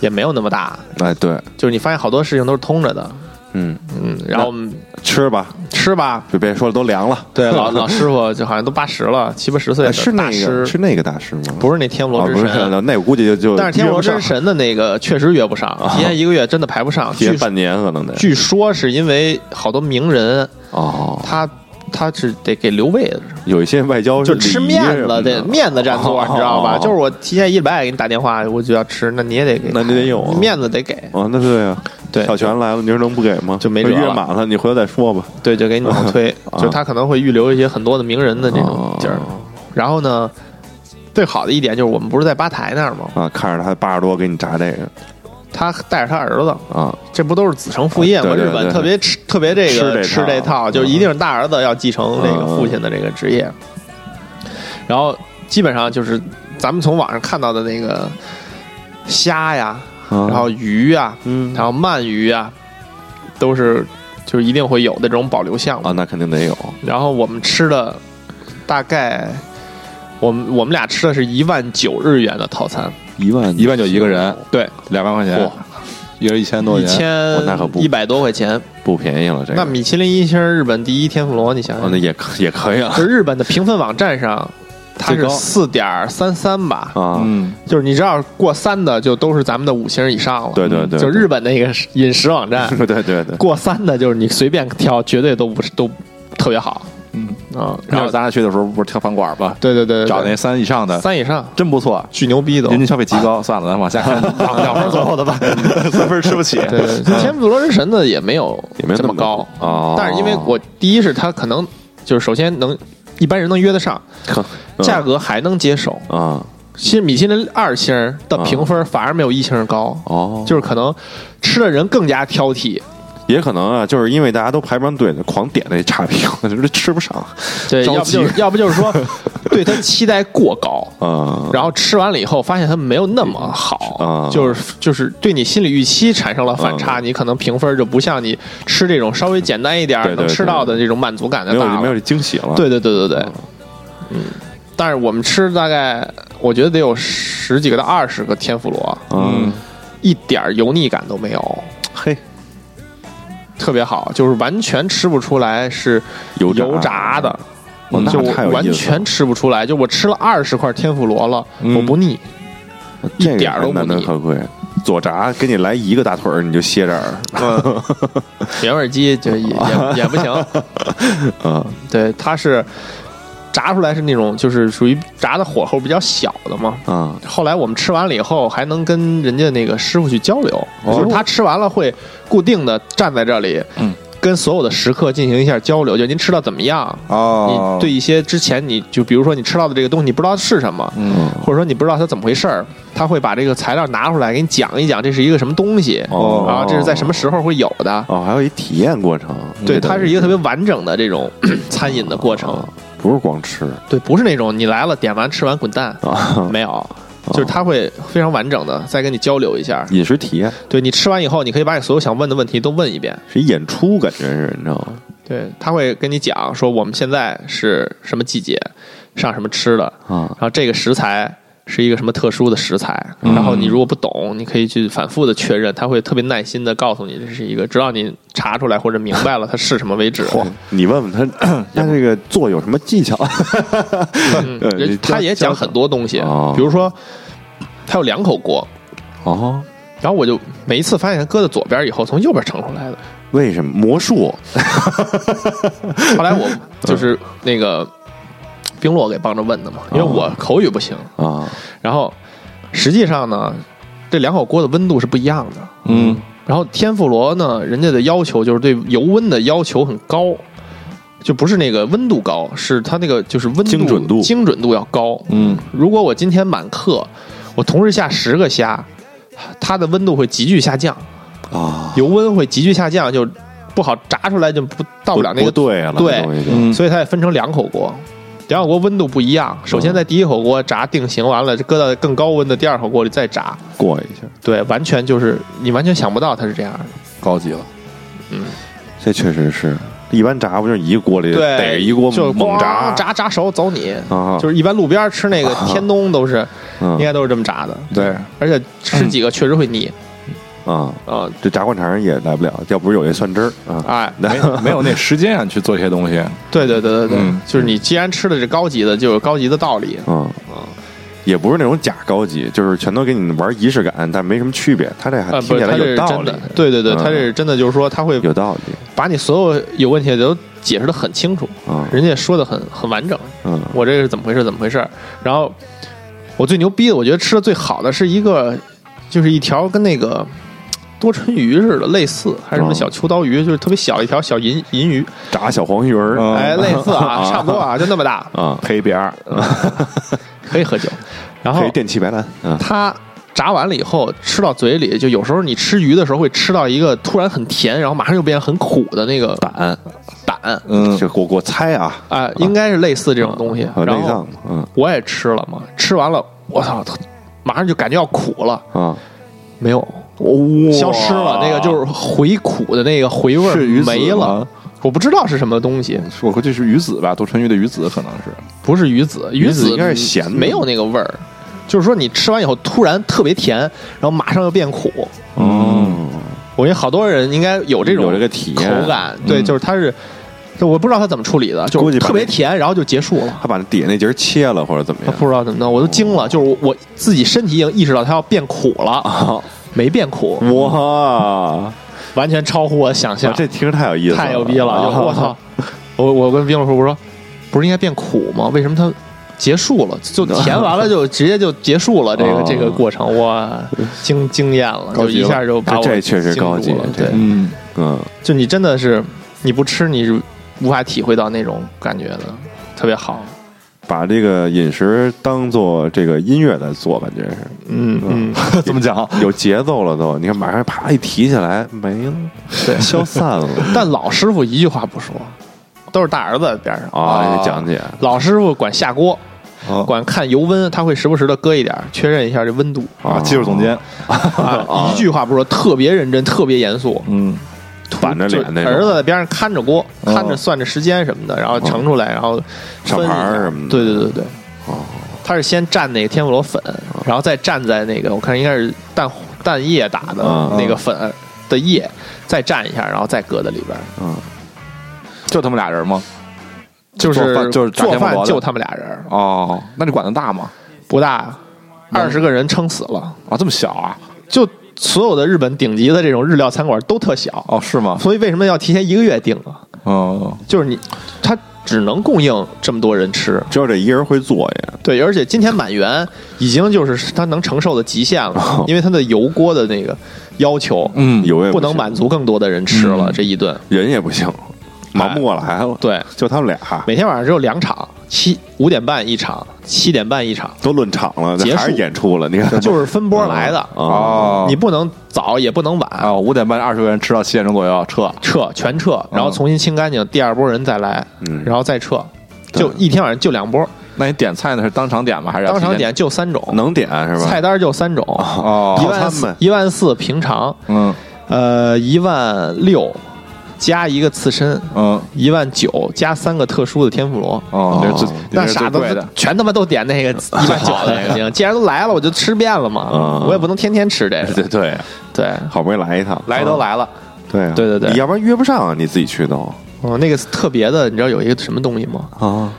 [SPEAKER 1] 也没有那么大，
[SPEAKER 3] 哎，对，
[SPEAKER 1] 就是你发现好多事情都是通着的，
[SPEAKER 3] 嗯，
[SPEAKER 1] 嗯，然后我们
[SPEAKER 3] 吃吧，
[SPEAKER 1] 吃吧，
[SPEAKER 3] 就别说了，都凉了。
[SPEAKER 1] 对， 老老师傅就好像都八十了，七八十岁
[SPEAKER 3] 哎
[SPEAKER 1] 了，
[SPEAKER 3] 是
[SPEAKER 1] 大
[SPEAKER 3] 那个是
[SPEAKER 1] 师，
[SPEAKER 3] 那个大师吗？
[SPEAKER 1] 不是那天妇
[SPEAKER 3] 啊，
[SPEAKER 1] 罗
[SPEAKER 3] 不
[SPEAKER 1] 之
[SPEAKER 3] 是，
[SPEAKER 1] 神，
[SPEAKER 3] 那我估计就就
[SPEAKER 1] 但是天妇罗之
[SPEAKER 3] 神
[SPEAKER 1] 神的那个确实约不上，
[SPEAKER 3] 哦
[SPEAKER 1] 提前一个月真的排不上。
[SPEAKER 3] 提
[SPEAKER 1] 据
[SPEAKER 3] 前半年可能得
[SPEAKER 1] 据说是因为好多名人
[SPEAKER 3] 哦，
[SPEAKER 1] 他。他是得给留位置，
[SPEAKER 3] 有一些外交
[SPEAKER 1] 就是吃
[SPEAKER 3] 礼仪
[SPEAKER 1] 面子
[SPEAKER 3] 什么
[SPEAKER 1] 得
[SPEAKER 3] 的
[SPEAKER 1] 面子占座，
[SPEAKER 3] 哦
[SPEAKER 1] 你知道吧？
[SPEAKER 3] 哦
[SPEAKER 1] 就是我提前一礼拜给你打电话，我就要吃，那你也得给，
[SPEAKER 3] 那你得有啊
[SPEAKER 1] 面子得给，
[SPEAKER 3] 啊，那对啊，
[SPEAKER 1] 对
[SPEAKER 3] 小泉来了，你说能不给吗？
[SPEAKER 1] 就没辙了
[SPEAKER 3] 约满了，你回头再说吧。
[SPEAKER 1] 对，就给你往后推，
[SPEAKER 3] 啊哦
[SPEAKER 1] 就是他可能会预留一些很多的名人的这种劲儿。然后呢，最好的一点就是我们不是在吧台那儿吗？
[SPEAKER 3] 啊，看着他八十多给你炸这个
[SPEAKER 1] 他带着他儿子，
[SPEAKER 3] 啊，
[SPEAKER 1] 这不都是子承父业吗？
[SPEAKER 3] 啊对对
[SPEAKER 1] 日本
[SPEAKER 3] 对
[SPEAKER 1] 特别吃特别这个
[SPEAKER 3] 吃这
[SPEAKER 1] 吃
[SPEAKER 3] 套
[SPEAKER 1] 这套，就是一定是大儿子要继承这个
[SPEAKER 3] 嗯
[SPEAKER 1] 父亲的这个职业。然后基本上就是咱们从网上看到的那个虾呀，
[SPEAKER 3] 然
[SPEAKER 1] 然后鱼呀，
[SPEAKER 3] 嗯
[SPEAKER 1] 然后鳗鱼呀，都是就是一定会有的这种保留项目
[SPEAKER 3] 啊，。那肯定得有
[SPEAKER 1] 然后我们吃的大概，我们我们俩吃的是一万九日元的套餐，
[SPEAKER 3] 一万
[SPEAKER 2] 一万就一个人，
[SPEAKER 1] 对，
[SPEAKER 2] 两万块钱
[SPEAKER 1] 嚯，
[SPEAKER 2] 一人一千多
[SPEAKER 1] 一
[SPEAKER 2] 块钱，
[SPEAKER 1] 千
[SPEAKER 3] 那可不
[SPEAKER 1] 一百多块钱。
[SPEAKER 3] 不便宜了，这个
[SPEAKER 1] 那米其林一星日本第一天妇罗，你想
[SPEAKER 3] 啊
[SPEAKER 1] 想
[SPEAKER 3] 那，也可也可 以啊
[SPEAKER 1] 就日本的评分网站上，它
[SPEAKER 2] 最
[SPEAKER 1] 是
[SPEAKER 2] 高
[SPEAKER 1] 四点三三吧，
[SPEAKER 3] 啊，
[SPEAKER 2] 嗯，
[SPEAKER 1] 就是你知道过三的就都是咱们的五星以上了。
[SPEAKER 3] 对对对，
[SPEAKER 1] 就 日本那个饮食网站，
[SPEAKER 3] 对对对对，
[SPEAKER 1] 过三的就是你随便挑，绝对都不是都特别好。
[SPEAKER 2] 嗯
[SPEAKER 1] 啊，然
[SPEAKER 2] 然
[SPEAKER 1] 后
[SPEAKER 2] 后咱俩去的时候不是挑饭馆吧，
[SPEAKER 1] 对对对对，
[SPEAKER 2] 找那
[SPEAKER 1] 对
[SPEAKER 2] 三以上的，
[SPEAKER 1] 三以上，
[SPEAKER 2] 真不错，
[SPEAKER 1] 巨牛逼都。啊
[SPEAKER 2] 人均消费极 高。算了，咱往下看，两分左右的吧，三分吃不起。
[SPEAKER 1] 对对，对 天妇罗之神呢也没有
[SPEAKER 3] 也没有
[SPEAKER 1] 这
[SPEAKER 3] 那
[SPEAKER 1] 么高，哦
[SPEAKER 3] 啊，
[SPEAKER 1] 但是因为我第一是它可能就是首先能一般人能约得上，
[SPEAKER 3] 嗯
[SPEAKER 1] 价格还能接受。
[SPEAKER 3] 啊
[SPEAKER 1] 其实米其林二星的评分反而没有一星高，
[SPEAKER 3] 哦，
[SPEAKER 1] 就是可能吃的人更加挑剔。
[SPEAKER 3] 也可能啊，就是因为大家都排不上队，狂点那差评，就是吃不上
[SPEAKER 1] 对，
[SPEAKER 3] 着
[SPEAKER 1] 要不
[SPEAKER 3] 急
[SPEAKER 1] 就是要不就是说嗯对它期待过高，
[SPEAKER 3] 啊
[SPEAKER 1] 然后吃完了以后发现它没有那么好
[SPEAKER 3] 啊，
[SPEAKER 1] 就是就是对你心理预期产生了反差，
[SPEAKER 3] 啊
[SPEAKER 1] 你可能评分就不像你吃这种稍微简单一点儿
[SPEAKER 3] 对对
[SPEAKER 1] 能吃
[SPEAKER 3] 对
[SPEAKER 1] 到的这种满足感的
[SPEAKER 3] 没有
[SPEAKER 1] 大了
[SPEAKER 3] 没有这惊喜了。
[SPEAKER 1] 对对对对对，嗯，但是我们吃大概我觉得得有十几个到二十个天妇罗，
[SPEAKER 3] 嗯，
[SPEAKER 1] 一点儿油腻感都没有，
[SPEAKER 3] 嘿，
[SPEAKER 1] 特别好，就是完全吃不出来是
[SPEAKER 3] 油炸
[SPEAKER 1] 油炸的，嗯
[SPEAKER 3] 哦那
[SPEAKER 1] 就
[SPEAKER 3] 太有意思了
[SPEAKER 1] 完全吃不出来。就我吃了二十块天妇罗了，
[SPEAKER 2] 嗯
[SPEAKER 1] 我不腻，
[SPEAKER 3] 这个
[SPEAKER 1] 一点儿都不
[SPEAKER 3] 难能
[SPEAKER 1] 腻
[SPEAKER 3] 可贵。左炸给你来一个大腿儿，你就歇 这儿。
[SPEAKER 1] 嗯原味鸡就也也也不 行，
[SPEAKER 3] 啊，
[SPEAKER 1] 对，它是。炸出来是那种，就是属于炸的火候比较小的嘛，
[SPEAKER 3] 啊，
[SPEAKER 1] 后来我们吃完了以后，还能跟人家那个师傅去交流，
[SPEAKER 3] 哦
[SPEAKER 1] 就是他吃完了会固定的站在这里，
[SPEAKER 2] 嗯
[SPEAKER 1] 跟所有的食客进行一下交流，就您吃到怎么样？
[SPEAKER 2] 哦
[SPEAKER 1] 你，对，一些之前你就比如说你吃到的这个东西，你不知道是什么，
[SPEAKER 2] 嗯，
[SPEAKER 1] 或者说你不知道它怎么回事儿，他会把这个材料拿出来给你讲一讲，这是一个什么东西，
[SPEAKER 3] 哦
[SPEAKER 2] 啊
[SPEAKER 1] 然后这是在什么时候会有的。
[SPEAKER 3] 哦，还有一体验过程。
[SPEAKER 1] 对，
[SPEAKER 3] 这等于
[SPEAKER 1] 它是一个特别完整的这 种餐饮的过程
[SPEAKER 3] 哦。不是光吃
[SPEAKER 1] 对，不是那种你来了点完吃完滚蛋，
[SPEAKER 3] 啊，
[SPEAKER 1] 没有，就是他会非常完整的再跟你交流一下。
[SPEAKER 3] 饮食体验
[SPEAKER 1] 对你吃完以后，你可以把你所有想问的问题都问一遍。
[SPEAKER 3] 是一演出，感觉是，你知道吗？
[SPEAKER 1] 对，他会跟你讲说我们现在是什么季节，上什么吃的，
[SPEAKER 3] 啊
[SPEAKER 1] 然后这个食材是一个什么特殊的食材，然后你如果不懂，你可以去反复的确认，他会特别耐心的告诉你这是一个，直到你查出来或者明白了它是什么为 止。
[SPEAKER 3] 嚯，你问问他， 那这个做有什么技巧？
[SPEAKER 1] 嗯
[SPEAKER 3] 呃
[SPEAKER 1] 人
[SPEAKER 3] 你
[SPEAKER 1] 他也
[SPEAKER 3] 教
[SPEAKER 1] 讲很多东西啊
[SPEAKER 3] 哦，
[SPEAKER 1] 比如说他有两口锅，
[SPEAKER 3] 哦，
[SPEAKER 1] 然后我就每一次发现它搁在左边以后，从右边盛出来的。
[SPEAKER 3] 为什么魔术？
[SPEAKER 1] 后来我
[SPEAKER 3] 嗯
[SPEAKER 1] 就是那个冰洛给帮着问的嘛，因
[SPEAKER 3] 哦
[SPEAKER 1] 为我口语不行。
[SPEAKER 3] 啊，
[SPEAKER 1] 然后实际上呢，这两口锅的温度是不一样的。
[SPEAKER 2] 嗯，
[SPEAKER 1] 然后天妇罗呢，人家的要求就是对油温的要求很高，就不是那个温度高，是它那个就是温度
[SPEAKER 3] 精准度
[SPEAKER 1] 精准度要高。
[SPEAKER 2] 嗯，
[SPEAKER 1] 如果我今天满课，我同时下十个虾，它的温度会急剧下降，
[SPEAKER 3] 啊，
[SPEAKER 1] 油温会急剧下降，就不好炸出来，就不到不了那个
[SPEAKER 3] 对了，
[SPEAKER 1] 对
[SPEAKER 3] 这东西就
[SPEAKER 2] 嗯
[SPEAKER 1] 所以它也分成两口锅，两口锅温度不一样。首
[SPEAKER 3] 嗯
[SPEAKER 1] 先在第一口锅炸定型完了，搁到更高温的第二口锅里再炸，
[SPEAKER 3] 过一下，
[SPEAKER 1] 对，完全就是你完全想不到它是这样的。
[SPEAKER 2] 高级了，
[SPEAKER 3] 这确实是一般炸不就是一锅里
[SPEAKER 1] 对，
[SPEAKER 3] 逮一锅
[SPEAKER 1] 就是
[SPEAKER 3] 猛
[SPEAKER 1] 咣
[SPEAKER 3] 炸
[SPEAKER 1] 炸炸熟走你。
[SPEAKER 3] 啊，
[SPEAKER 1] 就是一般路边吃那个天东都是，应
[SPEAKER 3] 嗯
[SPEAKER 1] 该都是这么炸的，
[SPEAKER 2] 对，
[SPEAKER 1] 而且吃几个确实会腻
[SPEAKER 3] 啊，
[SPEAKER 1] 啊！
[SPEAKER 3] 这炸灌肠也来不了，要不是有那蒜汁儿啊，
[SPEAKER 1] 哎，
[SPEAKER 2] 没有 没有那时间啊去做这些东西，
[SPEAKER 1] 对对对对对
[SPEAKER 2] 嗯，
[SPEAKER 1] 就是你既然吃的是高级的，就有高级的道理。
[SPEAKER 3] 嗯，
[SPEAKER 1] 啊
[SPEAKER 3] 也不是那种假高级，就是全都给你玩仪式感，但没什么区别。他这还
[SPEAKER 1] 啊，
[SPEAKER 3] 听
[SPEAKER 1] 不
[SPEAKER 3] 起
[SPEAKER 1] 是，
[SPEAKER 3] 来
[SPEAKER 1] 它这
[SPEAKER 3] 有
[SPEAKER 1] 是
[SPEAKER 3] 道
[SPEAKER 1] 真
[SPEAKER 3] 理
[SPEAKER 1] 的，，对对对，
[SPEAKER 3] 嗯
[SPEAKER 1] 它这是真的，就是说他会
[SPEAKER 3] 有道理，
[SPEAKER 1] 把你所有有问题的都解释的很清楚，
[SPEAKER 3] 嗯
[SPEAKER 1] 人家也说的很很完整，
[SPEAKER 3] 嗯
[SPEAKER 1] 我这是怎么回事怎么回事儿。然后我最牛逼的，我觉得吃的最好的是一个，就是一条跟那个多春鱼似的，类似还是什么
[SPEAKER 3] 嗯
[SPEAKER 1] 小秋刀鱼，就是特别小一条小银银鱼，
[SPEAKER 3] 炸小黄鱼儿
[SPEAKER 2] 嗯
[SPEAKER 1] 哎，类似 啊，差不多啊，就那么大，
[SPEAKER 3] 啊，
[SPEAKER 2] 陪别人，
[SPEAKER 1] 可以喝酒。然后嗯
[SPEAKER 3] 可以电气白兰啊，
[SPEAKER 1] 它炸完了以后吃到嘴里，就有时候你吃鱼的时候会吃到一个突然很甜，然后马上又变很苦的那个
[SPEAKER 3] 胆，
[SPEAKER 1] 胆。
[SPEAKER 2] 嗯，
[SPEAKER 3] 啊这我我猜啊，
[SPEAKER 1] 啊、应该是类似这种东西。
[SPEAKER 3] 啊
[SPEAKER 1] 然
[SPEAKER 3] 内
[SPEAKER 1] 后
[SPEAKER 3] 脏，嗯
[SPEAKER 1] 我也吃了嘛，吃完了，我操，特马上就感觉要苦了，
[SPEAKER 3] 啊，
[SPEAKER 1] 没有，消失了，那个就是回苦的那个回味儿
[SPEAKER 2] 是鱼子
[SPEAKER 1] 没了
[SPEAKER 2] 吗。
[SPEAKER 1] 我不知道是什么东西，
[SPEAKER 2] 我估计是鱼子吧，杜春鱼的鱼子可能是，
[SPEAKER 1] 不是鱼子，
[SPEAKER 3] 鱼子
[SPEAKER 1] 子
[SPEAKER 3] 应该是咸的
[SPEAKER 1] 没有那个味儿。就是说，你吃完以后突然特别甜，然后马上又变苦，
[SPEAKER 3] 嗯，
[SPEAKER 1] 我觉得好多人应该有这种
[SPEAKER 3] 有这个体
[SPEAKER 1] 口
[SPEAKER 3] 验嗯
[SPEAKER 1] 感，对，
[SPEAKER 2] 嗯
[SPEAKER 1] 就是它是，就我不知道它怎么处理的，就
[SPEAKER 3] 估
[SPEAKER 1] 是
[SPEAKER 3] 计把
[SPEAKER 1] 特别
[SPEAKER 3] 那
[SPEAKER 1] 甜，然后就结束了。
[SPEAKER 3] 他把那底下那节儿切了或者怎么样？
[SPEAKER 1] 不知道怎么弄，我都惊了，就是我我自己身体已经意识到它要变苦
[SPEAKER 3] 啊
[SPEAKER 1] 了，没变苦，
[SPEAKER 3] 哇，
[SPEAKER 1] 完全超乎我想象，
[SPEAKER 3] 嗯啊这听着太有意啊思了，
[SPEAKER 1] 啊太牛逼了！就我操，我我跟冰老师我说，不是应该变苦吗？为什么它结束了， 就填完了就直接就结束了？这个
[SPEAKER 3] 哦
[SPEAKER 1] 这个过程，我惊惊艳了，
[SPEAKER 3] 高
[SPEAKER 1] 就
[SPEAKER 3] 级
[SPEAKER 1] 一
[SPEAKER 3] 了
[SPEAKER 1] 下就把我
[SPEAKER 3] 这这确实
[SPEAKER 1] 惊住
[SPEAKER 3] 高级
[SPEAKER 1] 了
[SPEAKER 3] 这
[SPEAKER 1] 对，
[SPEAKER 2] 嗯，
[SPEAKER 3] 嗯，
[SPEAKER 1] 就你真的是你不吃你是无法体会到那种感觉的，特别好。
[SPEAKER 3] 把这个饮食当做这个音乐在做吧，这是
[SPEAKER 1] 嗯嗯，
[SPEAKER 2] 怎么讲？
[SPEAKER 3] 有节奏了都。你看，马上啪一提起来没了，
[SPEAKER 1] 对
[SPEAKER 3] 消散 了
[SPEAKER 1] 但老师傅一句话不说，都是大儿子边上。
[SPEAKER 3] 啊！得讲解，
[SPEAKER 1] 老师傅管下锅，
[SPEAKER 2] 哦
[SPEAKER 1] 管看油温，他会时不时的搁一点儿，确认一下这温度。
[SPEAKER 3] 哦
[SPEAKER 2] 啊，技术总监，
[SPEAKER 1] 啊，一句话不说，特别认真，特别严肃，
[SPEAKER 2] 嗯，
[SPEAKER 3] 板着脸那
[SPEAKER 1] 就
[SPEAKER 3] 种
[SPEAKER 1] 儿子在边上看着锅，
[SPEAKER 2] 哦
[SPEAKER 1] 看着算着时间什么的，然后盛出来，然后
[SPEAKER 3] 哦上
[SPEAKER 1] 分一下
[SPEAKER 3] 盘儿什么的
[SPEAKER 1] 对对对对，
[SPEAKER 3] 哦，
[SPEAKER 1] 他是先蘸那个天妇罗粉，然后再蘸在那个我看应该是蛋蛋液打的
[SPEAKER 3] 嗯
[SPEAKER 1] 那个粉的液，再蘸一下，然后再搁在里边儿。
[SPEAKER 3] 嗯，
[SPEAKER 2] 就他们俩人吗？
[SPEAKER 1] 就
[SPEAKER 2] 做
[SPEAKER 1] 是
[SPEAKER 2] 饭就是炸
[SPEAKER 1] 做
[SPEAKER 2] 天妇罗
[SPEAKER 1] 饭
[SPEAKER 2] 的
[SPEAKER 1] 就他们俩人儿，
[SPEAKER 2] 哦，那你管得大吗？
[SPEAKER 1] 不大，二十个人撑死了。
[SPEAKER 2] 啊，这么小啊？
[SPEAKER 1] 就所有的日本顶级的这种日料餐馆都特小，
[SPEAKER 2] 哦，是吗？
[SPEAKER 1] 所以为什么要提前一个月订啊？
[SPEAKER 2] 哦，
[SPEAKER 1] 就是你，它只能供应这么多人吃，
[SPEAKER 3] 只有这一人会做呀。
[SPEAKER 1] 对，而且今天满员已经就是它能承受的极限了，因为它的油锅的那个要求，
[SPEAKER 2] 嗯
[SPEAKER 3] 有也
[SPEAKER 1] 不能
[SPEAKER 3] 行
[SPEAKER 1] 满足哎更多的人吃了
[SPEAKER 2] 嗯
[SPEAKER 1] 这一顿。
[SPEAKER 3] 人也不行，忙不过来了。，
[SPEAKER 1] 对，
[SPEAKER 3] 就他们俩
[SPEAKER 1] 每天晚上只有两场，七五点半一场，七点半一场，
[SPEAKER 3] 都论场了，
[SPEAKER 1] 结
[SPEAKER 3] 那
[SPEAKER 1] 束
[SPEAKER 3] 还是演出了。你看，
[SPEAKER 1] 就是分波来的，
[SPEAKER 2] 哦
[SPEAKER 1] 哦
[SPEAKER 3] 啊，
[SPEAKER 1] 你不能早也不能晚，
[SPEAKER 2] 啊，五点半二十个人吃到七点钟左右撤，
[SPEAKER 1] 撤全撤，然后重新清干净，第二波人再来，
[SPEAKER 3] 嗯
[SPEAKER 1] 然后再撤，
[SPEAKER 3] 对
[SPEAKER 1] 就一天晚上就两波，
[SPEAKER 2] 那你点菜呢是当场点吗？还是要
[SPEAKER 1] 当场
[SPEAKER 2] 提前？
[SPEAKER 1] 点就三种，
[SPEAKER 3] 能点是吧
[SPEAKER 1] 菜？单就三种，
[SPEAKER 2] 哦，
[SPEAKER 1] 一
[SPEAKER 3] 套
[SPEAKER 1] 万
[SPEAKER 3] 餐
[SPEAKER 1] 四
[SPEAKER 3] 呗
[SPEAKER 1] 一万四平常，
[SPEAKER 2] 嗯
[SPEAKER 1] 呃一万六加一个刺身，
[SPEAKER 2] 嗯
[SPEAKER 1] 一万九加三个特殊的天妇罗。
[SPEAKER 2] 哦，这是最
[SPEAKER 1] 那
[SPEAKER 2] 这是
[SPEAKER 1] 傻
[SPEAKER 2] 最
[SPEAKER 1] 子
[SPEAKER 2] 贵的，
[SPEAKER 1] 全他妈都点那个一万九的那个，既然都来了，我就吃遍了嘛
[SPEAKER 3] 嗯，
[SPEAKER 1] 我也不能天天吃这
[SPEAKER 3] 对
[SPEAKER 1] 个。
[SPEAKER 3] 对，
[SPEAKER 1] 对，
[SPEAKER 3] 好不容易来一趟，
[SPEAKER 2] 来都来了，
[SPEAKER 3] 对啊
[SPEAKER 1] 对对对
[SPEAKER 3] 你要不然约不上啊，你自己去都
[SPEAKER 1] 哦，那个特别的，你知道有一个什么东西吗？
[SPEAKER 3] 啊。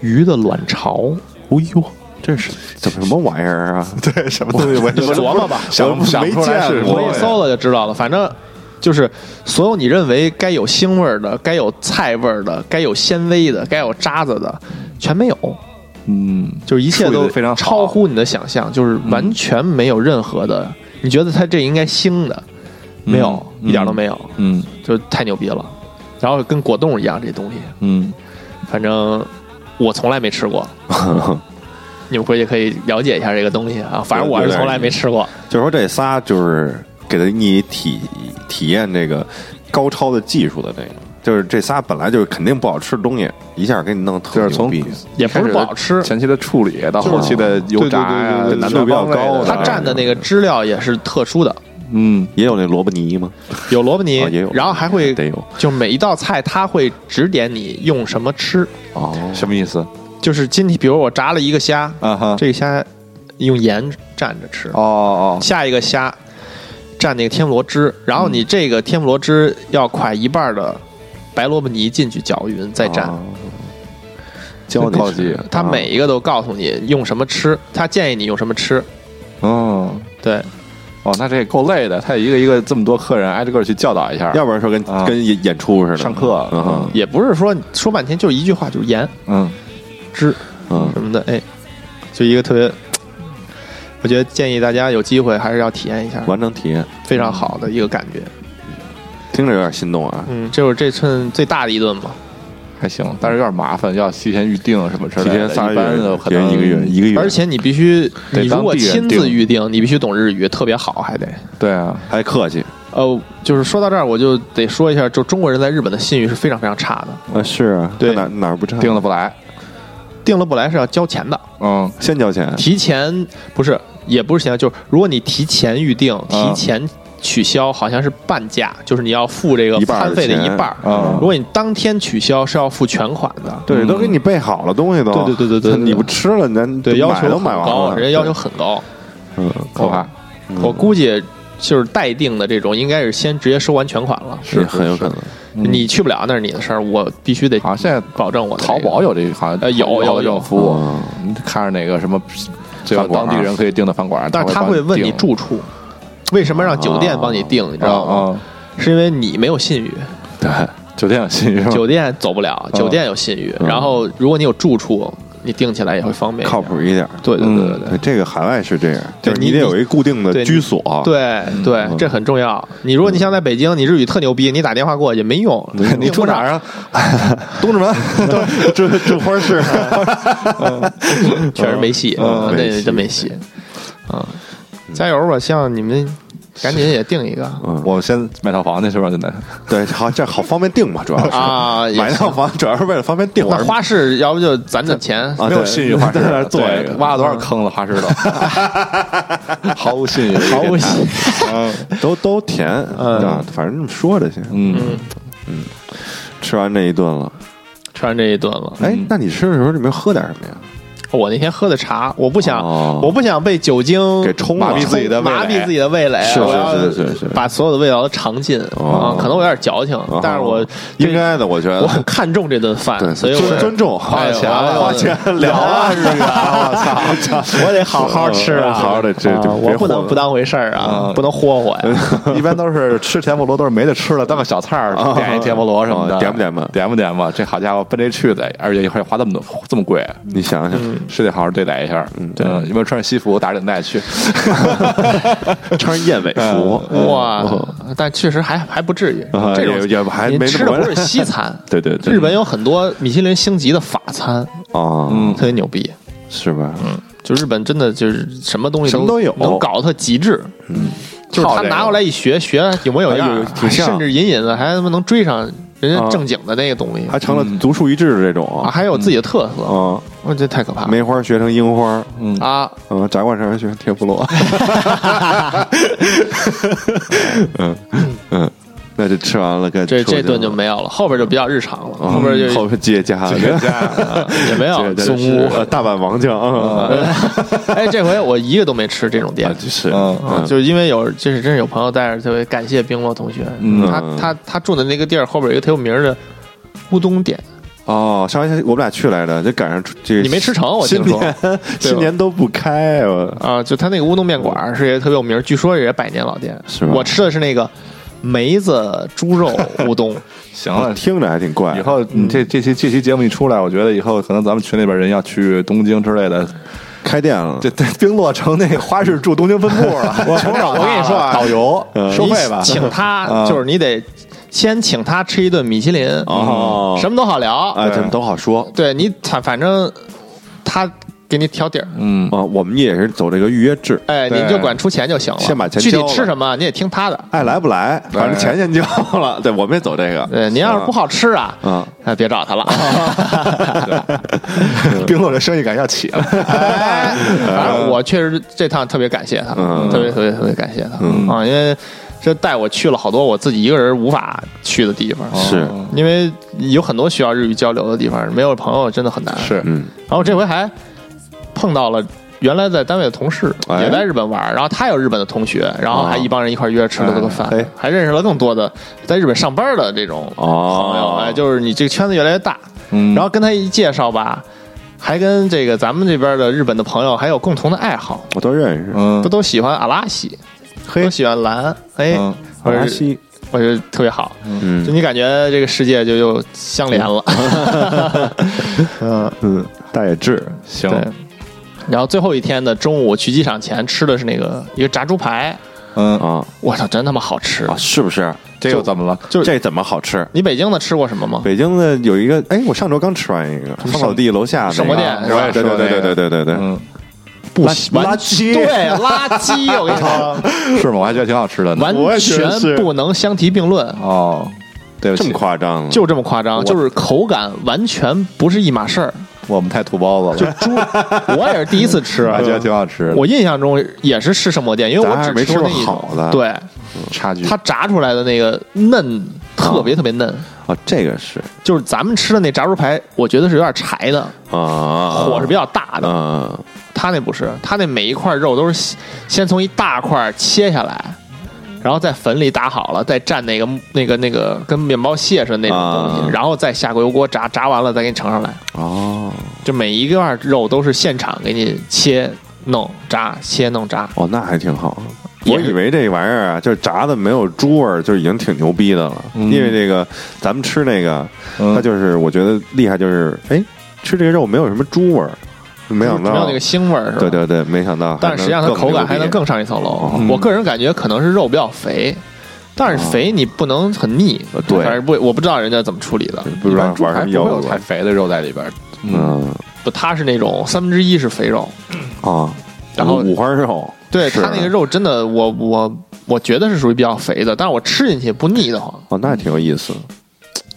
[SPEAKER 1] 鱼的卵巢。
[SPEAKER 3] 哎呦，这是怎么什么玩意儿啊？
[SPEAKER 2] 对，什么东西我也
[SPEAKER 1] 你们琢磨吧
[SPEAKER 2] 想不想
[SPEAKER 3] 没
[SPEAKER 2] 不出来
[SPEAKER 3] 见
[SPEAKER 2] 是什
[SPEAKER 3] 过
[SPEAKER 2] 么
[SPEAKER 1] 我
[SPEAKER 3] 呀
[SPEAKER 1] 一搜了就知道了。反正就是所有你认为该有腥味儿的、该有菜味儿的、该有纤维的、该有渣子的，全没有。
[SPEAKER 2] 嗯，
[SPEAKER 1] 就是一切
[SPEAKER 2] 处理
[SPEAKER 1] 都
[SPEAKER 2] 得非常好嗯
[SPEAKER 1] 超乎你的想象，就是完全没有任何的。你觉得它这应该腥的，没有，
[SPEAKER 2] 嗯
[SPEAKER 1] 一点都没有，
[SPEAKER 2] 嗯
[SPEAKER 1] 就太牛逼了。然后跟果冻一样，这东西，
[SPEAKER 2] 嗯，
[SPEAKER 1] 反正我从来没吃 过。你们回去可以了解一下这个东西啊，反正我是从来没吃过。
[SPEAKER 3] 就说这仨就是给了你体体验这个高超的技术的这个，就是这仨本来就是肯定不好吃的东西，一下给你弄特
[SPEAKER 2] 就是
[SPEAKER 3] 牛
[SPEAKER 2] 从
[SPEAKER 3] 逼。
[SPEAKER 1] 也不是不好吃
[SPEAKER 2] 前期的处理到后期的油炸呀，
[SPEAKER 3] 对对对对对对
[SPEAKER 2] 难度比较高的，
[SPEAKER 1] 它蘸的那个汁料也是特殊的，
[SPEAKER 2] 嗯
[SPEAKER 3] 也有那萝卜泥吗？
[SPEAKER 1] 有萝卜泥，
[SPEAKER 2] 啊
[SPEAKER 3] 哦也有
[SPEAKER 1] 然后还会
[SPEAKER 3] 得有
[SPEAKER 1] 就每一道菜它会指点你用什么吃，
[SPEAKER 3] 哦
[SPEAKER 2] 什么意思
[SPEAKER 1] 就是今天比如我炸了一个虾，
[SPEAKER 2] 啊哈？
[SPEAKER 1] 这个虾用盐蘸着吃，
[SPEAKER 2] 哦哦
[SPEAKER 1] 下一个虾蘸那个天妇罗汁，然后你
[SPEAKER 2] 嗯
[SPEAKER 1] 这个天妇罗汁要快一半的白萝卜泥进去搅匀再蘸。
[SPEAKER 3] 哦啊教你
[SPEAKER 2] 高
[SPEAKER 3] 吃
[SPEAKER 2] 级 啊
[SPEAKER 1] 它每一个都告诉你用什么吃，它建议你用什么吃。
[SPEAKER 2] 嗯
[SPEAKER 1] 对，
[SPEAKER 2] 哦，那这也够累的，他也一个一个这么多客人挨着个去教导一下，
[SPEAKER 3] 要不然说跟
[SPEAKER 2] 啊
[SPEAKER 3] 跟演演出似的
[SPEAKER 2] 上课
[SPEAKER 3] 嗯哼
[SPEAKER 1] 也不是说说半天就一句话，就是盐
[SPEAKER 2] 嗯
[SPEAKER 1] 汁。
[SPEAKER 3] 嗯，
[SPEAKER 1] 什么的，哎，就一个特别，我觉得建议大家有机会还是要体验一下，
[SPEAKER 3] 完整体验，
[SPEAKER 1] 非常好的一个感觉。
[SPEAKER 3] 听着有点心动啊。
[SPEAKER 1] 嗯，这是这趁最大的一顿嘛，
[SPEAKER 2] 还行，但是有点麻烦，要提前预定什么之
[SPEAKER 3] 提
[SPEAKER 2] 类的，
[SPEAKER 3] 前仨
[SPEAKER 2] 一
[SPEAKER 3] 月
[SPEAKER 2] 般的，可
[SPEAKER 3] 提前
[SPEAKER 2] 能
[SPEAKER 3] 一个月，一个月，
[SPEAKER 1] 而且你必须，
[SPEAKER 2] 得
[SPEAKER 1] 你如果
[SPEAKER 2] 当地人
[SPEAKER 1] 亲自预定，你必须懂日语，特别好，还得。
[SPEAKER 2] 对啊，
[SPEAKER 3] 还客气。
[SPEAKER 1] 呃，就是说到这儿，我就得说一下，就中国人在日本的信誉是非常非常差的，
[SPEAKER 3] 啊，是啊，
[SPEAKER 1] 对
[SPEAKER 3] 哪哪儿不差？
[SPEAKER 2] 定了不来，
[SPEAKER 1] 订了不来是要交钱的，
[SPEAKER 2] 嗯
[SPEAKER 3] 先交钱，
[SPEAKER 1] 提前不是，也不是钱，就是如果你提前预定，
[SPEAKER 3] 啊
[SPEAKER 1] 提前取消，好像是半价，就是你要付这个
[SPEAKER 3] 一半儿
[SPEAKER 1] 餐
[SPEAKER 3] 的
[SPEAKER 1] 费的一
[SPEAKER 3] 钱啊
[SPEAKER 1] 半儿。
[SPEAKER 2] 嗯
[SPEAKER 1] 如果你当天取消是要付全款的，
[SPEAKER 3] 对，
[SPEAKER 2] 嗯
[SPEAKER 3] 都给你备好了东西都。
[SPEAKER 1] 对对对对对对
[SPEAKER 3] 你不吃了，咱
[SPEAKER 1] 对，要求
[SPEAKER 3] 都
[SPEAKER 1] 很
[SPEAKER 3] 买完
[SPEAKER 1] 高，
[SPEAKER 3] 了，
[SPEAKER 1] 人家要求很高。
[SPEAKER 3] 嗯，
[SPEAKER 2] 可怕，
[SPEAKER 1] 我估计就是待定的这种，应该是先直接收完全款了。
[SPEAKER 3] 是嗯很有可能。
[SPEAKER 1] 你去不了那是你的事儿，我必须得
[SPEAKER 2] 好像现在
[SPEAKER 1] 保证我的这
[SPEAKER 2] 淘
[SPEAKER 1] 个
[SPEAKER 2] 宝有这个，好像
[SPEAKER 1] 呃有有
[SPEAKER 2] 有
[SPEAKER 1] 有
[SPEAKER 2] 这种服务
[SPEAKER 3] 嗯，
[SPEAKER 2] 你看着哪个什么，最后
[SPEAKER 3] 饭馆儿
[SPEAKER 2] 当地人可以订的饭馆儿，
[SPEAKER 1] 但是他
[SPEAKER 2] 帮
[SPEAKER 1] 会问你
[SPEAKER 2] 订
[SPEAKER 1] 住处，为什么让酒店帮你定？你知
[SPEAKER 2] 啊
[SPEAKER 1] 道吗？
[SPEAKER 2] 啊，
[SPEAKER 1] 是因为你没有信誉，
[SPEAKER 2] 对，酒店有信
[SPEAKER 3] 嗯
[SPEAKER 2] 誉是吧
[SPEAKER 1] 酒店走不了，酒店有信誉。然后如果你有住处，你定起来也会方便一点
[SPEAKER 3] 靠。谱一点。嗯
[SPEAKER 1] 对对对对对。
[SPEAKER 3] 对，这个海外是这样，就
[SPEAKER 1] 对
[SPEAKER 3] 是
[SPEAKER 1] 你
[SPEAKER 3] 你得有一固定
[SPEAKER 1] 对
[SPEAKER 3] 的
[SPEAKER 1] 你
[SPEAKER 3] 居所。
[SPEAKER 1] 对对，
[SPEAKER 3] 嗯
[SPEAKER 1] 这很重要。你如果你像在北京，你日语特牛逼，你打电话过去没用。
[SPEAKER 3] 嗯
[SPEAKER 2] 你住哪儿啊？ 东直门，
[SPEAKER 3] 这这 花市
[SPEAKER 1] 确实没戏，
[SPEAKER 3] 嗯
[SPEAKER 1] 那
[SPEAKER 3] 没
[SPEAKER 1] 也
[SPEAKER 3] 戏嗯
[SPEAKER 1] 真没戏。啊，加油吧！希望你们赶紧也定一个
[SPEAKER 2] 我先买套房去是吧？现在
[SPEAKER 3] 对，好，这好方便定嘛，主要是
[SPEAKER 1] 啊！也
[SPEAKER 3] 买
[SPEAKER 1] 行
[SPEAKER 3] 套房主要是为了方便定。
[SPEAKER 1] 那花市，要不就攒攒钱。
[SPEAKER 3] 啊
[SPEAKER 2] 没有
[SPEAKER 3] 对
[SPEAKER 2] 信誉 花市
[SPEAKER 3] 在那儿坐嗯
[SPEAKER 2] 对
[SPEAKER 3] 一个
[SPEAKER 2] 挖了多少坑了花市都， 毫无信誉，
[SPEAKER 1] 毫无戏，
[SPEAKER 3] 都都甜
[SPEAKER 1] 嗯
[SPEAKER 3] 啊，反正这么说着去。
[SPEAKER 2] 嗯，
[SPEAKER 3] 吃完这一顿了，
[SPEAKER 1] 吃完这一顿了。
[SPEAKER 3] 哎，那你吃的时候你们喝点什么呀？
[SPEAKER 1] 我那天喝的茶，我不想，
[SPEAKER 3] 哦
[SPEAKER 1] 我不想被酒精
[SPEAKER 3] 给冲了
[SPEAKER 2] 麻痹自己的味蕾
[SPEAKER 1] 麻痹自己的味蕾。
[SPEAKER 3] 是是
[SPEAKER 1] 我要
[SPEAKER 3] 是是是是
[SPEAKER 1] 把所有的味道都尝尽啊
[SPEAKER 3] 哦！
[SPEAKER 1] 可能我有点矫情，但是我
[SPEAKER 3] 哦应该的，我觉
[SPEAKER 1] 我
[SPEAKER 3] 得
[SPEAKER 1] 很看重这顿饭，
[SPEAKER 3] 对，
[SPEAKER 1] 所以我
[SPEAKER 3] 尊尊重，
[SPEAKER 1] 哎呦哎呦
[SPEAKER 3] 花钱聊啊，日语啊，我操！
[SPEAKER 1] 我得好好吃啊，
[SPEAKER 3] 嗯好好地吃
[SPEAKER 1] 啊
[SPEAKER 3] 就别
[SPEAKER 1] 我不
[SPEAKER 3] 霍
[SPEAKER 1] 能
[SPEAKER 3] 霍
[SPEAKER 1] 不当回事儿啊，不能霍霍呀。
[SPEAKER 2] 一般都是吃甜菠萝都是没得吃了，当个小菜儿点一甜菠萝什么的，
[SPEAKER 3] 哦啊点不点吧
[SPEAKER 2] 点不点吧？这好家伙奔这去的，而且还花这么多这么贵，
[SPEAKER 3] 你想想，
[SPEAKER 1] 嗯
[SPEAKER 2] 是得好好对待一下。嗯，对，有没有穿着西服打着领 带去？
[SPEAKER 3] 穿上燕尾服，
[SPEAKER 2] 啊
[SPEAKER 1] 哇，但确实还还不至于
[SPEAKER 3] 嗯啊，
[SPEAKER 1] 这
[SPEAKER 3] 也
[SPEAKER 1] 种
[SPEAKER 3] 也还
[SPEAKER 1] 你
[SPEAKER 3] 没那
[SPEAKER 1] 吃
[SPEAKER 3] 么
[SPEAKER 1] 的不是
[SPEAKER 3] 过来
[SPEAKER 1] 西餐，
[SPEAKER 3] 对对 对，
[SPEAKER 1] 日本有很多米其林星级的法餐，
[SPEAKER 3] 啊，
[SPEAKER 2] 嗯
[SPEAKER 1] 特别牛逼。
[SPEAKER 3] 是吧？
[SPEAKER 1] 就日本真的就是什么东西
[SPEAKER 3] 什么都有
[SPEAKER 1] 能搞得特极致。嗯，就是
[SPEAKER 2] 靠
[SPEAKER 1] 他
[SPEAKER 2] 这个
[SPEAKER 1] 拿过来一学，学有模有样
[SPEAKER 3] 哎有
[SPEAKER 1] 儿，
[SPEAKER 3] 挺像
[SPEAKER 1] 甚至隐隐的还他妈能追上人家
[SPEAKER 3] 啊
[SPEAKER 1] 正经的那个东西
[SPEAKER 3] 还成了独树一帜的这种
[SPEAKER 1] 嗯啊，还有自己的特色，
[SPEAKER 3] 啊，
[SPEAKER 1] 我觉得太可怕了
[SPEAKER 3] 梅花学成樱花，嗯
[SPEAKER 1] 啊！
[SPEAKER 3] 啊，炸灌成学成铁 妇罗，嗯嗯，那就吃完了，该
[SPEAKER 1] 这
[SPEAKER 3] 出去
[SPEAKER 1] 这顿就
[SPEAKER 3] 了
[SPEAKER 1] 没有了，后边就比较日常了，
[SPEAKER 3] 啊
[SPEAKER 1] 后边就
[SPEAKER 3] 后边接家了，
[SPEAKER 1] 也没有
[SPEAKER 3] 这这
[SPEAKER 1] 松
[SPEAKER 3] 是
[SPEAKER 1] 屋。嗯
[SPEAKER 3] 呃大阪王将啊，
[SPEAKER 1] 哎，这回我一个都没吃这种店
[SPEAKER 3] 啊，就是
[SPEAKER 2] 嗯
[SPEAKER 1] 啊，就是因为有，就是真是有朋友带着，特别感谢冰洛同学，
[SPEAKER 3] 嗯
[SPEAKER 1] 他他他住的那个地儿后边有一个特有名儿的乌冬店，
[SPEAKER 3] 哦，上回我们俩去来着，就赶上这
[SPEAKER 1] 你没吃成我听
[SPEAKER 3] 新
[SPEAKER 1] 说
[SPEAKER 3] 年新年都不开，我
[SPEAKER 1] 啊，就他那个乌冬面馆儿是也特别有名儿，据说也是百年老店。
[SPEAKER 3] 是吧
[SPEAKER 1] 我吃的是那个梅子猪肉乌 冬，
[SPEAKER 2] 行了，
[SPEAKER 3] 听着还挺怪
[SPEAKER 2] 以。后
[SPEAKER 3] 嗯
[SPEAKER 2] 你这这期这期节目一出来，我觉得以后可能咱们群里边人要去东京之类的，
[SPEAKER 3] 开店了，
[SPEAKER 2] 这这冰洛城那个花市驻东京分部了。我
[SPEAKER 1] 从小我跟你说啊
[SPEAKER 2] 导游
[SPEAKER 3] 嗯
[SPEAKER 2] 收费吧
[SPEAKER 1] 你，请他
[SPEAKER 2] 啊
[SPEAKER 1] 就是你得先请他吃一顿米其林，
[SPEAKER 3] 哦
[SPEAKER 1] 什么都好聊。
[SPEAKER 3] 啊，咱们都好说
[SPEAKER 1] 对你，他反正他给你挑底儿，
[SPEAKER 2] 嗯，
[SPEAKER 3] 啊。我们也是走这个预约制，
[SPEAKER 1] 哎，
[SPEAKER 2] 对
[SPEAKER 1] 你就管出钱就行了。
[SPEAKER 3] 先把钱
[SPEAKER 1] 具体
[SPEAKER 3] 交了
[SPEAKER 1] 吃什么你也听他的。
[SPEAKER 3] 爱来不来，反正钱先交 了。对，我们也走这个。
[SPEAKER 1] 对，您要是不好吃啊，
[SPEAKER 3] 嗯
[SPEAKER 1] 啊，别 找他了。
[SPEAKER 3] 嗯
[SPEAKER 2] 冰洛这生意感要起了。
[SPEAKER 1] 哎， 反正我确实这趟特别感谢他，
[SPEAKER 3] 嗯
[SPEAKER 1] 特别特别特别感谢他、啊，因为这带我去了好多我自己一个人无法去的地方，啊
[SPEAKER 3] 是，
[SPEAKER 1] 因为有很多需要日语交流的地方，没有朋友真的很难。，
[SPEAKER 2] 是，
[SPEAKER 3] 嗯，
[SPEAKER 1] 然后这回还碰到了。原来在单位的同事
[SPEAKER 3] 哎
[SPEAKER 1] 也在日本玩，然后他有日本的同学，然后还
[SPEAKER 3] 哦
[SPEAKER 1] 一帮人一块约吃了个饭，
[SPEAKER 3] 哎哎
[SPEAKER 1] 还认识了更多的在日本上班的这种朋友。
[SPEAKER 3] 哦，
[SPEAKER 1] 哎，就是你这个圈子越来越大，
[SPEAKER 2] 嗯
[SPEAKER 1] 然后跟他一介绍吧，还跟这个咱们这边的日本的朋友还有共同的爱好，
[SPEAKER 3] 我都认识。
[SPEAKER 2] 嗯
[SPEAKER 1] 不，都喜欢阿拉西，
[SPEAKER 3] 嘿
[SPEAKER 1] 都，喜欢蓝，哎
[SPEAKER 2] 嗯，
[SPEAKER 1] 我
[SPEAKER 3] 阿
[SPEAKER 1] 是
[SPEAKER 3] 西，
[SPEAKER 1] 我觉得特别好，就
[SPEAKER 3] 嗯
[SPEAKER 1] 你感觉这个世界就又相连了，嗯，
[SPEAKER 3] 嗯，大野智，
[SPEAKER 2] 行
[SPEAKER 1] 对。 然后最后一天的中午去机场前吃的是那个一个炸猪排，
[SPEAKER 2] 嗯，
[SPEAKER 3] 啊
[SPEAKER 1] 我操，真他妈好吃！
[SPEAKER 3] 啊，是不是？
[SPEAKER 2] 这又怎么了？
[SPEAKER 1] 就是
[SPEAKER 3] 这怎么好吃？
[SPEAKER 1] 你北京的吃过什么吗？
[SPEAKER 3] 北京的有一个，哎，我上周刚吃完一个，方老弟楼下那个
[SPEAKER 1] 什么店
[SPEAKER 3] 对对对对对对对对，
[SPEAKER 2] 嗯，
[SPEAKER 1] 不
[SPEAKER 3] 垃
[SPEAKER 1] 完
[SPEAKER 3] 圾
[SPEAKER 1] 对垃圾，我 跟你说，
[SPEAKER 2] 嗯是吗？我还觉得挺好吃的呢。
[SPEAKER 3] 啊我
[SPEAKER 1] 完
[SPEAKER 3] 也觉得
[SPEAKER 1] 全
[SPEAKER 3] 是
[SPEAKER 1] 不能相提并论。
[SPEAKER 2] 哦，对不
[SPEAKER 3] 这么
[SPEAKER 2] 起，
[SPEAKER 3] 夸张？
[SPEAKER 1] 就这么夸张，就是口感完全不是一码事儿。
[SPEAKER 2] 我们太土包子了，
[SPEAKER 1] 猪， 我也是第一次吃啊
[SPEAKER 2] 我，还觉得挺好吃的。
[SPEAKER 1] 嗯我印象中也是是圣魔店，因为我
[SPEAKER 3] 啊咱还
[SPEAKER 1] 只
[SPEAKER 3] 是没
[SPEAKER 1] 吃过
[SPEAKER 3] 吃
[SPEAKER 1] 那
[SPEAKER 3] 过
[SPEAKER 1] 一
[SPEAKER 3] 好
[SPEAKER 1] 种。
[SPEAKER 3] 的
[SPEAKER 1] 对，
[SPEAKER 2] 差距
[SPEAKER 1] 它炸出来的那个嫩，特别特别嫩，
[SPEAKER 3] 啊，这个是
[SPEAKER 1] 就是咱们吃的那炸猪排，我觉得是有点柴的，
[SPEAKER 3] 啊，
[SPEAKER 1] 火是比较大的。
[SPEAKER 3] 啊，
[SPEAKER 1] 它那不是，它那每一块肉都是先先从一大块切下来，然后在粉里打好了，再蘸那个那个那个跟面包屑似的那种东西，
[SPEAKER 3] 啊
[SPEAKER 1] 然后再下过油锅炸，炸完了再给你盛上来。
[SPEAKER 3] 哦
[SPEAKER 1] 就每一个块肉都是现场给你切弄炸，切弄炸。
[SPEAKER 3] 哦，那还挺好。
[SPEAKER 1] 也
[SPEAKER 3] 我以为这玩意儿啊，就是炸的没有猪味儿，就已经挺牛逼的了。
[SPEAKER 2] 嗯
[SPEAKER 3] 因为这个，咱们吃那个，
[SPEAKER 2] 嗯
[SPEAKER 3] 它就是我觉得厉害，就是哎，吃这个肉没有什么猪味儿，没想到
[SPEAKER 1] 没有那个腥味儿，是吧？
[SPEAKER 3] 啊对对对，没想到
[SPEAKER 1] 但
[SPEAKER 3] 还能更牛逼，
[SPEAKER 1] 是实际上它口感还能更上一层楼。
[SPEAKER 3] 嗯
[SPEAKER 1] 我个人感觉可能是肉比较肥，但是肥你不能很腻，
[SPEAKER 3] 哦对
[SPEAKER 1] 反正不我不知道人家怎么处理的。
[SPEAKER 3] 不知道
[SPEAKER 2] 猪
[SPEAKER 3] 玩什
[SPEAKER 2] 排
[SPEAKER 3] 么
[SPEAKER 2] 不
[SPEAKER 3] 药
[SPEAKER 2] 会有
[SPEAKER 3] 物
[SPEAKER 2] 太肥的肉在里边儿，
[SPEAKER 3] 嗯
[SPEAKER 1] 不，它是那种三分之一是肥肉，
[SPEAKER 3] 啊，
[SPEAKER 1] 然后
[SPEAKER 3] 五花肉
[SPEAKER 1] 对
[SPEAKER 3] 是
[SPEAKER 1] 它那个肉真的，我我我觉得是属于比较肥的，但是我吃进去不腻得慌。
[SPEAKER 3] 哦，那挺有意思。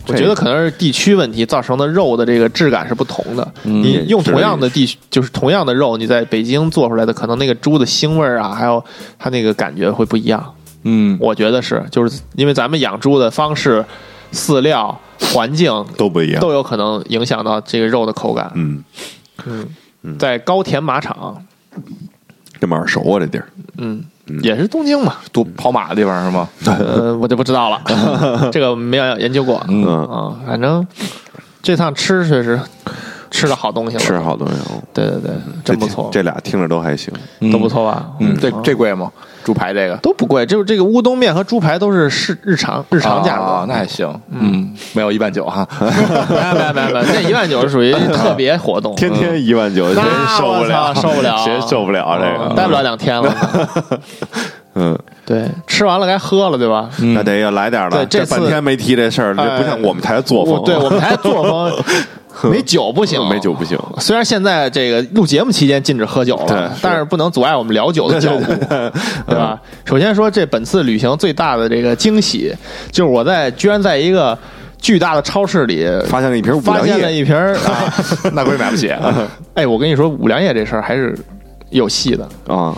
[SPEAKER 1] 我觉得可能是地区问题造成的肉的这个质感是不同的。
[SPEAKER 3] 嗯
[SPEAKER 1] 你用同样的地区，就是同样的肉，你在北京做出来的，可能那个猪的腥味儿啊，还有它那个感觉会不一样。
[SPEAKER 2] 嗯，
[SPEAKER 1] 我觉得是，就是因为咱们养猪的方式、饲料、环境
[SPEAKER 3] 都不一样
[SPEAKER 1] 都有可能影响到这个肉的口感。
[SPEAKER 3] 嗯，
[SPEAKER 1] 嗯，在高田马场，
[SPEAKER 3] 这么耳熟啊，这地儿
[SPEAKER 1] 嗯，也是东京嘛，
[SPEAKER 2] 都跑马的地方是吗？
[SPEAKER 1] 呃，我就不知道了，这个没有研究过。嗯啊，反正这趟吃确实吃了好东西了，
[SPEAKER 3] 吃好东西，
[SPEAKER 1] 对对对，
[SPEAKER 3] 这
[SPEAKER 1] 真不错，
[SPEAKER 3] 这俩听着都还行。
[SPEAKER 1] 都不错吧？
[SPEAKER 2] 嗯，这这贵吗？猪排这个
[SPEAKER 1] 都不贵，就是这个乌冬面和猪排都是市日常日常价格，
[SPEAKER 2] 啊那还行，嗯，没有一万九哈，
[SPEAKER 1] 没有没有没有，这一万九是属于特别活动，
[SPEAKER 3] 天天一万九，谁
[SPEAKER 1] 那
[SPEAKER 3] 受不
[SPEAKER 1] 我操
[SPEAKER 3] 了？
[SPEAKER 1] 受不了，
[SPEAKER 3] 谁受不了这
[SPEAKER 1] 嗯
[SPEAKER 3] 个？
[SPEAKER 1] 待不了两天了。
[SPEAKER 3] 嗯，
[SPEAKER 1] 对，吃完了该喝了，对吧？
[SPEAKER 3] 那得要来点儿了。
[SPEAKER 1] 嗯对这次哎
[SPEAKER 3] 半天没提这事儿，这不像我们台的作
[SPEAKER 1] 我
[SPEAKER 3] 风。
[SPEAKER 1] 对我们台作风，没酒不行，
[SPEAKER 3] 没酒不行。
[SPEAKER 1] 虽然现在这个录节目期间禁止喝酒
[SPEAKER 3] 对
[SPEAKER 1] 了
[SPEAKER 3] 是，
[SPEAKER 1] 但是不能阻碍我们聊酒的脚步，对吧？首先说，这本次旅行最大的这个惊喜，就是我在居然在一个巨大的超市里
[SPEAKER 3] 发现了一瓶五
[SPEAKER 1] 发
[SPEAKER 3] 粮
[SPEAKER 1] 现了
[SPEAKER 3] 液，
[SPEAKER 1] 一瓶儿。啊
[SPEAKER 2] 那估计买不起。
[SPEAKER 1] 哎，我跟你说，五粮液这事儿还是有戏的，
[SPEAKER 3] 啊！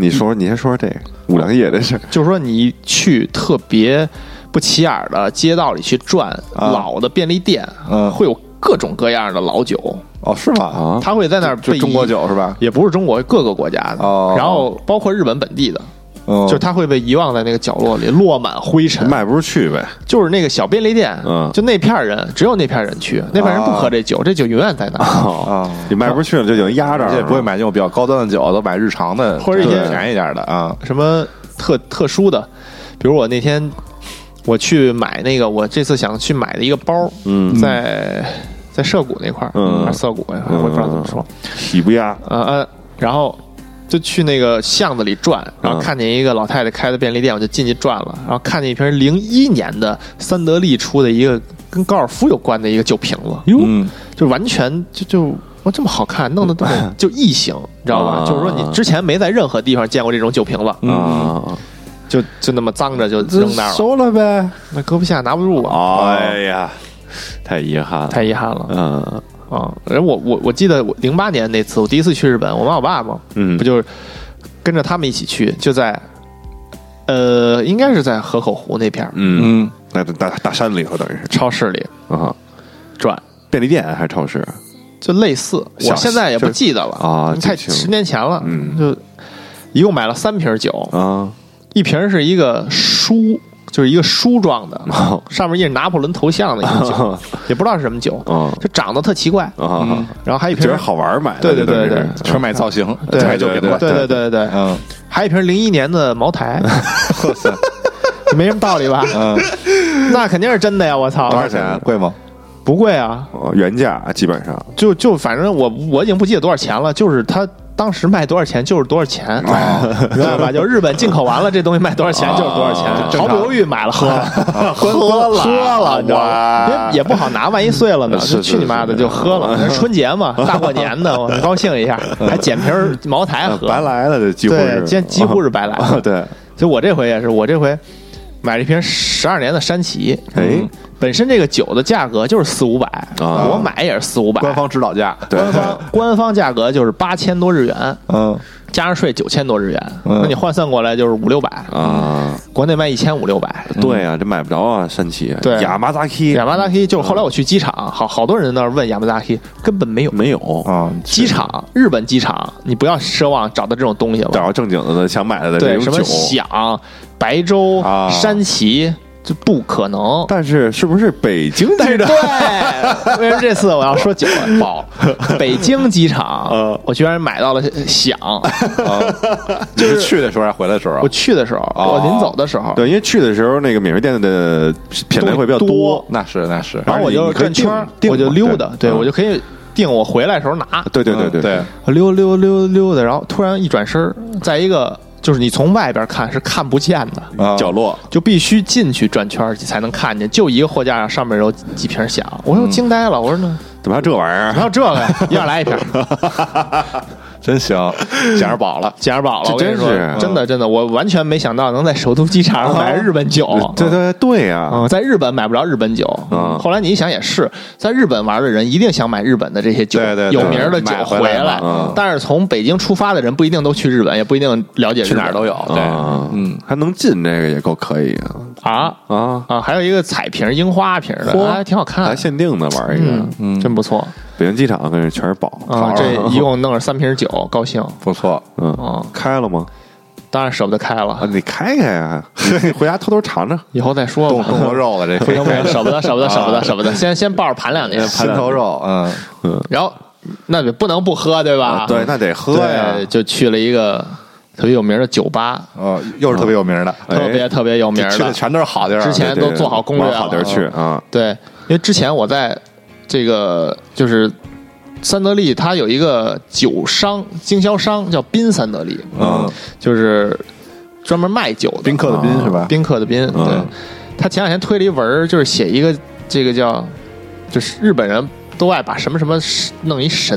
[SPEAKER 3] 你说，你先说这个五粮液这事儿，
[SPEAKER 1] 就是说你去特别不起眼儿的街道里去转
[SPEAKER 2] 啊
[SPEAKER 1] 老的便利店，
[SPEAKER 2] 嗯
[SPEAKER 1] 会有各种各样的老酒，
[SPEAKER 2] 哦，是吗？
[SPEAKER 3] 啊
[SPEAKER 1] 他会在那儿
[SPEAKER 2] 就
[SPEAKER 1] 被
[SPEAKER 2] 中国酒是吧？
[SPEAKER 1] 也不是中国各个国家的，
[SPEAKER 2] 哦
[SPEAKER 1] 然后包括日本本地的，
[SPEAKER 2] 嗯，
[SPEAKER 1] 就是它会被遗忘在那个角落里，落满灰尘。
[SPEAKER 3] 卖不出去呗。
[SPEAKER 1] 就是那个小便利店，
[SPEAKER 3] 嗯
[SPEAKER 1] 就那片儿人，只有那片儿人去，那片儿
[SPEAKER 2] 啊
[SPEAKER 1] 人不喝这酒，这酒永远在那儿。
[SPEAKER 3] 哦，你卖不出去了就已经压着
[SPEAKER 2] 而
[SPEAKER 3] 了，
[SPEAKER 2] 且不会买那种比较高端的酒，都买日常的
[SPEAKER 1] 或者一些
[SPEAKER 2] 对便宜一点的啊。
[SPEAKER 1] 什么特特殊的，比如我那天我去买那个，我这次想去买的一个包，
[SPEAKER 3] 嗯
[SPEAKER 1] 在在涉谷那块儿，
[SPEAKER 3] 嗯
[SPEAKER 1] 还是涩谷那块儿，
[SPEAKER 3] 嗯
[SPEAKER 1] 我也不知道怎么说，
[SPEAKER 3] 起不压。
[SPEAKER 1] 呃呃，然后就去那个巷子里转，然后
[SPEAKER 3] 嗯
[SPEAKER 1] 看见一个老太太开的便利店，我就进去转了，然后看见一瓶零一年的三得利出的一个跟高尔夫有关的一个酒瓶子，哟
[SPEAKER 2] 嗯
[SPEAKER 1] 就完全就就哇这么好看，弄得 这么就异形，你知道吧？
[SPEAKER 3] 啊
[SPEAKER 1] 就是说你之前没在任何地方见过这种酒瓶子，
[SPEAKER 3] 啊！
[SPEAKER 1] 就就那么脏着就扔那儿了，
[SPEAKER 2] 收了呗。
[SPEAKER 1] 那搁不下拿不住啊，
[SPEAKER 3] 哎呀，太遗憾了。
[SPEAKER 1] 太遗憾了
[SPEAKER 3] 嗯
[SPEAKER 1] 啊！然后我我我记得我零八年那次我第一次去日本，我妈我爸嘛，
[SPEAKER 3] 嗯
[SPEAKER 1] 不就是跟着他们一起去，就在呃应该是在河口湖那片儿
[SPEAKER 3] 嗯，
[SPEAKER 2] 嗯，
[SPEAKER 3] 那大大山里头等于是
[SPEAKER 1] 超市里
[SPEAKER 3] 啊，
[SPEAKER 1] 转。
[SPEAKER 3] 便利店还是超市？
[SPEAKER 1] 就类似，
[SPEAKER 3] 小
[SPEAKER 1] 我现在也不
[SPEAKER 3] 就是
[SPEAKER 1] 记得了
[SPEAKER 3] 啊
[SPEAKER 1] 太
[SPEAKER 3] 就挺
[SPEAKER 1] 十年前了，
[SPEAKER 3] 嗯
[SPEAKER 1] 就一共买了三瓶酒，
[SPEAKER 3] 啊，
[SPEAKER 1] 一瓶是一个书，就是一个书状的，
[SPEAKER 3] 哦
[SPEAKER 1] 上面印着拿破仑头像的一个 酒，也不知道是什么酒，
[SPEAKER 3] 哦
[SPEAKER 1] 就长得特奇怪。
[SPEAKER 3] 啊，
[SPEAKER 1] 然后还有一
[SPEAKER 3] 觉
[SPEAKER 1] 瓶
[SPEAKER 3] 得，好玩买的，
[SPEAKER 1] 对对
[SPEAKER 3] 就等于
[SPEAKER 1] 对
[SPEAKER 3] 是
[SPEAKER 2] 全买造型，
[SPEAKER 1] 对
[SPEAKER 2] 买酒给
[SPEAKER 3] 对
[SPEAKER 2] 多。
[SPEAKER 1] 对对对对对，
[SPEAKER 2] 嗯
[SPEAKER 1] 还有一瓶零一年的茅台， 没什么道理吧？
[SPEAKER 2] 嗯，
[SPEAKER 1] 那肯定是真的呀！我操，
[SPEAKER 2] 多少钱？贵吗？
[SPEAKER 1] 不贵啊，
[SPEAKER 3] 哦原价基本上
[SPEAKER 1] 就就反正我我已经不记得多少钱了，就是他当时卖多少钱就是多少钱，明白吧？就日本进口完了这东西卖多少钱就是多少
[SPEAKER 3] 啊
[SPEAKER 1] 钱，毫不犹豫买了喝了，喝了喝了，你知道吗？
[SPEAKER 3] 哇
[SPEAKER 1] 也也不好拿，万一碎了呢？
[SPEAKER 3] 是
[SPEAKER 1] 就是去你妈的就喝了，那春节嘛，大过年的，我高兴一下，还捡瓶儿茅台喝，
[SPEAKER 3] 嗯白来了，这几乎
[SPEAKER 1] 对，
[SPEAKER 3] 是
[SPEAKER 1] 今几乎是白来
[SPEAKER 3] 啊，
[SPEAKER 1] 的。
[SPEAKER 3] 对，
[SPEAKER 1] 所以我这回也是，我这回买了一瓶十二年的山崎，嗯
[SPEAKER 3] 哎
[SPEAKER 1] 本身这个酒的价格就是四五百，
[SPEAKER 3] 啊
[SPEAKER 1] 我买也是四五百，
[SPEAKER 2] 官方指导价。
[SPEAKER 3] 对，
[SPEAKER 1] 官方价格就是八千多日元，
[SPEAKER 3] 啊
[SPEAKER 2] 嗯，
[SPEAKER 1] 加上税九千多日元，
[SPEAKER 2] 嗯
[SPEAKER 1] 那你换算过来就是五六百，
[SPEAKER 3] 啊，
[SPEAKER 1] 国内卖一千五六百。
[SPEAKER 3] 对啊，这买不着啊，山崎
[SPEAKER 1] 对
[SPEAKER 3] 雅马扎基
[SPEAKER 1] 雅马扎基就是后来我去机场，好好多人那儿问雅马扎基，根本没有。
[SPEAKER 3] 没有，
[SPEAKER 2] 啊，
[SPEAKER 1] 机场，日本机场，你不要奢望找到这种东西
[SPEAKER 3] 找
[SPEAKER 1] 了。
[SPEAKER 3] 着正经的想买的这
[SPEAKER 1] 对，什
[SPEAKER 3] 种
[SPEAKER 1] 么
[SPEAKER 3] 酒。
[SPEAKER 1] 响、白粥、
[SPEAKER 3] 啊
[SPEAKER 1] 山崎，这不可能。
[SPEAKER 3] 但是是不是北京
[SPEAKER 1] 但
[SPEAKER 3] 机
[SPEAKER 1] 是
[SPEAKER 3] 场？
[SPEAKER 1] 对，为什么这次我要说酒了？爆！北京机场
[SPEAKER 3] 嗯，
[SPEAKER 1] 我居然买到了响。
[SPEAKER 3] 哎
[SPEAKER 2] 你是去的时候还是回来的
[SPEAKER 3] 啊
[SPEAKER 2] 时候
[SPEAKER 1] 我？去的时候，我临走的时候，
[SPEAKER 3] 哦对，因为去的时候那个免税店的品类会比较
[SPEAKER 1] 多
[SPEAKER 3] 多，
[SPEAKER 2] 那是那是，
[SPEAKER 1] 然后我就
[SPEAKER 3] 你可以
[SPEAKER 1] 转圈儿，
[SPEAKER 3] 定定
[SPEAKER 1] 我就
[SPEAKER 3] 嘛
[SPEAKER 1] 溜达，对
[SPEAKER 3] 对嗯
[SPEAKER 1] 我就可以定我回来的时候拿。
[SPEAKER 3] 对对对
[SPEAKER 2] 对
[SPEAKER 3] 对，
[SPEAKER 1] 我溜溜溜溜达，然后突然一转身儿，在一个就是你从外边看是看不见的，
[SPEAKER 2] 啊
[SPEAKER 3] 角落
[SPEAKER 1] 就必须进去转圈儿才能看见，就一个货架上上面有几瓶响，我
[SPEAKER 3] 嗯
[SPEAKER 1] 说我惊呆了，我说 呢，
[SPEAKER 3] 怎么还有这玩意
[SPEAKER 1] 哪
[SPEAKER 3] 儿？
[SPEAKER 1] 有这个呀？一样来一瓶儿，
[SPEAKER 2] 真行，
[SPEAKER 3] 嗯
[SPEAKER 2] 捡着宝了。
[SPEAKER 1] 捡着宝了，
[SPEAKER 3] 这
[SPEAKER 1] 我跟你
[SPEAKER 3] 真
[SPEAKER 1] 说
[SPEAKER 3] 是
[SPEAKER 1] 真的真的，我完全没想到能在首都机场买日本酒，
[SPEAKER 3] 对对对呀，
[SPEAKER 1] 嗯，在日本买不着日本酒。
[SPEAKER 3] 嗯
[SPEAKER 1] 后来你一想也是，在日本玩的人一定想买日本的这些酒，
[SPEAKER 2] 对对对
[SPEAKER 1] 有名儿的酒
[SPEAKER 2] 买回
[SPEAKER 1] 回
[SPEAKER 2] 来
[SPEAKER 1] 来。
[SPEAKER 2] 了
[SPEAKER 3] 嗯
[SPEAKER 1] 但是从北京出发的人不一定都去日本，也不一定了解日本
[SPEAKER 2] 去哪儿都有对
[SPEAKER 3] 啊
[SPEAKER 2] 嗯，
[SPEAKER 3] 还能进这个也够可以啊
[SPEAKER 1] 啊
[SPEAKER 3] 啊！
[SPEAKER 1] 啊！还有一个彩瓶、樱花瓶的，
[SPEAKER 3] 嚯
[SPEAKER 1] 还挺好看
[SPEAKER 3] 还。限定的玩一个
[SPEAKER 1] 嗯，嗯，真不错
[SPEAKER 3] 北京机场跟全是宝
[SPEAKER 1] 啊！这一共弄了三瓶酒，高兴
[SPEAKER 2] 不错，
[SPEAKER 3] 嗯
[SPEAKER 1] 啊！
[SPEAKER 3] 开了吗？
[SPEAKER 1] 当然舍不得开
[SPEAKER 3] 啊，
[SPEAKER 1] 了，
[SPEAKER 3] 你开开啊，你 回家偷偷尝尝。
[SPEAKER 1] 以后再说
[SPEAKER 2] 冻
[SPEAKER 1] 吧。
[SPEAKER 2] 冻了肉了，这
[SPEAKER 1] 不行不行，舍不得舍不得舍不得舍不得，先先抱着盘两年，
[SPEAKER 2] 心头肉，嗯，
[SPEAKER 1] 然后那就不能不喝对吧？
[SPEAKER 3] 啊对，那得喝呀
[SPEAKER 1] 对，。就去了一个特别有名的酒吧，
[SPEAKER 2] 哦，又是特别有名的，
[SPEAKER 3] 哎
[SPEAKER 1] 特别特别有名
[SPEAKER 2] 去的
[SPEAKER 1] 的。
[SPEAKER 2] 全都是好地嗯儿。
[SPEAKER 1] 之前
[SPEAKER 3] 对
[SPEAKER 1] 都做好攻略
[SPEAKER 3] 往好地儿
[SPEAKER 1] 了
[SPEAKER 3] 去啊，
[SPEAKER 1] 对，因为之前我在这个就是三得利，它有一个酒商经销商叫宾三得利，
[SPEAKER 3] 啊
[SPEAKER 2] 嗯，
[SPEAKER 1] 就是专门卖酒的，
[SPEAKER 2] 宾客的宾是吧？
[SPEAKER 1] 宾客的宾。
[SPEAKER 3] 啊
[SPEAKER 1] 对，他前两天推了一文儿，就是写一个这个叫就是日本人。都爱把什么什么弄一神，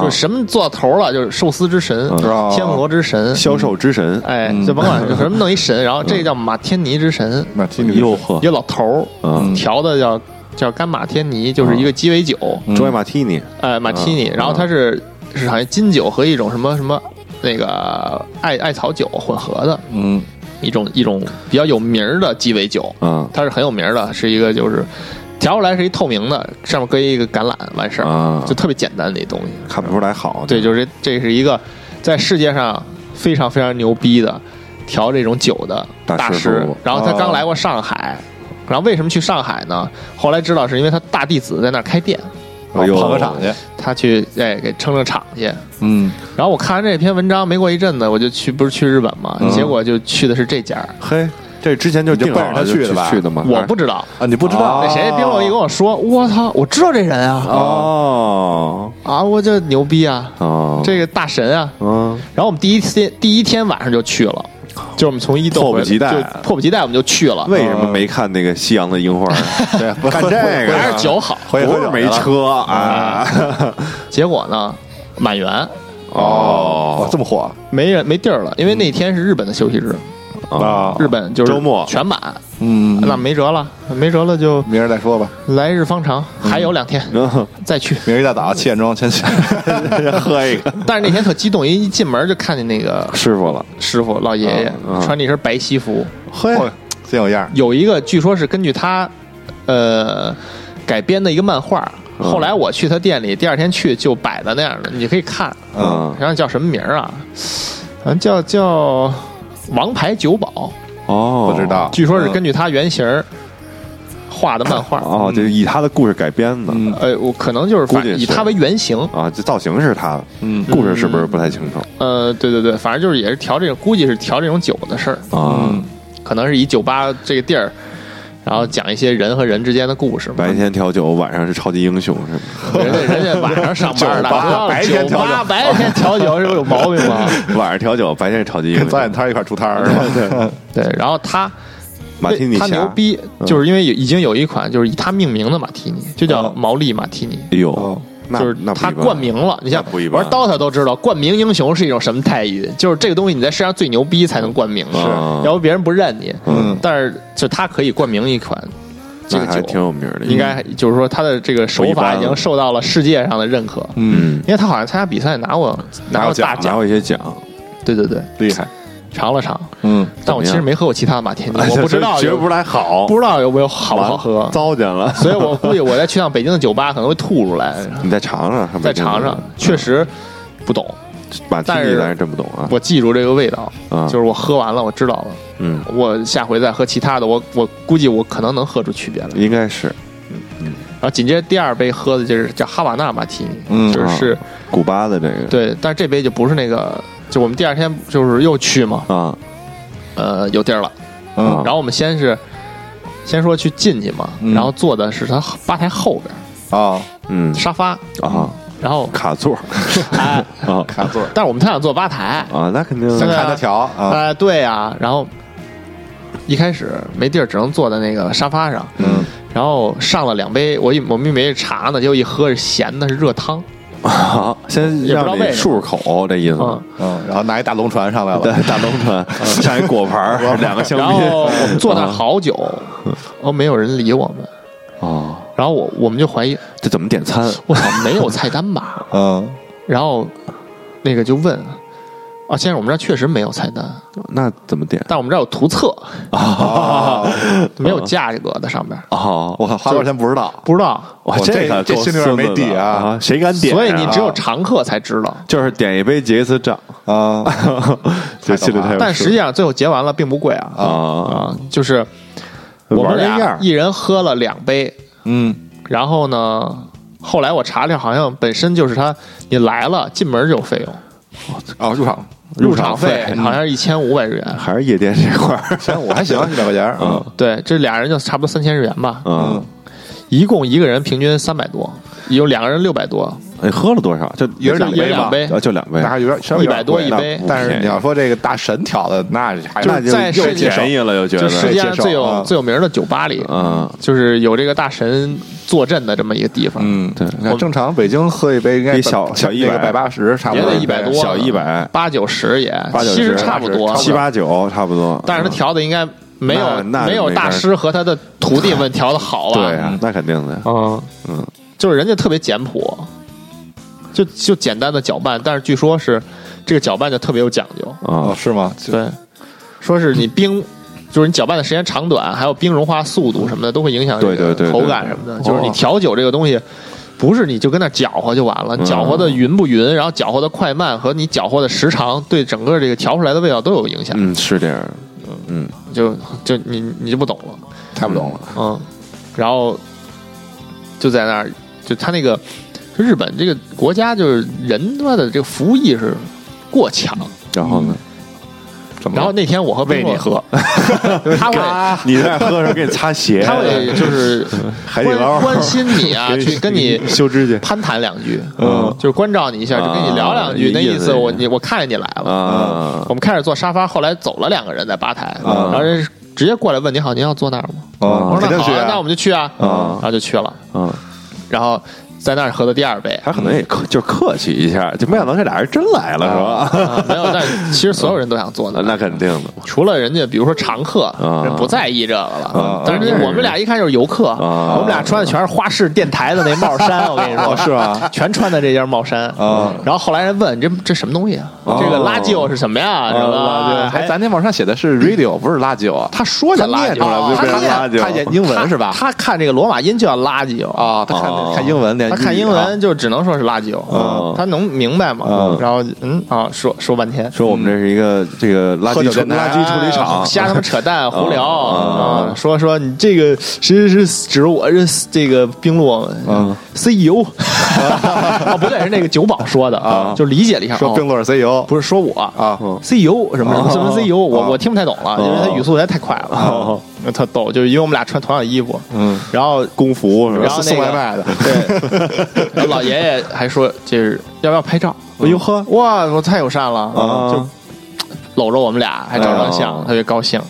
[SPEAKER 1] 嗯就是什么做到头了，就是寿司之神、
[SPEAKER 3] 嗯
[SPEAKER 2] 哦
[SPEAKER 1] 天鹅之神、
[SPEAKER 3] 销售之神，
[SPEAKER 1] 哎，
[SPEAKER 2] 嗯
[SPEAKER 1] 就甭管就什么弄一神，
[SPEAKER 3] 嗯
[SPEAKER 1] 然后这个叫马天尼之神，
[SPEAKER 2] 马提尼
[SPEAKER 3] 哟呵
[SPEAKER 1] 一，个老头
[SPEAKER 3] 嗯
[SPEAKER 1] 儿调的叫叫干马天尼，就是一个鸡尾酒，
[SPEAKER 3] 专业马提尼
[SPEAKER 1] 哎，马提尼，
[SPEAKER 3] 嗯
[SPEAKER 1] 然后它是是好像金酒和一种什么什么那个艾艾草酒混合的
[SPEAKER 2] 嗯
[SPEAKER 1] 一种一种比较有名儿的鸡尾酒，
[SPEAKER 3] 啊
[SPEAKER 1] 它是很有名儿的，是一个就是调出来是一透明的，上面搁一个橄榄完事儿，
[SPEAKER 3] 啊
[SPEAKER 1] 就，特别简单的一东西。
[SPEAKER 3] 看不出来好。
[SPEAKER 1] 对，就是这这是一个在世界上非常非常牛逼的调这种酒的
[SPEAKER 3] 大
[SPEAKER 1] 大
[SPEAKER 3] 师
[SPEAKER 1] 师
[SPEAKER 3] 傅。
[SPEAKER 1] 然后他
[SPEAKER 2] 哦
[SPEAKER 1] 刚来过上海，然后为什么去上海呢？后来知道是因为他大弟子在那儿开店，
[SPEAKER 3] 哎呦
[SPEAKER 2] 捧个场去，
[SPEAKER 1] 他去哎给撑撑场去。
[SPEAKER 2] 嗯，
[SPEAKER 1] 然后我看完这篇文章，没过一阵子我就去，不是去日本嘛，
[SPEAKER 3] 嗯
[SPEAKER 1] 结果就去的是这家儿，
[SPEAKER 3] 嘿，这之前就定好了
[SPEAKER 2] 你就奔着他去的吧
[SPEAKER 3] 去的嘛。
[SPEAKER 1] 我不知道。
[SPEAKER 2] 啊，你不知道
[SPEAKER 1] 那谁冰冷一跟我说，我操，我知道这人啊，
[SPEAKER 3] 哦
[SPEAKER 1] 啊，我这牛逼啊，
[SPEAKER 3] 哦，
[SPEAKER 1] 这个大神啊，
[SPEAKER 3] 嗯
[SPEAKER 1] 然后我们第一天第一天晚上就去了，就是我们从伊豆
[SPEAKER 3] 迫不
[SPEAKER 1] 回来
[SPEAKER 3] 及待啊
[SPEAKER 1] 就迫不及待我们就去了。
[SPEAKER 3] 为什么没看那个夕阳的樱花？
[SPEAKER 2] 对，不
[SPEAKER 3] 干这个
[SPEAKER 1] 还是酒好，
[SPEAKER 3] 不
[SPEAKER 2] 回
[SPEAKER 3] 是没车啊？
[SPEAKER 1] 结果呢，满员，
[SPEAKER 2] 哦，
[SPEAKER 3] 哦
[SPEAKER 2] 这么火
[SPEAKER 1] 没人没地儿了，因为那天是日本的休息日，
[SPEAKER 3] 啊
[SPEAKER 1] 日本就是
[SPEAKER 3] 周末
[SPEAKER 1] 全满，
[SPEAKER 2] 嗯，
[SPEAKER 1] 那没辙了，没辙了就
[SPEAKER 2] 明儿再说吧，
[SPEAKER 1] 来日方长，还有两天
[SPEAKER 3] 嗯
[SPEAKER 1] 再去。
[SPEAKER 2] 明儿一大早七点钟先 去，
[SPEAKER 3] 喝一个
[SPEAKER 1] 但是那天特激动，因为一进门就看见那个
[SPEAKER 3] 师傅了，
[SPEAKER 1] 师傅老爷爷
[SPEAKER 3] 嗯嗯
[SPEAKER 1] 穿着一身白西服，
[SPEAKER 3] 嘿
[SPEAKER 2] 嚯真哦有样儿，
[SPEAKER 1] 有一个据说是根据他，呃，改编的一个漫画。
[SPEAKER 3] 嗯
[SPEAKER 1] 后来我去他店里，第二天去就摆的那样的，你可以看。
[SPEAKER 3] 嗯
[SPEAKER 1] 然后叫什么名儿啊？好像叫叫《王牌酒保
[SPEAKER 3] 哦，
[SPEAKER 2] 不知道》，
[SPEAKER 1] 据说是根据他原型儿画的漫画。嗯
[SPEAKER 3] 哦，就是以他的故事改编的
[SPEAKER 2] 嗯
[SPEAKER 1] 呃，我可能就是
[SPEAKER 3] 估
[SPEAKER 1] 反
[SPEAKER 3] 计是
[SPEAKER 1] 以他为原型。
[SPEAKER 3] 啊，这造型是他的，
[SPEAKER 2] 嗯
[SPEAKER 3] 故事是不是不太清楚
[SPEAKER 1] 呃，对对对，反正就是也是调这种，估计是调这种酒的事儿，
[SPEAKER 3] 啊？
[SPEAKER 2] 嗯
[SPEAKER 1] 可能是以酒吧这个地儿。然后讲一些人和人之间的故事嘛，
[SPEAKER 3] 白天调酒，晚上是超级英雄是吗？
[SPEAKER 1] 人家人家晚上上班呢，
[SPEAKER 2] 酒吧白天
[SPEAKER 1] 酒
[SPEAKER 2] 调
[SPEAKER 1] 吧
[SPEAKER 2] 酒
[SPEAKER 1] 白天调酒是不是有毛病啊吗？
[SPEAKER 3] 晚上调酒，白天是超级英
[SPEAKER 2] 跟早
[SPEAKER 3] 雄
[SPEAKER 2] 点。摊儿一块儿出摊儿是吧？
[SPEAKER 1] 对，然后他
[SPEAKER 3] 马提尼
[SPEAKER 1] 他
[SPEAKER 3] 侠嗯
[SPEAKER 1] 牛，逼，就是因为有已经有一款就是以他命名的马提尼，就叫
[SPEAKER 2] 嗯
[SPEAKER 1] 毛利马提尼，
[SPEAKER 3] 哎
[SPEAKER 2] 哦
[SPEAKER 3] 呦，哦那
[SPEAKER 1] 就是
[SPEAKER 3] 那不
[SPEAKER 1] 他
[SPEAKER 3] 一般
[SPEAKER 1] 冠名了。你像
[SPEAKER 3] 那不一般
[SPEAKER 1] 玩 DOTA 都知道，冠名英雄是一种什么待遇？就是这个东西你在世界上最牛逼才能冠名，
[SPEAKER 3] 嗯
[SPEAKER 1] 要不别人不认你。
[SPEAKER 2] 嗯
[SPEAKER 1] 但是就他可以冠名一款这
[SPEAKER 3] 那
[SPEAKER 1] 个
[SPEAKER 3] 还挺
[SPEAKER 1] 酒，
[SPEAKER 3] 有名的，
[SPEAKER 1] 应该就是说他的这个手
[SPEAKER 3] 嗯不一
[SPEAKER 1] 法
[SPEAKER 3] 般
[SPEAKER 1] 已经
[SPEAKER 3] 了
[SPEAKER 1] 受到了世界上的认可。
[SPEAKER 2] 嗯
[SPEAKER 3] 嗯，
[SPEAKER 1] 因为他好像参加比赛拿过
[SPEAKER 2] 拿过
[SPEAKER 1] 过大
[SPEAKER 2] 奖
[SPEAKER 1] 奖，
[SPEAKER 3] 拿过一些奖，
[SPEAKER 1] 对对对，
[SPEAKER 2] 厉害，
[SPEAKER 1] 尝了尝，
[SPEAKER 2] 嗯，
[SPEAKER 1] 但我其实没喝过其他马 天尼，
[SPEAKER 3] 哎
[SPEAKER 1] 我不知道
[SPEAKER 3] 这绝
[SPEAKER 1] 有
[SPEAKER 3] 不来好，
[SPEAKER 1] 不知道有没有好不好喝，
[SPEAKER 3] 糟践了。
[SPEAKER 1] 所以我估计我再去趟北京的酒吧可能会吐出来，
[SPEAKER 3] 你再尝尝，
[SPEAKER 1] 再尝
[SPEAKER 3] 嗯
[SPEAKER 1] 尝，确实不懂，
[SPEAKER 3] 马提
[SPEAKER 1] 但
[SPEAKER 3] 尼
[SPEAKER 1] 是
[SPEAKER 3] 咱是真不懂啊。
[SPEAKER 1] 我记住这个味道，
[SPEAKER 3] 啊
[SPEAKER 1] 就是我喝完了，我知道了，
[SPEAKER 3] 嗯，
[SPEAKER 1] 我下回再喝其他的，我我估计我可能能喝出区别来。
[SPEAKER 3] 应该是
[SPEAKER 1] 然后紧接着第二杯喝的就是叫哈瓦那马提尼，
[SPEAKER 2] 嗯
[SPEAKER 1] 就是是
[SPEAKER 3] 古巴的这个
[SPEAKER 1] 对，但是这杯就不是那个，就我们第二天就是又去嘛，
[SPEAKER 3] 啊，
[SPEAKER 1] 呃，有地儿了。
[SPEAKER 2] 嗯
[SPEAKER 1] 然后我们先是先说去进去嘛，
[SPEAKER 2] 嗯
[SPEAKER 1] 然后坐的是他吧台后边儿
[SPEAKER 2] 啊，
[SPEAKER 3] 嗯
[SPEAKER 1] 沙发，
[SPEAKER 3] 啊，
[SPEAKER 1] 然 后
[SPEAKER 3] 卡座
[SPEAKER 1] 哎，
[SPEAKER 3] 啊
[SPEAKER 2] 卡座，
[SPEAKER 1] 但是我们特想坐吧台，
[SPEAKER 3] 啊，那肯定
[SPEAKER 2] 想
[SPEAKER 1] 对啊
[SPEAKER 2] 看他调啊，
[SPEAKER 1] 哎，对啊，然后一开始没地儿，只能坐在那个沙发上，
[SPEAKER 2] 嗯，
[SPEAKER 1] 然后上了两杯，我以我们以为是茶呢，结果一喝是咸的，是热汤，
[SPEAKER 3] 好，先
[SPEAKER 1] 也不知道
[SPEAKER 3] 让
[SPEAKER 1] 为
[SPEAKER 3] 你
[SPEAKER 1] 什么
[SPEAKER 3] 漱漱口，这意思。
[SPEAKER 1] 嗯，
[SPEAKER 2] 嗯，然后拿一大龙船上来
[SPEAKER 3] 对
[SPEAKER 2] 了，，
[SPEAKER 3] 大龙船上一果盘儿，两个香
[SPEAKER 1] 然
[SPEAKER 3] 槟。
[SPEAKER 1] 后我们坐那儿
[SPEAKER 3] 啊
[SPEAKER 1] 好久，哦，没有人理我们，
[SPEAKER 3] 哦，
[SPEAKER 1] 然后我我们就怀疑，
[SPEAKER 3] 这怎么点餐？
[SPEAKER 1] 我操，没有菜单 吧？
[SPEAKER 2] 嗯，
[SPEAKER 1] 然后那个就问，啊，先生，我们这儿确实没有菜单，
[SPEAKER 3] 那怎么点？
[SPEAKER 1] 但我们这儿有图册，
[SPEAKER 2] 啊，
[SPEAKER 1] 没有价格在上边儿，
[SPEAKER 3] 哦，
[SPEAKER 2] 我靠，花多少钱不知道，
[SPEAKER 1] 不知道，
[SPEAKER 3] 哇，
[SPEAKER 2] 我这
[SPEAKER 3] 个
[SPEAKER 2] 这
[SPEAKER 3] 够
[SPEAKER 2] 心里边没
[SPEAKER 3] 孙子
[SPEAKER 2] 底
[SPEAKER 3] 的
[SPEAKER 2] 啊
[SPEAKER 3] 啊！谁敢点啊？
[SPEAKER 1] 所以你只有常客才知道。
[SPEAKER 3] 就是点一杯结一次账，
[SPEAKER 2] 啊，
[SPEAKER 3] 就心里太有数。
[SPEAKER 1] 但实际上最后结完了并不贵啊
[SPEAKER 3] 啊，
[SPEAKER 1] 啊，就是我们
[SPEAKER 3] 玩儿这
[SPEAKER 1] 俩
[SPEAKER 3] 样
[SPEAKER 1] 一人喝了两杯，
[SPEAKER 2] 嗯，
[SPEAKER 1] 然后呢，后来我查了一下，好像本身就是他你来了进门就有费用，
[SPEAKER 2] 哦，入 场
[SPEAKER 1] 入
[SPEAKER 3] 场
[SPEAKER 1] 场
[SPEAKER 3] 费
[SPEAKER 1] 费好像是一千五百日元，
[SPEAKER 3] 还是夜店这块儿，
[SPEAKER 2] 行，哎我还行，一百块钱，嗯，
[SPEAKER 1] 对，这俩人就差不多三千日元吧，
[SPEAKER 3] 嗯，
[SPEAKER 1] 一共一个人平均三百多，有两个人六百多，
[SPEAKER 3] 你哎喝了多少？就
[SPEAKER 2] 一人两
[SPEAKER 1] 一人
[SPEAKER 2] 杯吧
[SPEAKER 1] 两，杯
[SPEAKER 3] 啊，就两杯
[SPEAKER 2] 那，还有点稍微有点
[SPEAKER 1] 100多
[SPEAKER 2] 贵
[SPEAKER 1] 一杯
[SPEAKER 2] 那但是你要说这个大神调的，那还
[SPEAKER 1] 就是
[SPEAKER 2] 那
[SPEAKER 1] 在
[SPEAKER 2] 又
[SPEAKER 1] 世界
[SPEAKER 2] 接受
[SPEAKER 3] 便宜了，又觉
[SPEAKER 1] 就
[SPEAKER 3] 得
[SPEAKER 1] 世界上
[SPEAKER 2] 接受
[SPEAKER 1] 最有
[SPEAKER 2] 啊
[SPEAKER 1] 最有名的酒吧里，
[SPEAKER 3] 嗯
[SPEAKER 1] 就是有这个大神坐镇的这么一个地方，
[SPEAKER 2] 嗯，
[SPEAKER 3] 对
[SPEAKER 2] 你看正常北京喝一杯应该
[SPEAKER 3] 比小小一
[SPEAKER 2] 百
[SPEAKER 3] 百
[SPEAKER 2] 八十，差不
[SPEAKER 1] 也
[SPEAKER 2] 多
[SPEAKER 1] 得一百多，
[SPEAKER 3] 小一百
[SPEAKER 1] 八九十也，
[SPEAKER 3] 八九十
[SPEAKER 1] 其实差不多，
[SPEAKER 3] 七八九差不多。嗯
[SPEAKER 1] 但是他调的应该没有
[SPEAKER 3] 那那
[SPEAKER 1] 没有
[SPEAKER 3] 没法
[SPEAKER 1] 大师和他的徒弟们调的好吧？
[SPEAKER 3] 对啊，那肯定 的。
[SPEAKER 1] 嗯
[SPEAKER 3] 嗯，
[SPEAKER 1] 就是人家特别简朴，就就简单的搅拌，但是据说是这个搅拌就特别有讲究，
[SPEAKER 3] 啊，
[SPEAKER 2] 哦，是 吗？就，
[SPEAKER 1] 对，说是你冰。就是你搅拌的时间长短，还有冰融化速度什么的，都会影响这个
[SPEAKER 3] 对对对对哦
[SPEAKER 1] 口感什么的。
[SPEAKER 2] 对
[SPEAKER 1] 就是你调酒这个东西，不是你就跟那搅和就完了，
[SPEAKER 3] 嗯
[SPEAKER 1] 搅和的匀不匀，然后搅和的快慢和你搅和的时长，对整个这个调出来的味道都有影响。
[SPEAKER 3] 嗯，是这样。嗯，
[SPEAKER 1] 就就你你就不懂了。
[SPEAKER 2] 太不懂了。
[SPEAKER 1] 嗯，然后就在那儿，就他那个，就日本这个国家，就是人他妈的这个服务意识过强。
[SPEAKER 3] 然后呢？
[SPEAKER 2] 怎么
[SPEAKER 1] 然后
[SPEAKER 2] 了？
[SPEAKER 1] 那天我和
[SPEAKER 2] 喂
[SPEAKER 1] 冰
[SPEAKER 2] 你
[SPEAKER 1] 洛，他会
[SPEAKER 3] 你在那儿喝的时候给你擦鞋，
[SPEAKER 1] 他会就是
[SPEAKER 3] 海底捞
[SPEAKER 1] 关关心你 啊，去跟你
[SPEAKER 3] 修指甲
[SPEAKER 1] 攀谈两句，
[SPEAKER 3] 嗯
[SPEAKER 1] 就是关照你一下，就跟你聊两
[SPEAKER 3] 啊
[SPEAKER 1] 句，那
[SPEAKER 3] 意
[SPEAKER 1] 意
[SPEAKER 3] 思
[SPEAKER 1] 思我
[SPEAKER 3] 意思
[SPEAKER 1] 你我看见你来了。
[SPEAKER 3] 啊
[SPEAKER 1] 我们开始坐沙发，后来走了两个人在吧台，
[SPEAKER 2] 啊
[SPEAKER 1] 然后人直接过来问你好，您要坐那儿吗？
[SPEAKER 2] 哦
[SPEAKER 1] 我说那
[SPEAKER 2] 肯定
[SPEAKER 1] 好
[SPEAKER 2] 去
[SPEAKER 1] 啊，
[SPEAKER 2] 啊，
[SPEAKER 1] 那我们就去啊，
[SPEAKER 3] 啊
[SPEAKER 1] 然后就去了。
[SPEAKER 3] 啊！，
[SPEAKER 1] 然后在那儿喝的第二杯
[SPEAKER 3] 他可能也客就客气一下，就没想到这俩人真来了，是吧？
[SPEAKER 1] 啊没有，但其实所有人都想坐那
[SPEAKER 3] 那肯定的
[SPEAKER 1] 除了人家，比如说常客，人不在意这个了
[SPEAKER 2] 啊。
[SPEAKER 1] 但是
[SPEAKER 3] 啊
[SPEAKER 1] 我们俩一看就是游客，我们俩穿的全是花市电台的那帽衫，我跟你说
[SPEAKER 2] 哦，是吗？
[SPEAKER 1] 全穿的这件帽衫。
[SPEAKER 2] 啊
[SPEAKER 1] 然后后来人问这这什么东西啊？
[SPEAKER 2] 哦
[SPEAKER 1] 这个垃圾哦是什么呀？什么
[SPEAKER 2] 啊，还咱那网上写的是 radio，不是垃圾哦。
[SPEAKER 1] 他说叫
[SPEAKER 2] 嗯他
[SPEAKER 1] 垃
[SPEAKER 2] 念
[SPEAKER 1] 圾
[SPEAKER 2] 出来
[SPEAKER 1] 哦，
[SPEAKER 2] 就变
[SPEAKER 1] 他
[SPEAKER 2] 成
[SPEAKER 1] 念
[SPEAKER 2] 垃圾了，他念英文是吧？
[SPEAKER 1] 他看这个罗马音就叫垃圾哦。
[SPEAKER 2] 啊，他看
[SPEAKER 3] 哦
[SPEAKER 2] 看英文连
[SPEAKER 1] 他看
[SPEAKER 2] 日语
[SPEAKER 1] 英
[SPEAKER 2] 啊
[SPEAKER 1] 文就只能说是垃圾哦
[SPEAKER 3] 嗯，
[SPEAKER 1] 他能明白吗
[SPEAKER 3] 嗯？
[SPEAKER 1] 然后嗯啊，说说半天，
[SPEAKER 3] 说我们这是一个这个垃
[SPEAKER 2] 喝
[SPEAKER 3] 圾啊
[SPEAKER 2] 酒
[SPEAKER 3] 处
[SPEAKER 2] 电
[SPEAKER 3] 垃
[SPEAKER 2] 台
[SPEAKER 3] 圾处理
[SPEAKER 1] 哎
[SPEAKER 3] 厂，
[SPEAKER 1] 瞎他妈扯淡胡聊
[SPEAKER 3] 啊
[SPEAKER 1] 啊！说说你这个谁谁谁指我是这个冰洛
[SPEAKER 2] 嗯
[SPEAKER 1] CEO 啊，E 不对，是那个酒保说的啊
[SPEAKER 2] 啊，
[SPEAKER 1] 就理解了一下，
[SPEAKER 2] 说
[SPEAKER 1] 哦
[SPEAKER 2] 冰棍 CEO
[SPEAKER 1] 不是说我
[SPEAKER 2] 啊，
[SPEAKER 1] CEO 什么什么什么 CEO，我
[SPEAKER 2] 啊
[SPEAKER 1] 我听不太懂了，因为他语速实在太快了
[SPEAKER 3] 哦，
[SPEAKER 1] 那特逗，就是因为我们俩穿同样的衣服，
[SPEAKER 2] 嗯，
[SPEAKER 1] 然后
[SPEAKER 3] 工服是
[SPEAKER 1] 然
[SPEAKER 3] 吧？
[SPEAKER 1] 后那个
[SPEAKER 2] 送外卖的，
[SPEAKER 1] 对，老爷爷还说就是要不要拍照，
[SPEAKER 3] 哎呦呵，
[SPEAKER 1] 哇，我太友善了，
[SPEAKER 3] 啊
[SPEAKER 1] 就搂着我们俩还照张相，
[SPEAKER 3] 哦
[SPEAKER 1] 特别高兴，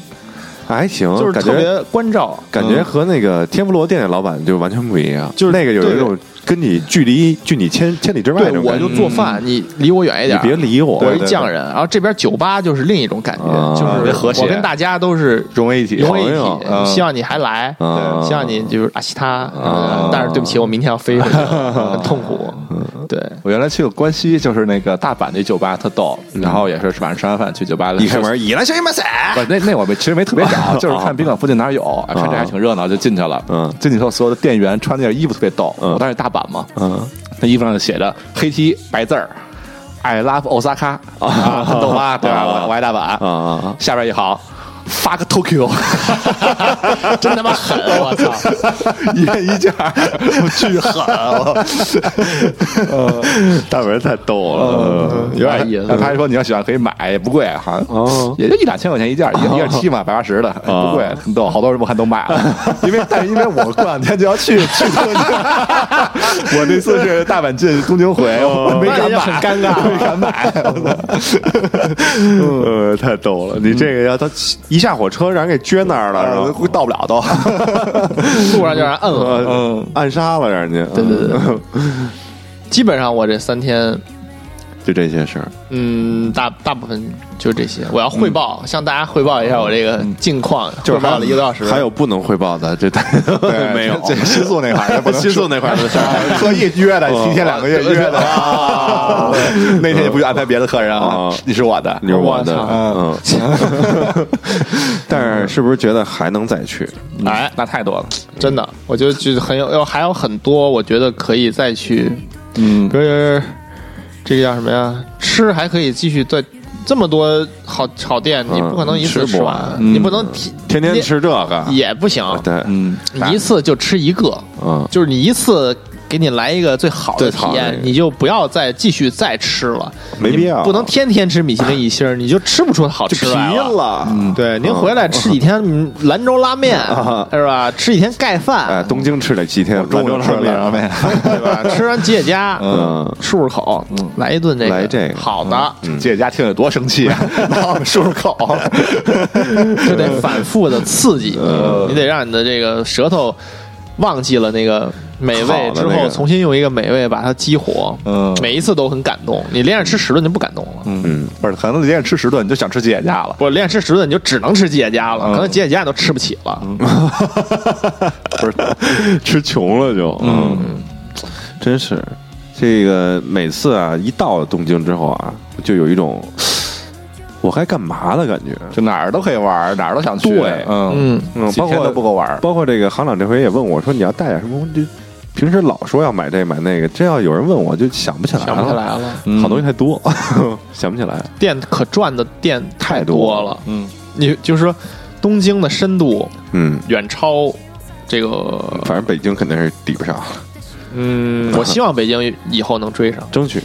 [SPEAKER 3] 还行，
[SPEAKER 1] 就是
[SPEAKER 3] 感
[SPEAKER 1] 特
[SPEAKER 3] 觉
[SPEAKER 1] 别关照。
[SPEAKER 3] 感觉和那个天妇罗店的老板嗯就完全不一样，
[SPEAKER 1] 就是
[SPEAKER 3] 那个有
[SPEAKER 1] 对
[SPEAKER 3] 一种跟你距离距你千千里之外那
[SPEAKER 1] 对，
[SPEAKER 3] 种
[SPEAKER 1] 我
[SPEAKER 3] 感觉，嗯
[SPEAKER 1] 就做饭，你离我远一
[SPEAKER 3] 你
[SPEAKER 1] 点，
[SPEAKER 3] 别理我，
[SPEAKER 1] 我
[SPEAKER 3] 对
[SPEAKER 1] 一
[SPEAKER 3] 对
[SPEAKER 1] 匠人。然后这边酒吧就是另一种感觉，
[SPEAKER 3] 啊
[SPEAKER 1] 就是
[SPEAKER 2] 特别和谐
[SPEAKER 1] 我跟大家都是
[SPEAKER 2] 融为一体，
[SPEAKER 1] 融为一
[SPEAKER 3] 朋友
[SPEAKER 1] 体，
[SPEAKER 2] 嗯
[SPEAKER 1] 希望你还来。
[SPEAKER 3] 啊，
[SPEAKER 1] 希望你就是阿西他
[SPEAKER 3] 啊，
[SPEAKER 1] 但是对不起，我明天要飞回去，很痛苦。对，
[SPEAKER 2] 我原来去过关西，就是那个大阪那酒吧特逗，然后也是晚上吃完饭去酒吧，
[SPEAKER 3] 一开门，伊拉小伊马塞，
[SPEAKER 2] 不是，那那我没其实没特别 找，就是
[SPEAKER 3] 哦啊
[SPEAKER 2] 看宾馆附近哪儿有，哎看这还挺热闹，就进去了。
[SPEAKER 3] 嗯
[SPEAKER 2] 进去之后所有的店员穿那件衣服特别逗，
[SPEAKER 3] 嗯
[SPEAKER 2] 我当时大阪嘛，
[SPEAKER 3] 嗯，
[SPEAKER 2] 那衣服上就写着黑 T 白字儿，I love Osaka 啊，很逗吧？对吧？我我爱大阪
[SPEAKER 3] 啊啊
[SPEAKER 2] 下边一行，fuck Tokyo，
[SPEAKER 1] 真他妈狠！啊我操，
[SPEAKER 2] 一人一件儿，巨 狠，我
[SPEAKER 3] 大文太逗了，
[SPEAKER 1] 嗯有点意思
[SPEAKER 2] 嗯
[SPEAKER 1] 嗯
[SPEAKER 2] 他还说你要喜欢可以买，也不贵，好像
[SPEAKER 3] 哦
[SPEAKER 2] 也就一两千块钱一件儿，
[SPEAKER 1] 哦
[SPEAKER 2] 一一件儿七嘛，百八十的，不贵，很逗。好多人我看都买 了，因为但是因为我过两天就要去去东京， 我那次是大阪进东京回，我没
[SPEAKER 1] 哦那
[SPEAKER 2] 敢
[SPEAKER 1] 也
[SPEAKER 2] 买，
[SPEAKER 1] 很尴尬啊
[SPEAKER 2] 没敢买。
[SPEAKER 3] 呃，太逗了！你这个要他一下火车让人给撅那儿了，然后
[SPEAKER 2] 呃会到不了 都，
[SPEAKER 1] 路上就让人摁了。
[SPEAKER 3] 呃暗杀了让人家，
[SPEAKER 1] 嗯对对
[SPEAKER 3] 对，
[SPEAKER 1] 基本上我这三天，
[SPEAKER 3] 就这些事儿。
[SPEAKER 1] 嗯，大大部分就这些。我要汇
[SPEAKER 3] 嗯
[SPEAKER 1] 报，向大家汇报一下我这个近况，汇
[SPEAKER 3] 还
[SPEAKER 1] 报了一个多小时。
[SPEAKER 3] 还有不能汇报的，这 没有。
[SPEAKER 2] 这新宿那块儿也不 能
[SPEAKER 3] 新宿那块儿的事儿，
[SPEAKER 2] 特意约的，
[SPEAKER 1] 嗯
[SPEAKER 2] 提 前两个月约的，
[SPEAKER 1] 啊
[SPEAKER 2] 那天也不许安排别的客人啊
[SPEAKER 3] 啊，
[SPEAKER 2] 你是我的，
[SPEAKER 3] 你是我的，
[SPEAKER 2] 我
[SPEAKER 3] 嗯。但是是不是觉得还能再去？
[SPEAKER 1] 哎，
[SPEAKER 2] 那太多了，
[SPEAKER 1] 真的，我觉得就是很有，有还有很多，我觉得可以再去，
[SPEAKER 2] 嗯
[SPEAKER 1] 比如这个叫什么呀？吃还可以继续再这么多好好店，你不可能一次
[SPEAKER 3] 嗯吃不
[SPEAKER 1] 完，
[SPEAKER 3] 完
[SPEAKER 1] 你不能提
[SPEAKER 3] 天天吃这个，
[SPEAKER 1] 也不行，
[SPEAKER 3] 对，
[SPEAKER 2] 嗯，
[SPEAKER 1] 你一次就吃一个，
[SPEAKER 3] 嗯
[SPEAKER 1] 就是你一次给你来一个最好的
[SPEAKER 3] 最
[SPEAKER 1] 体
[SPEAKER 3] 好的
[SPEAKER 1] 验
[SPEAKER 3] 那，个
[SPEAKER 1] 你就不要再继续再吃了，
[SPEAKER 3] 没必要
[SPEAKER 1] 你不能天天吃米其林一星儿，你就吃不出好吃啊
[SPEAKER 3] 疲
[SPEAKER 1] 来
[SPEAKER 3] 了。嗯，啊
[SPEAKER 1] 对，您回来吃几天嗯兰州拉面是吧？吃几天盖
[SPEAKER 3] 哎，
[SPEAKER 1] 饭，
[SPEAKER 3] 东京吃了几天，
[SPEAKER 2] 中午
[SPEAKER 3] 兰
[SPEAKER 2] 吃
[SPEAKER 3] 州拉面
[SPEAKER 2] 了面，
[SPEAKER 1] 对吧？吃完吉野家，
[SPEAKER 3] 嗯，
[SPEAKER 1] 漱漱口，来一顿这个，
[SPEAKER 3] 来这个嗯
[SPEAKER 1] 好的，
[SPEAKER 2] 姐家听着多生 气啊，拿嗯我们漱漱口，
[SPEAKER 3] 嗯
[SPEAKER 1] 就得反复的刺激你，你得让你的这个舌头忘记了那个美
[SPEAKER 3] 好的
[SPEAKER 1] 味
[SPEAKER 3] 那个
[SPEAKER 1] 之后，重新用一个美味把它激活。
[SPEAKER 2] 嗯
[SPEAKER 1] 每一次都很感动，你连着吃十顿就不感动了。
[SPEAKER 2] 嗯，不是，可能连着吃十顿你就想吃姐家了，
[SPEAKER 1] 不，连着吃十顿你就只能吃吉野家
[SPEAKER 3] 嗯
[SPEAKER 1] 了，可能吉野家你都吃不起了。
[SPEAKER 3] 不是 吃穷了就，嗯，真是这个每次啊，一到东京之后啊，就有一种我该干嘛的感觉。
[SPEAKER 2] 就哪儿都可以玩，哪儿都想去，
[SPEAKER 3] 对
[SPEAKER 2] 嗯，
[SPEAKER 1] 嗯，
[SPEAKER 3] 嗯，
[SPEAKER 2] 几
[SPEAKER 3] 包
[SPEAKER 2] 天
[SPEAKER 3] 括
[SPEAKER 2] 都不够玩，
[SPEAKER 3] 包括这个行长这回也问我说你要带点什么，就平时老说要买这买那个，真要有人问我就想不起来了，
[SPEAKER 1] 想不起来了，
[SPEAKER 2] 嗯
[SPEAKER 3] 好东西太多， 想不起来。
[SPEAKER 1] 店可转的店太
[SPEAKER 3] 多
[SPEAKER 1] 多
[SPEAKER 3] 了
[SPEAKER 1] 了。
[SPEAKER 2] 嗯，
[SPEAKER 1] 你就是说，东京的深度
[SPEAKER 3] 嗯，
[SPEAKER 1] 远超这个，
[SPEAKER 3] 反正北京肯定是抵不上，
[SPEAKER 1] 嗯，我希望北京以后能追上，
[SPEAKER 3] 争取。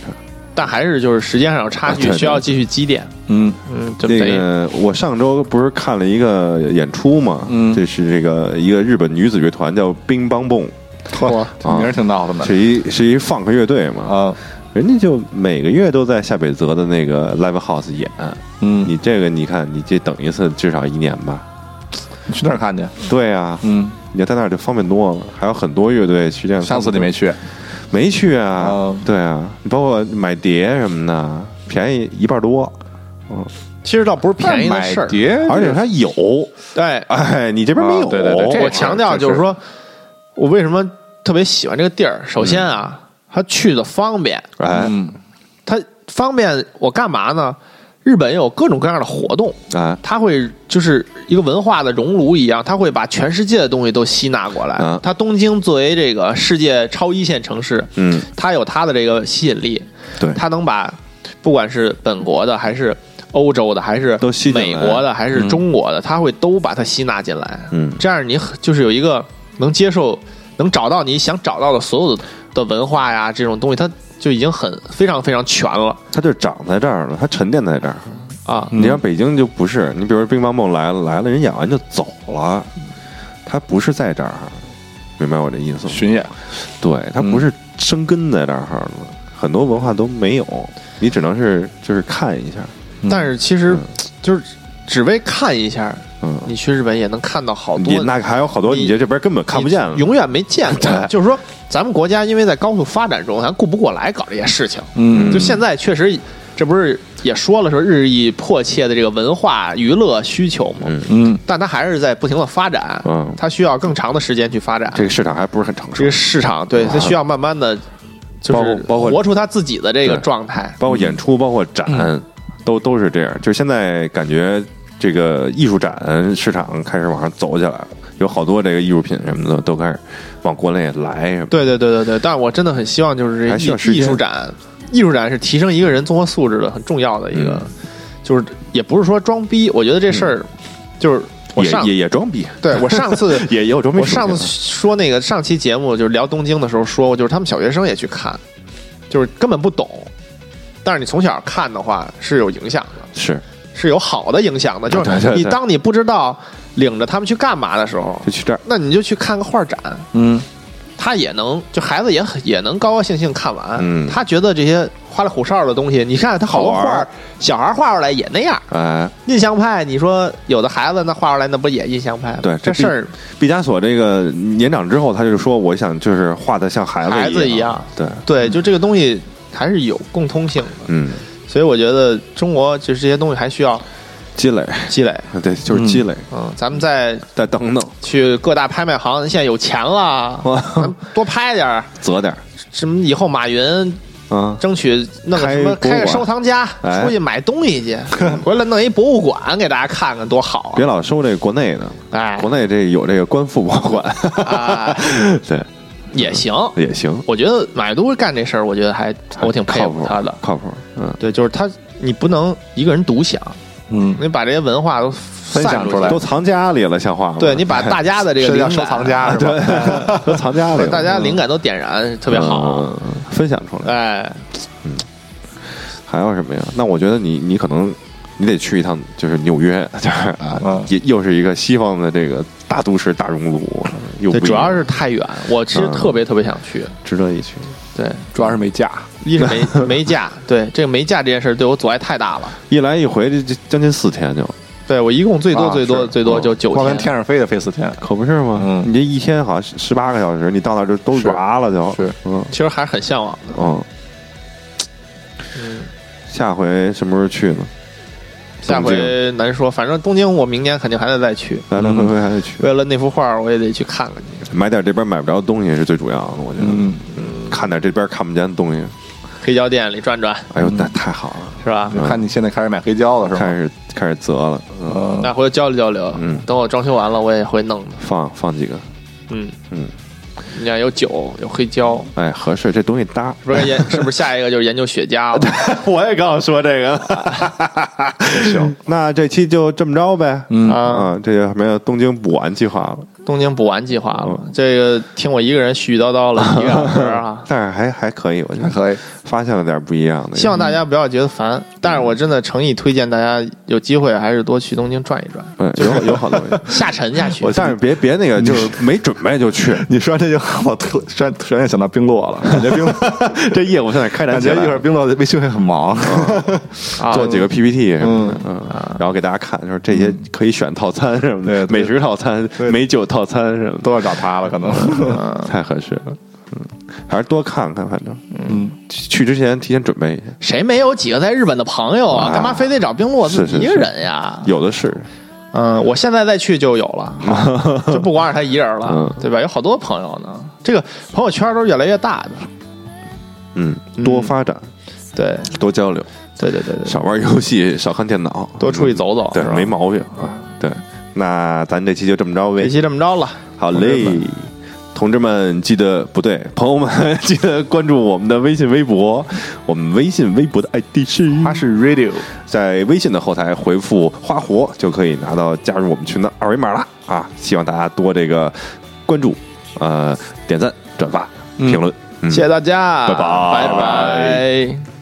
[SPEAKER 1] 但还是就是时间上有差
[SPEAKER 3] 啊对
[SPEAKER 1] 距，
[SPEAKER 3] 对
[SPEAKER 1] 需要继续积淀。
[SPEAKER 2] 嗯
[SPEAKER 1] 嗯，这
[SPEAKER 3] 那
[SPEAKER 1] 得
[SPEAKER 3] 个我上周不是看了一个演出嘛，
[SPEAKER 2] 嗯
[SPEAKER 3] 这是这个一个日本女子乐团叫冰邦蹦，
[SPEAKER 1] 嚯
[SPEAKER 2] 这名儿挺闹腾的
[SPEAKER 3] 是一是一 funk 乐队嘛，
[SPEAKER 2] 啊，
[SPEAKER 3] 人家就每个月都在夏北泽的那个 live house 演。
[SPEAKER 2] 嗯，
[SPEAKER 3] 你这个你看，你这等一次至少一年吧？
[SPEAKER 2] 你去那儿看去，
[SPEAKER 3] 对啊，
[SPEAKER 2] 嗯，
[SPEAKER 3] 你要在那儿就方便多了。还有很多乐队去这样，
[SPEAKER 2] 上次你没去，
[SPEAKER 3] 没去啊
[SPEAKER 2] 哦？
[SPEAKER 3] 对啊，你包括买碟什么的，便宜一半多，
[SPEAKER 1] 其实倒不是便宜的
[SPEAKER 2] 买
[SPEAKER 1] 事儿，
[SPEAKER 2] 碟，
[SPEAKER 3] 而且它有，
[SPEAKER 1] 对，
[SPEAKER 3] 哎，你这边没有，
[SPEAKER 2] 哦对对对这
[SPEAKER 1] 我
[SPEAKER 2] 个
[SPEAKER 1] 强调就是说，我为什么特别喜欢这个地儿？首先啊，它去的方便，
[SPEAKER 3] 哎
[SPEAKER 2] 嗯
[SPEAKER 1] 它方便我干嘛呢？日本有各种各样的活动，
[SPEAKER 3] 哎，
[SPEAKER 1] 它会就是一个文化的熔炉一样，它会把全世界的东西都吸纳过来
[SPEAKER 3] 嗯。
[SPEAKER 1] 它东京作为这个世界超一线城市，
[SPEAKER 3] 嗯，
[SPEAKER 1] 它有它的这个吸引力，
[SPEAKER 3] 对，
[SPEAKER 1] 它能把不管是本国的还是欧洲的，还是
[SPEAKER 3] 都吸进来
[SPEAKER 1] 美国的还是中国的，它会都把它吸纳进来。
[SPEAKER 3] 嗯
[SPEAKER 1] 这样你很就是有一个能接受、能找到你想找到的所有的的文化呀，这种东西，它就已经很非常非常全了
[SPEAKER 3] 它就长在这儿了，它沉淀在这儿。
[SPEAKER 1] 啊。
[SPEAKER 2] 嗯
[SPEAKER 3] 你像北京就不是，你比如说乒乓梦来了，来了人演完就走了，它不是在这儿，明白我这意思吗？
[SPEAKER 2] 巡演，
[SPEAKER 3] 对，嗯它不是生根在这儿了，很多文化都没有，你只能是就是看一下，
[SPEAKER 1] 但是其实
[SPEAKER 3] 嗯
[SPEAKER 1] 就是只为看一下，
[SPEAKER 3] 嗯，
[SPEAKER 1] 你去日本也能看到好
[SPEAKER 3] 你
[SPEAKER 1] 多
[SPEAKER 3] 那还有好多
[SPEAKER 1] 你
[SPEAKER 3] 你这这边根本看不见了，
[SPEAKER 1] 永远没见过。
[SPEAKER 3] 对
[SPEAKER 1] 就是说，咱们国家因为在高速发展中，咱顾不过来搞这些事情。
[SPEAKER 2] 嗯
[SPEAKER 1] 就现在确实，这不是也说了说日益迫切的这个文化娱乐需求吗？
[SPEAKER 3] 嗯
[SPEAKER 2] 嗯
[SPEAKER 1] 但它还是在不停的发展，
[SPEAKER 3] 嗯
[SPEAKER 1] 它需要更长的时间去发展。
[SPEAKER 3] 这个市场还不是很成熟
[SPEAKER 1] 这个。市场对它需要慢慢的就
[SPEAKER 3] 啊包括
[SPEAKER 1] 是
[SPEAKER 3] 包括
[SPEAKER 1] 活出他自己的这个
[SPEAKER 3] 对
[SPEAKER 1] 状态。
[SPEAKER 3] 包括演出，包括展，都都是这样。就是现在感觉这个艺术展市场开始往上走起来了，有好多这个艺术品什么的都开始往国内来什么的。
[SPEAKER 1] 对对对对对，但我真的很希望就是
[SPEAKER 3] 还需要
[SPEAKER 1] 这
[SPEAKER 3] 时
[SPEAKER 1] 艺
[SPEAKER 3] 间
[SPEAKER 1] 艺术展，艺术展是提升一个人综合素质的很重要的一个，
[SPEAKER 3] 嗯
[SPEAKER 1] 就是也不是说装逼，我觉得这事儿、就是我上
[SPEAKER 3] 也也也装逼，
[SPEAKER 1] 对我上次
[SPEAKER 3] 也也有装逼
[SPEAKER 1] 我
[SPEAKER 3] 属性啊。
[SPEAKER 1] 上次说那个上期节目就是聊东京的时候说过，就是他们小学生也去看，就是根本不懂，但是你从小看的话是有影响的，
[SPEAKER 3] 是
[SPEAKER 1] 是有好的影响的，就
[SPEAKER 3] 对
[SPEAKER 1] 是
[SPEAKER 3] 对
[SPEAKER 1] 你
[SPEAKER 3] 对
[SPEAKER 1] 当你不知道领着他们去干嘛的时候，
[SPEAKER 3] 就去这儿，
[SPEAKER 1] 那你就去看个画展，
[SPEAKER 2] 嗯，
[SPEAKER 1] 他也能，就孩子也很也能高高兴兴看完。
[SPEAKER 3] 嗯
[SPEAKER 1] 他觉得这些花里胡哨的东西，你看他好多
[SPEAKER 3] 好
[SPEAKER 1] 画
[SPEAKER 3] 玩儿
[SPEAKER 1] 儿，小孩儿画出来也那样。
[SPEAKER 3] 哎，
[SPEAKER 1] 印象派，你说有的孩子那画出来那不也印象派吗？
[SPEAKER 3] 对
[SPEAKER 1] 这
[SPEAKER 3] 这
[SPEAKER 1] 事儿
[SPEAKER 3] 毕加索这个年长之后，他就说，我想就是画的像孩子
[SPEAKER 1] 孩子
[SPEAKER 3] 一
[SPEAKER 1] 一样。
[SPEAKER 3] 对，
[SPEAKER 1] 对，就这个东西还是有共通性的。
[SPEAKER 3] 嗯，
[SPEAKER 1] 所以我觉得中国就是这些东西还需要
[SPEAKER 3] 积累，
[SPEAKER 1] 积累。
[SPEAKER 3] 对，就是积累，
[SPEAKER 1] 嗯，咱们再
[SPEAKER 3] 再等等，
[SPEAKER 1] 去各大拍卖行，现在有钱了，
[SPEAKER 3] 嗯
[SPEAKER 1] 咱 们多拍点儿。
[SPEAKER 3] 择点
[SPEAKER 1] 什么以后马云
[SPEAKER 3] 儿啊，
[SPEAKER 1] 争取弄个什么开
[SPEAKER 3] 开一博物馆
[SPEAKER 1] 个收藏家，
[SPEAKER 3] 哎
[SPEAKER 1] 出去买东西去，回来弄一博物馆给大家看看多好
[SPEAKER 3] 别老收这国内的，
[SPEAKER 1] 啊！哎
[SPEAKER 3] 国，内这有这个观复博 物馆，
[SPEAKER 1] 啊
[SPEAKER 3] 对，
[SPEAKER 1] 也行。
[SPEAKER 3] 也行，哎
[SPEAKER 1] 我觉得买都干这事儿，我觉得还哎我挺佩
[SPEAKER 3] 靠
[SPEAKER 1] 服
[SPEAKER 3] 谱
[SPEAKER 1] 他的。
[SPEAKER 3] 靠谱，嗯，
[SPEAKER 1] 对，就是他，你不能一个人独享，
[SPEAKER 2] 嗯，
[SPEAKER 1] 你把这些文化都分
[SPEAKER 2] 享出来
[SPEAKER 3] 都藏家里了，像话吗？
[SPEAKER 1] 对你把大家的这个
[SPEAKER 2] 是
[SPEAKER 1] 灵
[SPEAKER 2] 叫
[SPEAKER 1] 感，啊
[SPEAKER 2] 收藏家是吧？
[SPEAKER 3] 都藏家里
[SPEAKER 1] 对
[SPEAKER 3] 了，嗯
[SPEAKER 1] 大家灵感都点燃，特
[SPEAKER 3] 特
[SPEAKER 1] 别好。
[SPEAKER 3] 嗯分享出来。
[SPEAKER 1] 哎，
[SPEAKER 3] 还有什么呀？那我觉得你你可能你得去一趟，就是纽约， 就是啊
[SPEAKER 2] 嗯，
[SPEAKER 3] 也又是一个西方的这个大都市、大熔炉，又
[SPEAKER 1] 对，
[SPEAKER 3] 不一
[SPEAKER 1] 主要
[SPEAKER 3] 样
[SPEAKER 1] 是太远，我其实
[SPEAKER 3] 嗯
[SPEAKER 1] 特别特别想去。
[SPEAKER 3] 值得一去。
[SPEAKER 1] 对，
[SPEAKER 2] 主要是没价，
[SPEAKER 1] 一是没没假，对这个没假这件事儿对我阻碍太大了。
[SPEAKER 3] 一来一回这这将近四天就，
[SPEAKER 1] 对我一共最多
[SPEAKER 2] 啊
[SPEAKER 1] 最多、
[SPEAKER 2] 是
[SPEAKER 1] 最多
[SPEAKER 2] 嗯
[SPEAKER 1] 就九
[SPEAKER 2] 光跟
[SPEAKER 1] 天，
[SPEAKER 2] 天上飞得飞四天，
[SPEAKER 3] 可不是吗？
[SPEAKER 2] 嗯
[SPEAKER 3] 你这一天好像十八个小时，你到那儿就都
[SPEAKER 2] 是
[SPEAKER 3] 麻了就。
[SPEAKER 2] 是，
[SPEAKER 3] 嗯
[SPEAKER 1] 其实还是很向往的。
[SPEAKER 3] 嗯，
[SPEAKER 1] 嗯，
[SPEAKER 3] 下回什么时候去呢？
[SPEAKER 1] 下回难说，反正东京我明年肯定还得再去。
[SPEAKER 3] 来来回回还得去，
[SPEAKER 1] 为了那幅画儿，我也得去看看去，
[SPEAKER 3] 买点这边买不着的东西是最主要的，我觉得。
[SPEAKER 2] 嗯，
[SPEAKER 3] 看点这边看不见的东西，
[SPEAKER 1] 黑胶店里转转，
[SPEAKER 3] 哎呦，那太好了，
[SPEAKER 1] 是吧？
[SPEAKER 2] 就看你现在开始买黑胶了是吧？
[SPEAKER 3] 开始开始择了，嗯，
[SPEAKER 2] 嗯，
[SPEAKER 1] 那回头交流交流。
[SPEAKER 3] 嗯
[SPEAKER 1] 等我装修完了，我也会弄的。
[SPEAKER 3] 放放几个，
[SPEAKER 1] 嗯
[SPEAKER 3] 嗯，
[SPEAKER 1] 你看有酒，有黑胶，
[SPEAKER 3] 哎，合适，这东西搭。
[SPEAKER 1] 是不是研？是不是下一个就是研究雪茄了？
[SPEAKER 3] 我也刚说这个，行，嗯那这期就这么着呗，嗯
[SPEAKER 1] 啊
[SPEAKER 3] 啊，这个什么呀，东京补完计划了，。
[SPEAKER 1] 东京补完计划了，这个听我一个人絮絮叨叨了一个小时啊
[SPEAKER 3] 但是还还可以，我觉
[SPEAKER 2] 还
[SPEAKER 3] 得
[SPEAKER 2] 可以，
[SPEAKER 3] 发现了点不一样的，
[SPEAKER 1] 希望大家不要觉得烦，但是我真的诚意推荐大家有机会还是多去东京转一转，
[SPEAKER 3] 嗯有有好东 西。
[SPEAKER 1] 下沉下去。
[SPEAKER 3] 但是别别那个，就是没准备就 去，
[SPEAKER 2] 你说完这句话，我突突然突然想到冰洛了， 感觉 冰，
[SPEAKER 3] 这业务现在开展
[SPEAKER 2] 感
[SPEAKER 3] 起
[SPEAKER 2] 觉一
[SPEAKER 3] 来
[SPEAKER 2] 会儿
[SPEAKER 3] 了，
[SPEAKER 2] 冰洛维修会很忙，
[SPEAKER 1] 啊
[SPEAKER 3] 做几个 PPT 什么的，嗯，然后给大家看，就是这些可以选套餐什么的，
[SPEAKER 2] 对对
[SPEAKER 3] 美食套餐、
[SPEAKER 2] 对
[SPEAKER 3] 美酒套餐什么的，
[SPEAKER 2] 都要找他了，可能，
[SPEAKER 3] 太合适了。嗯，还是多看看，反正，嗯，去之前提前准备一下，
[SPEAKER 1] 谁没有几个在日本的朋友啊？
[SPEAKER 3] 啊
[SPEAKER 1] 干嘛非得找冰洛自己
[SPEAKER 3] 是是
[SPEAKER 1] 一
[SPEAKER 3] 是
[SPEAKER 1] 个人呀？
[SPEAKER 3] 有的是，
[SPEAKER 1] 嗯，我现在再去就有了， 就不光是他一人了
[SPEAKER 3] 嗯，
[SPEAKER 1] 对吧？有好多朋友呢，这个朋友圈都是越来越大的。
[SPEAKER 3] 嗯，多发展，
[SPEAKER 1] 对，
[SPEAKER 3] 多交流，
[SPEAKER 1] 对对对对，
[SPEAKER 3] 少玩游戏， 少看电脑，嗯
[SPEAKER 1] 多出去走走，
[SPEAKER 3] 对
[SPEAKER 1] 是，吧
[SPEAKER 3] 没毛病啊。对，那咱这期就这么着
[SPEAKER 1] 这
[SPEAKER 3] 呗。
[SPEAKER 1] 期这么着了，
[SPEAKER 3] 好嘞，同志们记得不对，朋友们记得关注我们的微信、微博。我们微信、微博的 ID 是，
[SPEAKER 2] 他是 radio，
[SPEAKER 3] 在微信的后台回复“花活”就可以拿到加入我们群的二维码了啊！希望大家多这个关注，呃，点赞、转发、评论。嗯
[SPEAKER 1] 谢谢大家，
[SPEAKER 3] 拜拜
[SPEAKER 1] 拜拜。